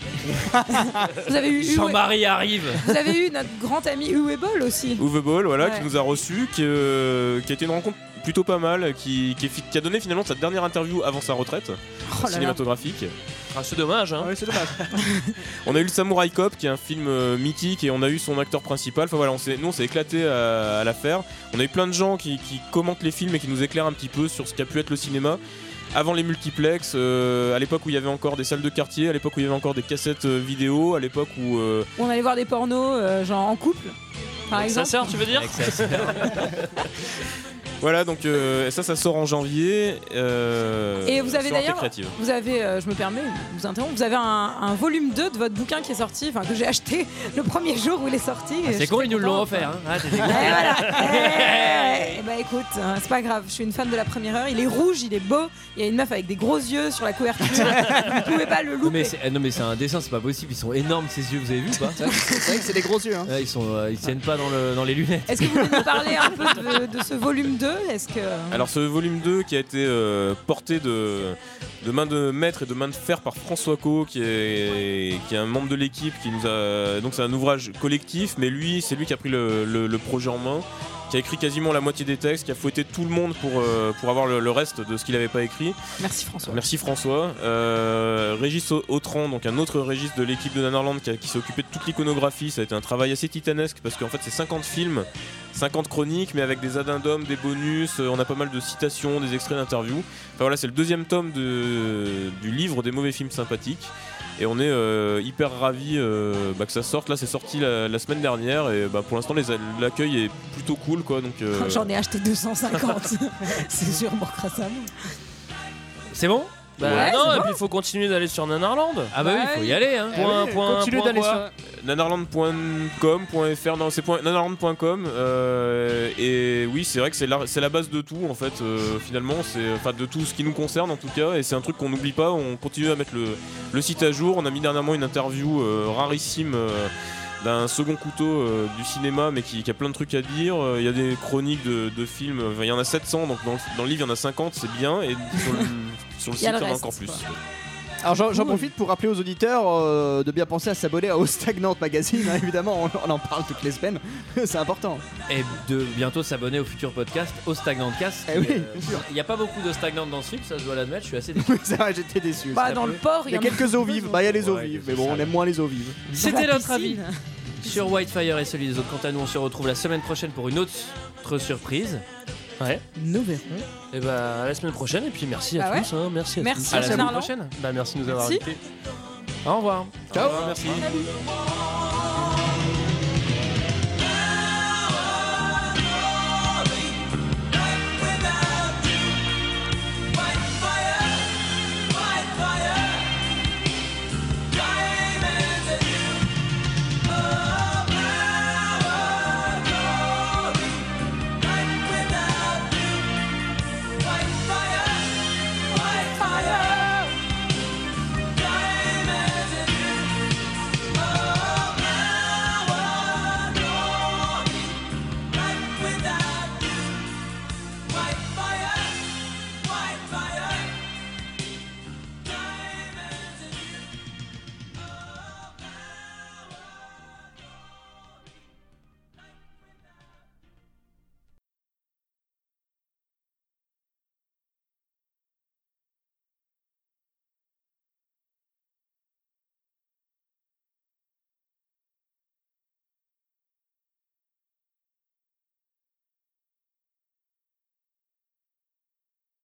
S7: Vous avez eu
S1: Jean-Marie arrive.
S7: Vous avez eu notre grand ami Uwe Boll aussi.
S8: Uwe Ball, voilà,
S7: Ouais.
S8: qui nous a reçus, qui, euh, qui a été une rencontre plutôt pas mal, qui, qui est fi- qui a donné finalement sa dernière interview avant sa retraite
S7: Oh
S9: là là.
S8: cinématographique.
S9: Ah, c'est dommage, hein.
S6: c'est dommage.
S8: On a eu le Samurai Cop, qui est un film euh, mythique, et on a eu son acteur principal. Enfin voilà, on s'est- nous on s'est éclaté à, à la faire. On a eu plein de gens qui, qui commentent les films et qui nous éclairent un petit peu sur ce qu'a pu être le cinéma. Avant les multiplex, euh, à l'époque où il y avait encore des salles de quartier, à l'époque où il y avait encore des cassettes euh, vidéo, à l'époque où euh,
S7: On allait voir des pornos euh, genre en couple, par
S9: Avec sa
S7: exemple.
S9: sœur, tu veux dire
S1: Avec sa sœur.
S8: Voilà, donc euh, ça, ça sort en janvier. euh,
S7: Et vous avez
S8: sur Arte
S7: d'ailleurs,
S8: Créative.
S7: vous avez, euh, je me permets, je vous interromps, vous avez un, un volume 2 de votre bouquin qui est sorti, enfin que j'ai acheté le premier jour où il est sorti. Et je
S1: Ah, C'est
S7: suis
S1: con, ils nous
S7: contente.
S1: l'ont offert. Hein. Ah, t'es
S7: Ouais,
S1: dégoûté.
S7: voilà. Eh, eh, bah écoute, hein, c'est pas grave, je suis une fan de la première heure. Il est rouge, il est beau, il y a une meuf avec des gros yeux sur la couverture. vous pouvez pas le
S1: Non
S7: louper.
S1: mais, c'est, eh, non mais c'est un dessin, c'est pas possible, ils sont énormes ces yeux, vous avez vu ou pas
S6: C'est vrai que c'est des gros yeux. hein.
S1: Ah, Ils sont, euh, ils tiennent pas dans, le- dans les lunettes.
S7: Est-ce que vous pouvez nous parler un peu de, de ce volume 2 Est-ce que
S8: Alors ce volume 2 qui a été euh, porté de, de main de maître et de main de fer par François Co qui est, qui est un membre de l'équipe qui nous a donc c'est un ouvrage collectif mais lui c'est lui qui a pris le, le- le projet en main qui a écrit quasiment la moitié des textes qui a fouetté tout le monde pour, euh, pour avoir le, le reste de ce qu'il n'avait pas écrit
S7: merci François.
S8: Merci François. Euh, Régis Au- Autran, donc un autre Régis de l'équipe de Nanarland qui, a- qui s'est occupé de toute l'iconographie. Ça a été un travail assez titanesque parce qu'en fait c'est 50 films, 50 chroniques, mais avec des addendums, des bonus. euh, On a pas mal de citations, des extraits d'interviews. Enfin voilà, c'est le deuxième tome de- du livre des mauvais films sympathiques. Et on est euh, hyper ravis euh, bah, que ça sorte. Là, c'est sorti la, la semaine dernière et bah, pour l'instant, les a- l'accueil est plutôt cool. quoi. Donc, euh,
S14: J'en ai acheté 250. c'est sûrement grâce à moi.
S1: C'est bon
S9: Bah
S8: Ouais,
S9: non,
S8: c'est
S9: et puis il faut continuer d'aller sur Nanarland.
S1: Ah bah oui, il faut y aller, hein.
S9: Point,
S8: Eh oui,
S9: point,
S8: continuez
S9: point,
S8: d'aller
S9: quoi.
S8: sur- nanarland.com.fr non c'est point- nanarland.com euh, et oui c'est vrai que c'est la, c'est la base de tout en fait euh, finalement c'est enfin de tout ce qui nous concerne en tout cas et c'est un truc qu'on n'oublie pas on continue à mettre le, le site à jour on a mis dernièrement une interview euh, rarissime euh, d'un second couteau euh, du cinéma mais qui, qui a plein de trucs à dire Euh, il y a des chroniques de, de films Enfin, il y en a 700 donc dans le, dans le livre il y en a 50 c'est bien et sur le, sur le
S6: Il
S8: site
S6: y
S8: il
S6: a
S8: y en
S6: le
S8: a
S6: reste,
S8: encore plus
S6: quoi. Alors j'en j'en profite pour rappeler aux auditeurs euh, de bien penser à s'abonner à Au Stagnante Magazine, hein, évidemment, on, on en parle toutes les semaines, c'est important.
S1: Et de bientôt s'abonner au futur podcast, au Stagnant Cast.
S6: Eh oui,
S1: Euh,
S6: bien sûr.
S1: Il n'y a pas beaucoup de stagnantes dans ce film, ça je dois l'admettre, je suis assez déçu.
S6: C'est vrai, j'étais déçu.
S1: Bah, dans le port,
S6: il y a
S1: il y en a
S6: quelques eaux vives, bah il y a les eaux
S1: Ouais,
S6: vives,
S1: c'est
S6: mais bon, on
S1: ça.
S6: aime moins les eaux vives.
S1: C'était notre avis sur Whitefire et celui des autres. Quant à nous, on se retrouve la semaine prochaine pour une autre autre surprise.
S9: Ouais.
S14: Nous verrons.
S9: Et bah à la semaine prochaine et puis merci
S1: Bah
S9: à
S1: ouais.
S9: tous. hein, merci à
S1: Merci,
S9: tous.
S1: À la semaine Bernard Laurent. prochaine.
S9: Bah merci de nous avoir
S1: Merci.
S9: invités.
S1: Au revoir.
S9: Ciao. merci.
S1: Salut.